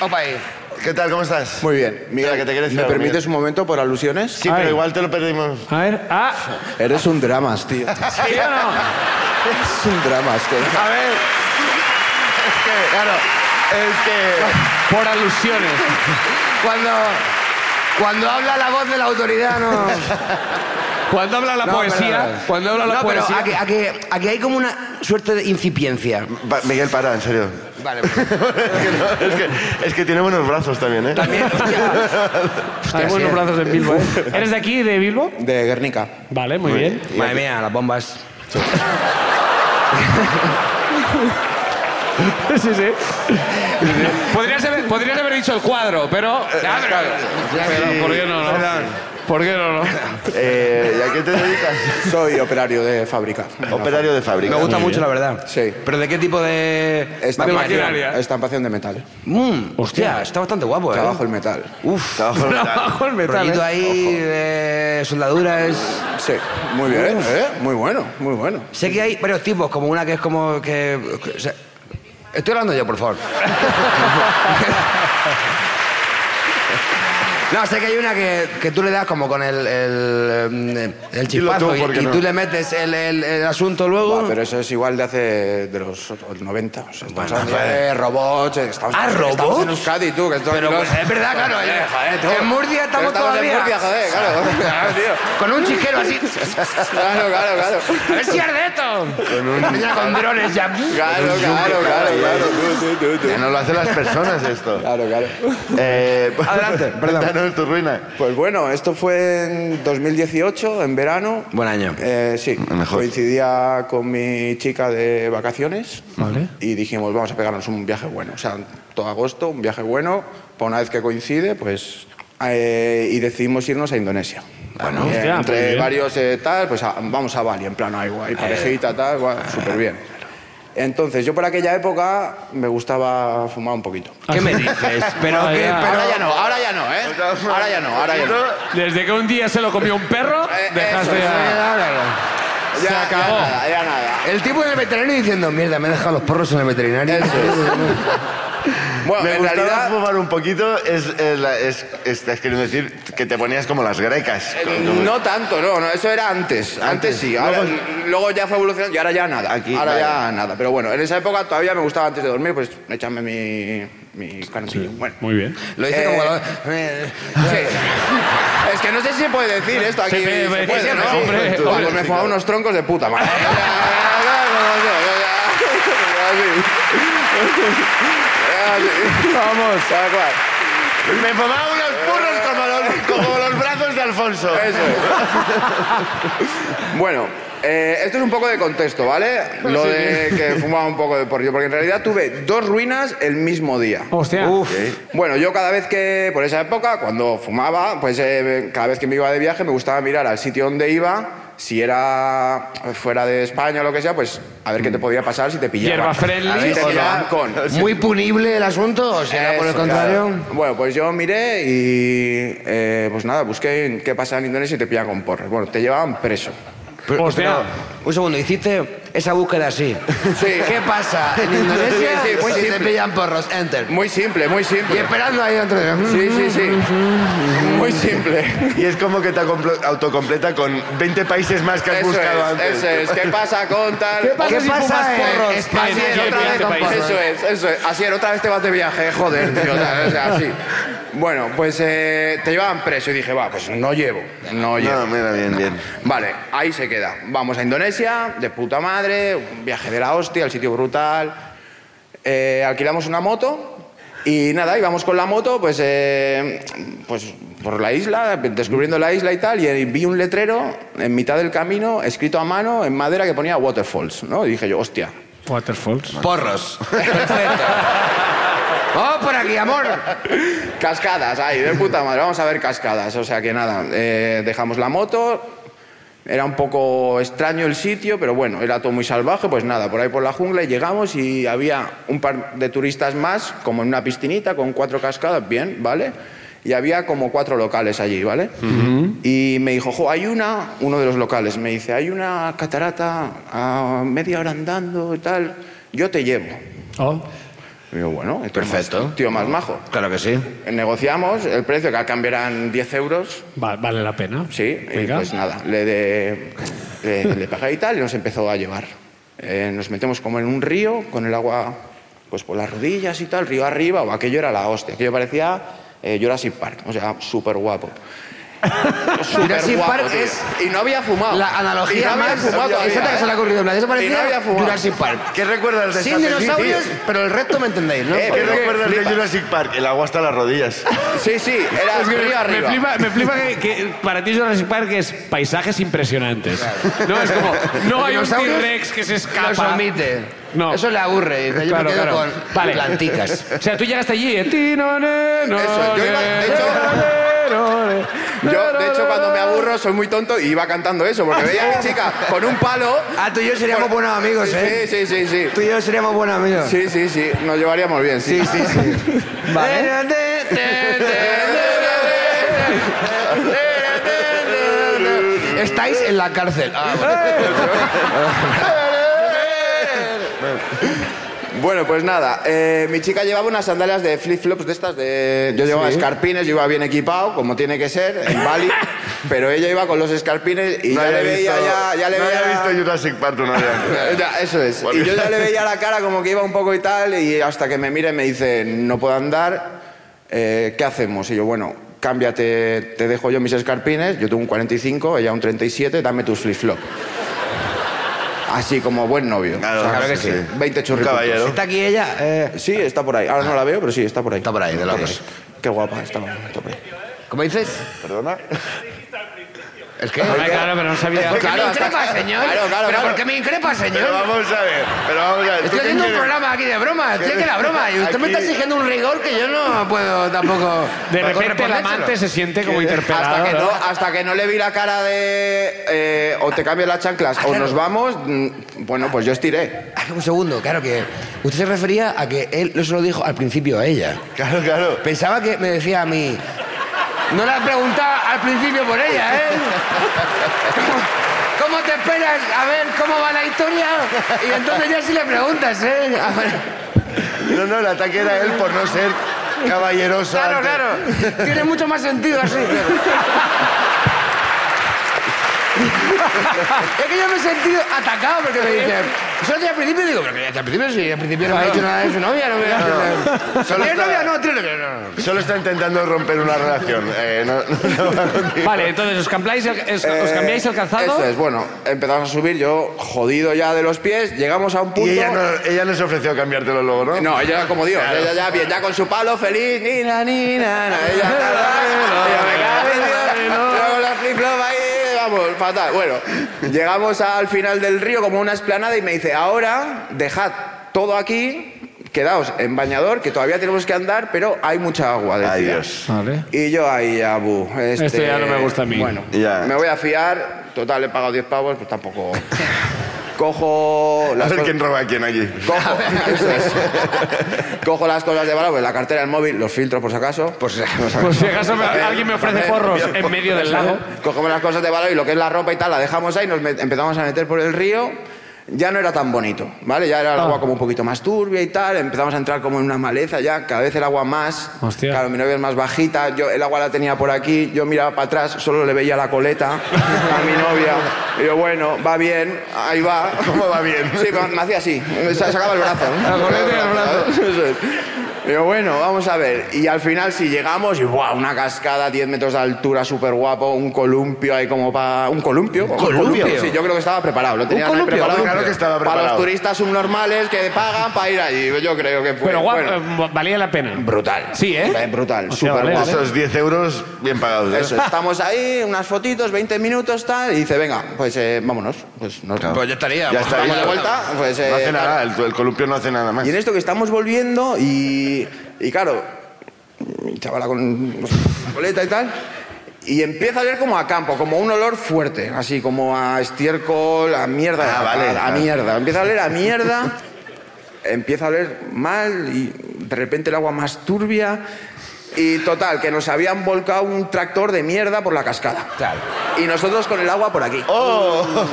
Speaker 3: Opa ahí.
Speaker 2: ¿Qué tal? ¿Cómo estás?
Speaker 5: Muy bien. Miguel,
Speaker 2: Espera, que te quieres
Speaker 5: ¿me
Speaker 2: decir algo,
Speaker 5: permites un momento por alusiones?
Speaker 2: Sí, pero
Speaker 1: Ay.
Speaker 2: igual te lo perdimos.
Speaker 1: A ver, ah,
Speaker 5: Eres un dramas, tío. Eres
Speaker 1: ¿sí o no?
Speaker 5: un dramas, tío.
Speaker 2: A ver. Es que, claro. Es que.
Speaker 1: Por alusiones.
Speaker 3: Cuando, cuando habla la voz de la autoridad, no.
Speaker 1: Cuando habla la
Speaker 3: No,
Speaker 1: poesía,
Speaker 3: pero-
Speaker 1: cuando habla la
Speaker 3: no, pero
Speaker 1: poesía...
Speaker 3: aquí, aquí, aquí hay como una suerte de incipiencia.
Speaker 2: Va, Miguel, para, en serio.
Speaker 3: Vale.
Speaker 1: pues.
Speaker 2: Es que, no, es, que, es que tiene buenos brazos también, ¿eh?
Speaker 3: También, hostia.
Speaker 1: Hay buenos
Speaker 3: Asier.
Speaker 1: brazos en Bilbo, ¿eh? ¿Eres de aquí, de Bilbo?
Speaker 5: De Guernica.
Speaker 1: Vale, muy bien.
Speaker 3: Madre mía, las bombas.
Speaker 1: Sí, sí. podrías, haber, podrías haber dicho el cuadro, pero... Ah, pero- pero ¿Por qué no, no? ¿Por qué no, no?
Speaker 2: Eh, ¿Y a qué te dedicas?
Speaker 5: Soy operario de fábrica.
Speaker 2: Operario de fábrica.
Speaker 3: Me gusta mucho, la verdad.
Speaker 5: Sí.
Speaker 3: ¿Pero de qué tipo de...?
Speaker 5: Estampación,
Speaker 1: maquinaria.
Speaker 5: estampación de metal.
Speaker 3: Mm, hostia, está bastante guapo, ¿eh?
Speaker 5: Trabajo el metal.
Speaker 3: Uf,
Speaker 2: Trabajo en la-
Speaker 1: Trabajo el metal,
Speaker 3: rollito
Speaker 1: ¿eh?
Speaker 3: ahí de soldaduras...
Speaker 5: Sí, muy bien, ¿eh? Muy bueno, muy bueno.
Speaker 3: Sé que hay varios tipos, como una que es como que... que- o sea, estoy hablando yo, por favor. No, sé que hay una que, que tú le das como con el, el, em, el chispazo
Speaker 2: tú,
Speaker 3: y,
Speaker 2: porque
Speaker 3: y
Speaker 2: no.
Speaker 3: tú le metes el, el- el asunto luego.
Speaker 5: Buah, Ah, pero eso es igual de hace de los 90. O sea, estamos
Speaker 3: Bueno,
Speaker 5: hablando de robots. eh, Estamos,
Speaker 3: ¿Ah,
Speaker 5: estamos
Speaker 3: robots?
Speaker 5: en Euskadi, tú. Que esto-
Speaker 3: Pero, pues, es verdad, claro, eh,
Speaker 5: tú.
Speaker 3: en Murcia
Speaker 5: pues,
Speaker 3: estamos todavía.
Speaker 5: en Murcia, joder, claro. Claro, tío.
Speaker 3: Con un chisquero así.
Speaker 5: Claro, claro, claro.
Speaker 3: ¡A ver si arde esto! Con, drones ya.
Speaker 5: Claro, claro, claro, claro. Tú, tú, tú, tú.
Speaker 2: Que no lo hacen las personas esto.
Speaker 5: Claro, claro.
Speaker 2: Eh,
Speaker 3: Adelante, perdón.
Speaker 2: Cuéntanos tu ruina.
Speaker 5: Pues bueno, esto fue en 2018, en verano.
Speaker 3: Buen año.
Speaker 5: Eh, sí,
Speaker 2: Mejor.
Speaker 5: coincidía con mi chica de vacaciones
Speaker 1: Vale.
Speaker 5: y dijimos, vamos a pegarnos un viaje bueno. O sea, todo agosto, un viaje bueno, para una vez que coincide, pues... eh, y decidimos irnos a Indonesia. Bueno,
Speaker 1: hostia, muy
Speaker 5: entre
Speaker 1: bien.
Speaker 5: varios eh, tal, pues a- vamos a Bali, en plan, ahí, guay, parejita, tal, guay, súper bien. Entonces, yo por aquella época me gustaba fumar un poquito.
Speaker 3: ¿Qué me dices? Pero
Speaker 1: Vaya.
Speaker 3: qué... pero-
Speaker 5: Ahora ya no, ahora ya no, ¿eh? Ahora ya no, ahora ya no.
Speaker 1: Desde que un día se lo comió un perro,
Speaker 5: Eh,
Speaker 1: dejaste
Speaker 5: eso,
Speaker 1: ya...
Speaker 5: Ya, ya
Speaker 1: acabó.
Speaker 5: nada, ya nada.
Speaker 3: El tipo del veterinario diciendo, mierda, me he dejado los porros en el veterinario.
Speaker 5: Bueno,
Speaker 2: Me
Speaker 5: en
Speaker 2: gustaba
Speaker 5: realidad...
Speaker 2: fumar un poquito. Es, es la- es- estás queriendo decir que te ponías como las grecas.
Speaker 5: Eh,
Speaker 2: Como-
Speaker 5: No tanto, no, no, eso era antes. Antes,
Speaker 2: Antes.
Speaker 5: sí, ahora-
Speaker 2: Luego-
Speaker 5: luego, ya fue evolucionando y ahora ya nada.
Speaker 2: Aquí,
Speaker 5: ahora
Speaker 2: vale.
Speaker 5: ya nada. Pero bueno, en esa época todavía me gustaba antes de dormir, pues echarme mi, mi canapillo. Bueno.
Speaker 1: Muy bien.
Speaker 3: Lo dice
Speaker 5: Eh,
Speaker 3: como... lo-
Speaker 5: Sí. es que no sé si se puede decir esto aquí.
Speaker 1: Sí,
Speaker 5: se
Speaker 1: puede
Speaker 5: puede,
Speaker 1: decir,
Speaker 5: ¿no?
Speaker 1: hombre.
Speaker 5: Buah, pues me fumaba unos troncos de puta madre. Vamos. Tal cual.
Speaker 2: Me fumaba unos purros como los, como los brazos de Alfonso.
Speaker 5: Eso es. bueno, eh, esto es un poco de contexto, ¿vale? Lo de que fumaba un poco de porrillo, porque en realidad tuve dos ruinas el mismo día.
Speaker 1: Hostia.
Speaker 5: Bueno, yo cada vez que, por esa época, cuando fumaba, pues eh, cada vez que me iba de viaje me gustaba mirar al sitio donde iba, si era fuera de España o lo que sea, pues a ver qué te podía pasar si te pillaban.
Speaker 1: Hierba friendly
Speaker 5: A ver,
Speaker 1: o no.
Speaker 5: era con.
Speaker 3: Muy punible el asunto, o sea, por el
Speaker 5: Eso,
Speaker 3: contrario.
Speaker 5: claro. Bueno, pues yo miré y eh, pues nada, busqué en qué pasaba en Indonesia y te pillaban con porras. Bueno, te llevaban preso.
Speaker 3: Pero-
Speaker 1: Hostia.
Speaker 3: pero, un segundo, hiciste esa búsqueda así.
Speaker 5: Sí.
Speaker 3: ¿Qué pasa? En Indonesia,
Speaker 5: Sí, sí, muy
Speaker 3: si te
Speaker 5: simple.
Speaker 3: pillan porros, enter.
Speaker 5: Muy simple, muy
Speaker 3: Y
Speaker 5: simple.
Speaker 3: esperando ahí dentro de...
Speaker 5: Sí, sí, sí. Muy simple.
Speaker 2: Y es como que te acomplo- autocompleta con 20 países más que has
Speaker 5: Eso
Speaker 2: buscado
Speaker 5: es,
Speaker 2: antes.
Speaker 5: eso es. ¿Qué pasa con tal?
Speaker 3: pasa si fumas porros?
Speaker 5: Así
Speaker 3: Así
Speaker 5: es,
Speaker 3: es,
Speaker 5: otra
Speaker 3: en
Speaker 5: vez
Speaker 3: este
Speaker 5: con
Speaker 3: país.
Speaker 5: Eso es, eso es. Así es, otra vez te vas de viaje, joder, tío. O sea, o sea, así. Bueno, pues eh, te llevaban preso y dije, va, pues no llevo, no llevo.
Speaker 2: No, mira, bien, bien.
Speaker 5: Vale, ahí se queda. Vamos a Indonesia, de puta madre, un viaje de la hostia, el sitio brutal. Eh, alquilamos una moto y nada, íbamos con la moto pues, eh, pues por la isla, descubriendo la isla y tal, y vi un letrero en mitad del camino, escrito a mano, en madera, que ponía Waterfalls, ¿no? Y dije yo, hostia,
Speaker 1: Waterfalls.
Speaker 3: Porros. ¡Oh, por aquí, amor!
Speaker 8: Cascadas, ay, de puta madre, vamos a ver cascadas. O sea que nada, eh, dejamos la moto. Era un poco extraño el sitio, pero bueno, era todo muy salvaje, pues nada, por ahí por la jungla y llegamos y había un par de turistas más, como en una piscinita con cuatro cascadas, bien, ¿vale? Y había como cuatro locales allí, ¿vale? Y me dijo, jo, hay una, uno de los locales, me dice, hay una catarata a media hora andando y tal, yo te llevo.
Speaker 1: Oh.
Speaker 8: Y yo, bueno, esto es más-
Speaker 3: Perfecto.
Speaker 8: tío más majo.
Speaker 3: Claro que sí.
Speaker 8: Negociamos el precio, que al cambio eran 10 euros.
Speaker 1: Va- vale la pena.
Speaker 8: Sí, y
Speaker 1: Venga.
Speaker 8: pues nada, le, de, le, le pagué y tal y nos empezó a llevar. Eh, nos metemos como en un río con el agua pues por las rodillas y tal, río arriba, o aquello era la hostia, aquello parecía eh, Jurassic Park, o sea, súper guapo.
Speaker 3: Jurassic Park es
Speaker 8: Y no había fumado.
Speaker 3: La
Speaker 8: Y no
Speaker 3: analogía
Speaker 8: había
Speaker 3: más exacta
Speaker 8: fumado todavía,
Speaker 3: que se le ha ocurrido. Blas. Eso
Speaker 8: Y no había
Speaker 3: parecía
Speaker 8: fumado. Pues
Speaker 3: Jurassic Park.
Speaker 2: ¿Qué recuerdas de
Speaker 3: Sin
Speaker 2: esta peli,
Speaker 3: dinosaurios,
Speaker 2: tío?
Speaker 3: pero el resto me entendéis, ¿no?
Speaker 8: Eh,
Speaker 2: ¿Qué
Speaker 8: pero que
Speaker 2: recuerdas de
Speaker 8: flipas.
Speaker 2: Jurassic Park? El agua hasta las rodillas.
Speaker 8: Sí, sí, era
Speaker 1: Es que
Speaker 8: río
Speaker 1: me,
Speaker 8: arriba.
Speaker 1: flipa, me flipa que, que para ti Jurassic Park es paisajes impresionantes. No, es como, no hay un
Speaker 3: Dinosaurios
Speaker 1: T-Rex que se
Speaker 3: Los
Speaker 1: escapa.
Speaker 3: omite.
Speaker 1: No.
Speaker 3: Eso le aburre. Dice, yo
Speaker 1: Claro,
Speaker 3: me quedo
Speaker 1: claro.
Speaker 3: con
Speaker 1: Vale.
Speaker 3: planticas.
Speaker 1: O sea, tú llegaste allí, eh, ti, no, ne, no,
Speaker 8: Eso, yo iba-
Speaker 1: ne,
Speaker 8: de hecho-
Speaker 1: ne, no, ne,
Speaker 8: Yo, de hecho,
Speaker 1: no,
Speaker 8: cuando
Speaker 1: no,
Speaker 8: me
Speaker 1: no.
Speaker 8: aburro, soy muy tonto y iba cantando eso, porque veía a mi chica con un palo.
Speaker 3: Ah, tú y yo seríamos
Speaker 8: Por-
Speaker 3: buenos amigos, ¿eh?
Speaker 8: Sí, sí, sí, sí.
Speaker 3: Tú y yo seríamos buenos amigos.
Speaker 8: Sí, sí, sí. Nos llevaríamos bien, sí.
Speaker 3: sí, sí. Vale. Estáis en la cárcel. Ah, bueno.
Speaker 8: Bueno, pues nada. eh, mi chica llevaba unas sandalias de flip-flops de estas. De... Yo llevaba escarpines, yo iba bien equipado, como tiene que ser, en Bali. pero ella iba con los escarpines y ya
Speaker 2: había
Speaker 8: le veía,
Speaker 2: visto-
Speaker 8: ya, ya le
Speaker 2: no
Speaker 8: veía.
Speaker 2: había visto Jurassic Park todavía.
Speaker 8: Ya, eso es. Y yo ya le veía la cara como que iba un poco y tal, y hasta que me mira y me dice, no puedo andar, eh, ¿qué hacemos? Y yo, bueno, cámbiate, te dejo yo mis escarpines, yo tengo un 45, ella un 37, dame tus flip-flop. Así como buen novio.
Speaker 2: Claro, claro que sí.
Speaker 8: 20 churritos.
Speaker 2: Caballero.
Speaker 3: Está aquí ella. eh,
Speaker 8: Sí, está por ahí. Ahora no la veo, pero sí, está por ahí.
Speaker 3: Está por ahí, de locos.
Speaker 8: Está por ahí. Qué guapa, está está por ahí.
Speaker 3: ¿Cómo dices?
Speaker 2: ¿Perdona?
Speaker 3: ¿El qué?
Speaker 1: Ay, claro, pero no sabía.
Speaker 8: Es que
Speaker 3: ¿Por qué
Speaker 8: Claro,
Speaker 3: me
Speaker 8: hasta-
Speaker 3: increpa, señor?
Speaker 8: Claro, claro,
Speaker 3: ¿Pero
Speaker 8: claro.
Speaker 3: por qué me increpa,
Speaker 2: Pero
Speaker 3: señor?
Speaker 2: vamos a ver, pero vamos a ver. ¿tú
Speaker 3: Estoy
Speaker 2: qué
Speaker 3: haciendo un
Speaker 2: quieres?
Speaker 3: programa aquí de broma. Estoy aquí en la broma. Y usted me está
Speaker 2: Aquí-
Speaker 3: exigiendo un rigor que yo no puedo tampoco.
Speaker 1: De repente el
Speaker 3: correspondérselo.
Speaker 1: amante se siente como interpelado.
Speaker 8: Hasta que,
Speaker 1: ¿no?
Speaker 8: no, hasta que no le vi la cara de eh, o te cambias las chanclas o nos vamos, mm, bueno, pues yo estiré.
Speaker 3: Ah, Un segundo, claro que. Usted se refería a que él no se lo dijo al principio a ella.
Speaker 2: Claro, claro.
Speaker 3: Pensaba que me decía a mí. No la has preguntado al principio por ella, ¿eh? ¿Cómo, cómo te esperas a ver cómo va la historia? Y entonces ya sí le preguntas, ¿eh? A ver,
Speaker 2: No, no, el ataque era él por no ser caballeroso.
Speaker 3: claro,
Speaker 2: antes.
Speaker 3: claro. Tiene mucho más sentido así. Es que yo me he sentido atacado porque me dicen. Yo al principio digo, pero que al principio sí, al principio no ha dicho nada de su novia, no me
Speaker 2: Solo
Speaker 3: ¿Tienes
Speaker 2: está-
Speaker 3: novia? No, tiene novia, no.
Speaker 2: Solo está intentando romper una relación. Eh, no, no, no va contigo.
Speaker 1: Vale, entonces os cambiáis el, os- os
Speaker 8: Eh,
Speaker 1: cambiáis el calzado.
Speaker 8: Eso es, bueno, empezamos a subir, yo jodido ya de los pies, llegamos a un punto.
Speaker 2: Y ella, no, ella no se ofreció a cambiártelo luego, ¿no?
Speaker 8: No, ella como Dios, ella ya bien, ya con su palo feliz, ni na, ni na, na, ella Ella me cabe, tío, luego la flip-flop ahí, vamos, fatal. Bueno, llegamos al final del río como una esplanada y me dice, ahora dejad todo aquí, quedaos en bañador, que todavía tenemos que andar, pero hay mucha agua. decía.
Speaker 2: Ay, Dios.
Speaker 1: Vale.
Speaker 8: Y yo ahí, abu. Este,
Speaker 1: Esto ya no me gusta a mí.
Speaker 8: Bueno,
Speaker 2: Ya.
Speaker 8: me voy a fiar. Total, he pagado 10 pavos, pues tampoco. Cojo
Speaker 2: A
Speaker 8: las
Speaker 2: ver
Speaker 8: cosas-
Speaker 2: quién roba a quién aquí.
Speaker 8: Cojo, eso es. Cojo las cosas de valor, pues, la cartera, el móvil, los filtros por si acaso. Por
Speaker 1: Por si acaso me- alguien me Pues ofrece porros en medio del lago.
Speaker 8: Cogemos las cosas de valor y lo que es la ropa y tal, la dejamos ahí, nos met- empezamos a meter por el río. Ya no era tan bonito, ¿vale? Ya era el
Speaker 1: Ah.
Speaker 8: agua como un poquito más turbia y tal. Empezamos a entrar como en una maleza ya, cada vez el agua más.
Speaker 1: Hostia.
Speaker 8: Claro, mi novia es más bajita, yo el agua la tenía por aquí, yo miraba para atrás, solo le veía la coleta a mi novia. Y yo, bueno, va bien, ahí va.
Speaker 2: ¿Cómo va bien?
Speaker 8: Sí, pero me hacía así, me sa- sacaba el brazo. ¿no?
Speaker 1: La coleta y el brazo.
Speaker 8: Eso es. Pero bueno, vamos a ver. Y al final, si llegamos, y ¡buah! una cascada, 10 metros de altura, súper guapo, un columpio ahí como para. ¿Un columpio? ¿Un
Speaker 3: columpio?
Speaker 8: Sí, yo creo que estaba preparado. Lo tenían ahí
Speaker 2: columpio?
Speaker 8: preparado.
Speaker 2: Claro que estaba
Speaker 8: Para los
Speaker 2: preparado.
Speaker 8: turistas subnormales que pagan para ir allí. Yo creo que fue.
Speaker 1: Pero guapo,
Speaker 8: bueno,
Speaker 1: eh, valía la pena.
Speaker 8: brutal.
Speaker 1: Sí, ¿eh?
Speaker 8: Brutal,
Speaker 1: Hostia,
Speaker 8: súper
Speaker 1: vale,
Speaker 8: guapo.
Speaker 1: vale.
Speaker 2: Esos 10 euros bien pagados. ¿eh?
Speaker 8: Eso, estamos ahí, unas fotitos, 20 minutos, tal, y dice, venga, pues eh, vámonos. Pues nos
Speaker 3: Pues ya estaría.
Speaker 2: Ya está.
Speaker 8: damos la
Speaker 2: ya.
Speaker 8: vuelta, pues,
Speaker 2: no
Speaker 8: eh,
Speaker 2: hace nada, el, el columpio no hace nada más.
Speaker 8: Y en esto que estamos volviendo y Y, y claro, mi chavala con coleta y tal. Y empieza a ver como a campo, como un olor fuerte, así como a estiércol, a mierda,
Speaker 2: Ah,
Speaker 8: a-
Speaker 2: vale,
Speaker 8: a,
Speaker 2: claro.
Speaker 8: mierda. Empieza a oler a mierda, empieza a oler mal y de repente el agua más turbia. Y total, que nos habían volcado un tractor de mierda por la cascada.
Speaker 3: Claro.
Speaker 8: Y nosotros con el agua por aquí.
Speaker 2: ¡Oh!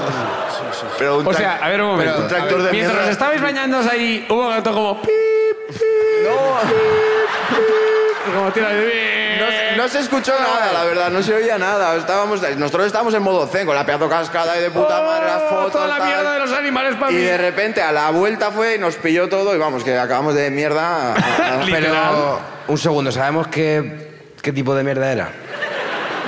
Speaker 2: Pero un
Speaker 1: O
Speaker 2: tra-
Speaker 1: sea, a ver un momento.
Speaker 2: pero un tractor de
Speaker 1: Mientras
Speaker 2: mierda.
Speaker 1: estabais bañándoos ahí, hubo gato como... pip,
Speaker 2: ¡Oh!
Speaker 8: No,
Speaker 1: Como tira de...
Speaker 8: no se- no se escuchó nada, la verdad, no se oía nada. Estábamos, nosotros estábamos en modo zen, con la pedazo cascada y de puta madre, las
Speaker 1: Oh,
Speaker 8: fotos,
Speaker 1: Toda la
Speaker 8: tal.
Speaker 1: mierda de los animales para
Speaker 8: Y
Speaker 1: mí.
Speaker 8: de repente a la vuelta fue y nos pilló todo y vamos, que acabamos de mierda. a- a-
Speaker 1: Literal.
Speaker 3: Pero, un segundo, ¿sabemos qué, qué tipo de mierda era?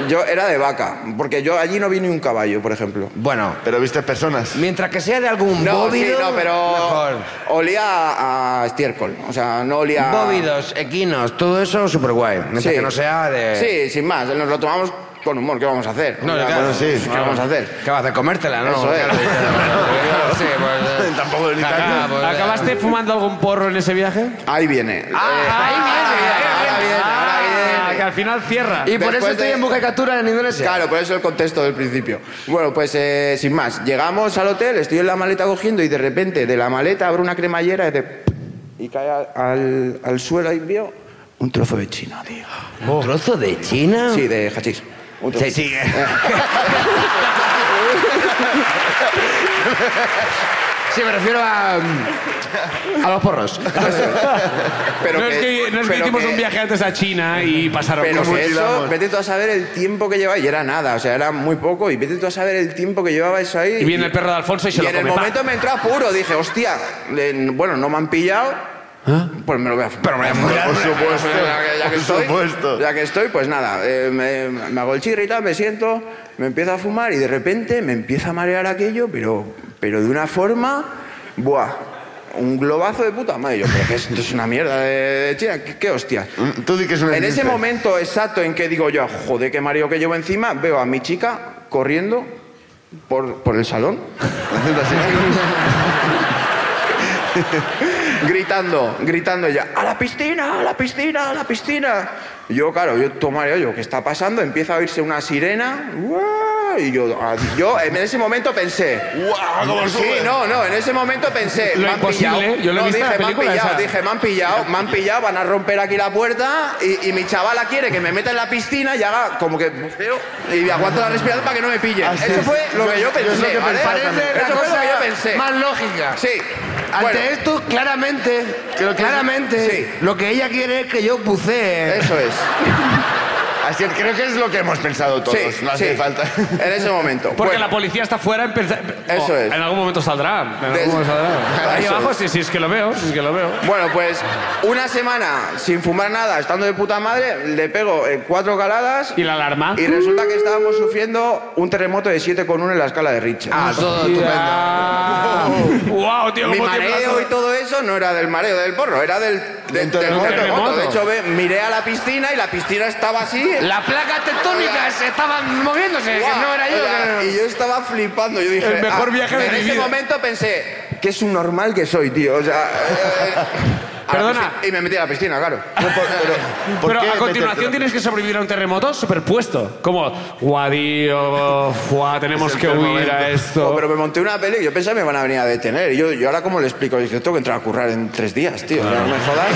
Speaker 8: yo era de vaca, porque yo allí no vi ni un caballo, por ejemplo.
Speaker 3: Bueno,
Speaker 2: Pero viste personas.
Speaker 3: mientras que sea de algún
Speaker 8: No,
Speaker 3: bóvido,
Speaker 8: sí, no, pero
Speaker 3: mejor.
Speaker 8: olía a, a estiércol, o sea, no olía a...
Speaker 3: Bóvidos, equinos, todo eso súper guay. Mientras
Speaker 8: Sí.
Speaker 3: que no sea de...
Speaker 8: Sí, sin más, nos lo tomamos con humor, ¿qué vamos a hacer?
Speaker 3: No,
Speaker 8: O sea,
Speaker 3: claro.
Speaker 8: bueno, sí, ¿qué vamos a hacer?
Speaker 3: ¿Qué vas a hacer? ¿Comértela? No,
Speaker 8: Eso es.
Speaker 3: Claro, claro. sí, pues... eh,
Speaker 2: Tampoco ni
Speaker 3: cagá,
Speaker 2: tanto.
Speaker 3: pues, eh.
Speaker 1: ¿Acabaste fumando algún porro en ese viaje?
Speaker 8: Ahí viene. Eh, ahora viene, ahora
Speaker 1: Ah,
Speaker 8: viene.
Speaker 1: que al final cierra.
Speaker 3: Y por eso
Speaker 8: Después
Speaker 3: estoy
Speaker 8: de-
Speaker 3: en busca y captura en Indonesia.
Speaker 8: Claro, por eso el contexto del principio. Bueno, pues eh, sin más, llegamos al hotel, estoy en la maleta cogiendo y de repente de la maleta abro una cremallera y, de- y cae al, al- al suelo y veo un trozo de china, tío.
Speaker 3: ¿Un trozo de China?
Speaker 8: Sí, de hachís. Un trozo.
Speaker 3: Sí, sí. Sí, me refiero a. mm, A los porros.
Speaker 8: Pero
Speaker 1: no, es que, no es que
Speaker 8: pero
Speaker 1: hicimos
Speaker 8: que-
Speaker 1: un viaje antes a China y pasaron
Speaker 8: Pero
Speaker 1: cosas.
Speaker 8: que eso, vete tú a saber el tiempo que llevaba y era nada, o sea, era muy poco y vete tú a saber el tiempo que llevaba eso ahí.
Speaker 1: Y viene el perro de Alfonso y se
Speaker 8: y
Speaker 1: lo
Speaker 8: en
Speaker 1: come.
Speaker 8: el momento me entró apuro, dije, hostia, le- bueno, no me han pillado,
Speaker 1: ¿Ah?
Speaker 8: pues me lo voy a fumar. Pero me voy
Speaker 2: Por supuesto.
Speaker 8: Ya que, ya que
Speaker 2: Por
Speaker 8: estoy,
Speaker 2: supuesto.
Speaker 8: ya que estoy, pues nada, eh, me, me hago el chirri y tal, me siento, me empiezo a fumar y de repente me empieza a marear aquello, pero, pero de una forma, buah. Un globazo de puta madre. Yo, pero que esto es una mierda de, de China. ¿Qué, qué hostias?
Speaker 2: Mm, Tú di que es un
Speaker 8: En ese
Speaker 2: esguince.
Speaker 8: momento exacto en que digo yo, joder, qué mareo que llevo encima, veo a mi chica corriendo por, por el salón,
Speaker 2: Haciendo así.
Speaker 8: gritando, gritando ella, a la piscina, a la piscina, a la piscina. Y Yo, claro, yo todo mareo, yo, ¿qué está pasando? Empieza a oírse una sirena, ¡guau! y yo, a- yo en ese momento pensé,
Speaker 2: ¡Guau! ¿Cómo
Speaker 8: Sí,
Speaker 2: sube?
Speaker 8: no, no, en ese momento pensé,
Speaker 1: Lo
Speaker 8: me han
Speaker 1: imposible,
Speaker 8: pillado.
Speaker 1: yo lo he
Speaker 8: No,
Speaker 1: visto en
Speaker 8: dije,
Speaker 1: la película
Speaker 8: me han pillado,
Speaker 1: esa.
Speaker 8: dije, me han pillado, me han pillado, van a romper aquí la puerta y, y mi chavala quiere que me meta en la piscina y haga como que buceo y aguanto la respiración para que no me pillen.
Speaker 2: Ah, sí.
Speaker 8: Eso fue lo que
Speaker 2: Yo- yo
Speaker 8: yo
Speaker 2: es lo
Speaker 8: pensé,
Speaker 2: que
Speaker 8: ¿vale?
Speaker 2: pensaba
Speaker 8: Eso
Speaker 2: también.
Speaker 8: fue
Speaker 3: la
Speaker 8: lo que
Speaker 3: cosa
Speaker 8: yo pensé.
Speaker 3: Más lógica.
Speaker 8: Sí.
Speaker 3: Ante
Speaker 8: Bueno,
Speaker 3: esto, claramente,
Speaker 2: Creo que-
Speaker 3: claramente,
Speaker 8: Sí.
Speaker 3: lo que ella quiere es que yo bucee.
Speaker 8: eso es.
Speaker 2: Así es, creo que es lo que hemos pensado todos.
Speaker 8: Sí,
Speaker 2: no hace
Speaker 8: sí.
Speaker 2: falta.
Speaker 8: En ese momento.
Speaker 1: Porque
Speaker 8: Bueno,
Speaker 1: la policía está fuera. empieza- Oh,
Speaker 8: Eso es.
Speaker 1: En algún momento saldrá. En algún
Speaker 8: Des-
Speaker 1: momento saldrá. Ahí
Speaker 8: Eso
Speaker 1: abajo,
Speaker 8: es.
Speaker 1: sí, sí, es que lo veo. sí, es que lo veo.
Speaker 8: Bueno, pues una semana sin fumar nada, estando de puta madre, le pego eh, cuatro caladas
Speaker 1: Y la alarma.
Speaker 8: y resulta que estábamos sufriendo un terremoto de 7,1 en la escala de Richter.
Speaker 3: Ah, todo estupendo.
Speaker 1: ¡Wow, tío!
Speaker 8: Mi
Speaker 1: cómo te
Speaker 8: mareo
Speaker 1: pasa.
Speaker 8: y todo eso no era del mareo del porro, era del, del- del
Speaker 2: terremoto.
Speaker 8: terremoto. De
Speaker 1: Terremoto.
Speaker 8: hecho, ve- miré a la piscina y la piscina estaba así.
Speaker 3: Las placas tectónicas estaban moviéndose, que
Speaker 8: ¡guau!
Speaker 3: no era yo.
Speaker 8: O sea,
Speaker 3: que-
Speaker 8: Y yo estaba flipando. Yo dije, ah,
Speaker 1: El mejor viaje de
Speaker 8: en
Speaker 1: mi
Speaker 8: ese
Speaker 1: vida.
Speaker 8: momento pensé, qué es un normal que soy, tío. O sea. eh, a la
Speaker 1: Perdona.
Speaker 8: piscina. Y me metí a la piscina, claro.
Speaker 2: ¿Por
Speaker 1: Pero
Speaker 2: qué
Speaker 1: a
Speaker 2: meterte-
Speaker 1: continuación tienes que sobrevivir a un terremoto superpuesto. Como, guadío, guau, tenemos
Speaker 2: Es el
Speaker 1: que
Speaker 2: peor
Speaker 1: huir
Speaker 2: momento.
Speaker 1: a
Speaker 8: No,
Speaker 1: esto.
Speaker 8: Oh, pero me monté una peli y yo pensé que me van a venir a detener. Y yo, yo ahora, ¿cómo le explico? Dije, tengo que entrar a currar en tres días, tío. No me jodas.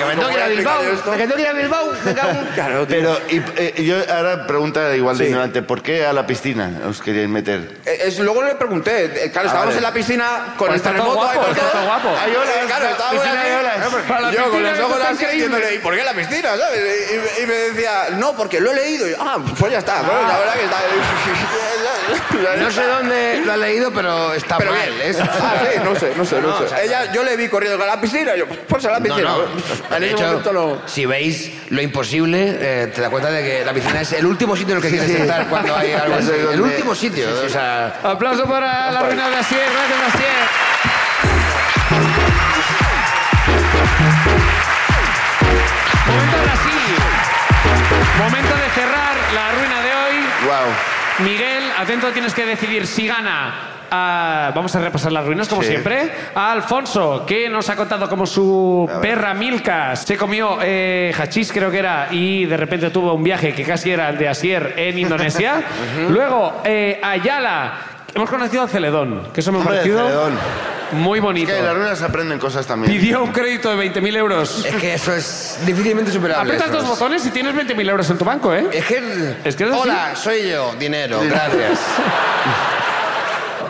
Speaker 3: Que me tengo que ir a Bilbao, que tengo que ir a Bilbao, me cago en-
Speaker 8: Claro, tío.
Speaker 2: Pero y, eh, yo ahora pregunta igual de
Speaker 8: Sí.
Speaker 2: ignorante, ¿por qué a la piscina os queríais meter?
Speaker 8: Eh, es- luego le pregunté, eh, claro, estábamos
Speaker 2: vale.
Speaker 8: en la piscina con
Speaker 1: Pues
Speaker 8: el
Speaker 1: está todo
Speaker 8: terremoto ahí
Speaker 1: guapo,
Speaker 8: con
Speaker 1: está todo guapo.
Speaker 8: Ay, olas, claro, estábamos
Speaker 2: piscina
Speaker 8: así.
Speaker 2: de olas.
Speaker 8: Eh,
Speaker 1: Para la
Speaker 8: Yo con
Speaker 1: piscina
Speaker 8: los
Speaker 1: esto
Speaker 8: ojos
Speaker 1: está
Speaker 8: así diciéndole, ¿y por qué la piscina? ¿Sabes? Y, y- y me decía, no, porque lo he leído. Y yo, ah, pues ya está. Bueno, la verdad que está.
Speaker 3: No sé dónde lo has leído, pero está
Speaker 8: Pero
Speaker 3: mal.
Speaker 8: bien,
Speaker 3: ¿eh?
Speaker 8: Ah, sí, no sé, no sé,
Speaker 3: No,
Speaker 8: no,
Speaker 3: no,
Speaker 8: sé.
Speaker 3: o sea,
Speaker 8: Ella, yo le vi corriendo a la piscina, y yo, pues a la
Speaker 3: No,
Speaker 8: piscina.
Speaker 3: no.
Speaker 8: En
Speaker 3: De
Speaker 8: ese
Speaker 3: hecho,
Speaker 8: momento no.
Speaker 3: si veis lo imposible, eh, te das cuenta de que la piscina es el último sitio en el que quieres estar cuando hay algo así.
Speaker 2: Eso es
Speaker 3: El
Speaker 2: donde-
Speaker 3: último sitio, o sea...
Speaker 1: Aplauso para la reina de Asier. Gracias, Asier. Momento ahora sí. Momento de cerrar la ruina de hoy.
Speaker 2: Wow.
Speaker 1: Miguel, atento, tienes que decidir si gana. a- vamos a repasar las ruinas, como
Speaker 2: Sí.
Speaker 1: siempre. A Alfonso, que nos ha contado como su perra Milka se comió eh, hachís, creo que era, y de repente tuvo un viaje que casi era el de Asier en Indonesia. Luego, eh, Ayala. Hemos conocido a Celedón, que eso me ha
Speaker 2: Hombre,
Speaker 1: parecido
Speaker 2: Celedón.
Speaker 1: muy bonito.
Speaker 2: que en las ruinas aprenden cosas también.
Speaker 1: Pidió un crédito de 20.000 euros.
Speaker 3: Es que eso es difícilmente superable.
Speaker 1: Apretas
Speaker 3: eso.
Speaker 1: dos botones y tienes 20.000 euros en tu banco, ¿eh?
Speaker 3: Es que... Oh,
Speaker 1: Es que es así.
Speaker 3: Hola, soy yo. Dinero, gracias.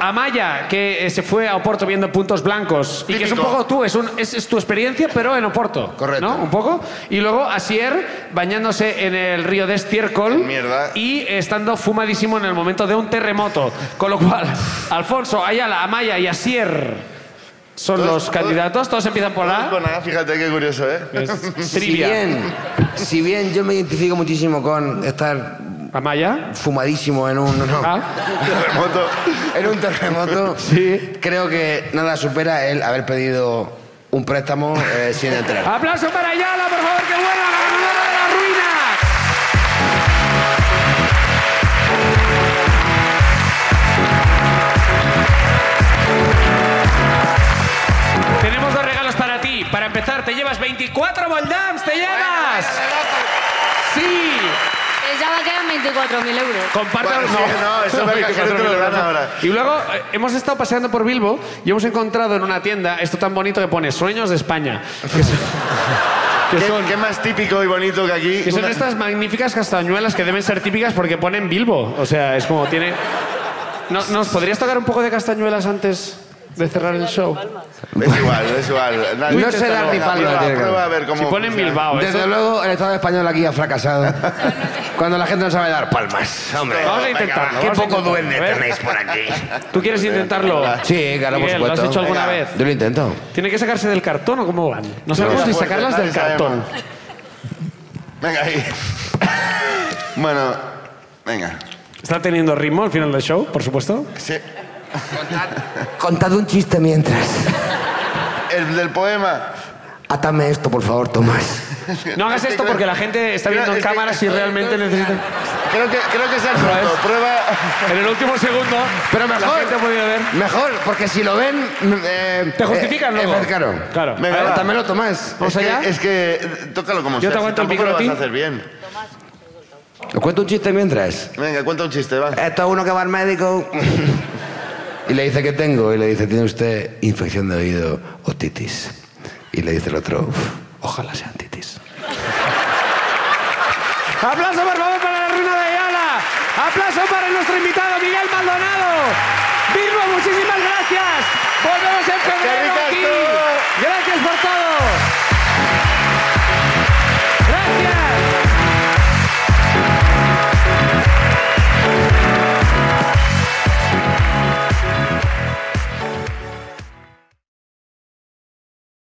Speaker 1: Amaya, que eh, se fue a Oporto viendo puntos blancos. Y que es un
Speaker 2: Típico.
Speaker 1: poco tú, es, un- es, es tu experiencia, pero en Oporto.
Speaker 3: Correcto.
Speaker 1: ¿No? Un poco. Y luego Asier bañándose en el río de estiércol.
Speaker 2: Mierda.
Speaker 1: Y estando fumadísimo en el momento de un terremoto. Con lo cual, Alfonso, Ayala, Amaya y Asier son
Speaker 2: Todos-
Speaker 1: los
Speaker 2: todos-
Speaker 1: candidatos. Todos empiezan por
Speaker 2: No,
Speaker 1: A.
Speaker 2: pues nada, fíjate qué curioso, ¿eh?
Speaker 1: Es
Speaker 3: Si
Speaker 1: trivia.
Speaker 3: bien, si bien yo me identifico muchísimo con estar
Speaker 1: Amaya.
Speaker 3: fumadísimo en un... no,
Speaker 1: A.
Speaker 2: Terremoto.
Speaker 3: En un terremoto,
Speaker 1: Sí.
Speaker 3: creo que nada supera el haber pedido un préstamo eh, sin entrar.
Speaker 1: Aplauso para Ayala, por favor, que buena la ganadora de la ruina. Tenemos dos regalos para ti. Para empezar, te llevas 24 Voldams, te llevas. Sí.
Speaker 7: Pensaba que eran 24.000 euros.
Speaker 1: Comparte
Speaker 2: Bueno, sí, no, eso me imagino que te lo dan ahora.
Speaker 1: Y luego eh, hemos estado paseando por Bilbo y hemos encontrado en una tienda esto tan bonito que pone Sueños de España. Que son-
Speaker 2: ¿Qué,
Speaker 1: que son-
Speaker 2: qué más típico y bonito que aquí?
Speaker 1: que son
Speaker 2: Una-
Speaker 1: estas magníficas castañuelas que deben ser típicas porque ponen Bilbo. O sea, es como tiene. No- ¿Nos podrías tocar un poco de castañuelas antes de cerrar el show?
Speaker 2: Es igual, es igual. Nada,
Speaker 3: No
Speaker 2: inténtalo.
Speaker 3: sé dar ni palo,
Speaker 2: Prueba,
Speaker 3: tiene que
Speaker 2: prueba
Speaker 3: ver.
Speaker 2: a ver cómo.
Speaker 1: Si ponen
Speaker 2: funciona.
Speaker 1: Bilbao,
Speaker 3: Desde
Speaker 1: eso.
Speaker 3: luego, el Estado español aquí ha fracasado. Cuando la gente no sabe dar palmas. Hombre,
Speaker 1: Vamos a intentarlo.
Speaker 3: ¿eh? qué
Speaker 1: vamos a
Speaker 3: poco
Speaker 1: intentarlo,
Speaker 3: duende
Speaker 1: ¿eh?
Speaker 3: tenéis por aquí.
Speaker 1: ¿Tú quieres intentarlo?
Speaker 3: Sí, claro, por
Speaker 1: Miguel, ¿lo has
Speaker 3: supuesto.
Speaker 1: hecho alguna
Speaker 3: Venga,
Speaker 1: vez?
Speaker 3: Yo lo intento.
Speaker 1: ¿Tiene que sacarse del cartón o cómo van? No
Speaker 2: Fuerte,
Speaker 1: sabemos
Speaker 3: pues
Speaker 1: ni sacarlas del
Speaker 2: nadie sabe
Speaker 1: cartón.
Speaker 2: más. Venga ahí. bueno, venga.
Speaker 1: Está teniendo ritmo al final del show, por supuesto.
Speaker 2: Sí.
Speaker 3: Contad un chiste mientras.
Speaker 2: El del poema.
Speaker 3: Atame esto, por favor, Tomás.
Speaker 1: No hagas esto porque la gente está viendo en
Speaker 2: Mira, es que-
Speaker 1: cámara si realmente necesitan.
Speaker 2: Creo que, creo que se ha roto. Prueba.
Speaker 1: En el último segundo,
Speaker 3: Pero
Speaker 1: la
Speaker 3: mejor.
Speaker 1: gente ha podido ver.
Speaker 3: Mejor, porque si lo ven. mm, eh,
Speaker 1: ¿Te justifican
Speaker 3: eh,
Speaker 1: luego?
Speaker 3: eh, claro.
Speaker 1: Claro.
Speaker 2: Venga,
Speaker 3: Ahora,
Speaker 2: va.
Speaker 3: Atámelo, Tomás.
Speaker 1: Vamos
Speaker 2: es
Speaker 1: allá.
Speaker 2: Que, es que eh, tócalo como
Speaker 1: Yo te
Speaker 2: sea, si
Speaker 1: aguanto el
Speaker 2: tampoco
Speaker 1: micro
Speaker 2: lo
Speaker 1: a ti.
Speaker 2: vas a hacer bien.
Speaker 3: ¿Os cuento un chiste mientras?
Speaker 2: Venga, cuenta un chiste, va.
Speaker 3: Esto es uno que va al médico. y le dice que tengo. Y le dice, tiene usted infección de oído o titis. Y le dice el otro, "Uf, ojalá sean titis.
Speaker 1: Aplauso por favor para la ruina de Ayala. Aplauso para nuestro invitado Miguel Maldonado. Bilbo, muchísimas gracias. Volvemos en febrero
Speaker 3: Este
Speaker 2: ¡Qué rica
Speaker 1: aquí.
Speaker 2: estuvo!
Speaker 1: Gracias por todo.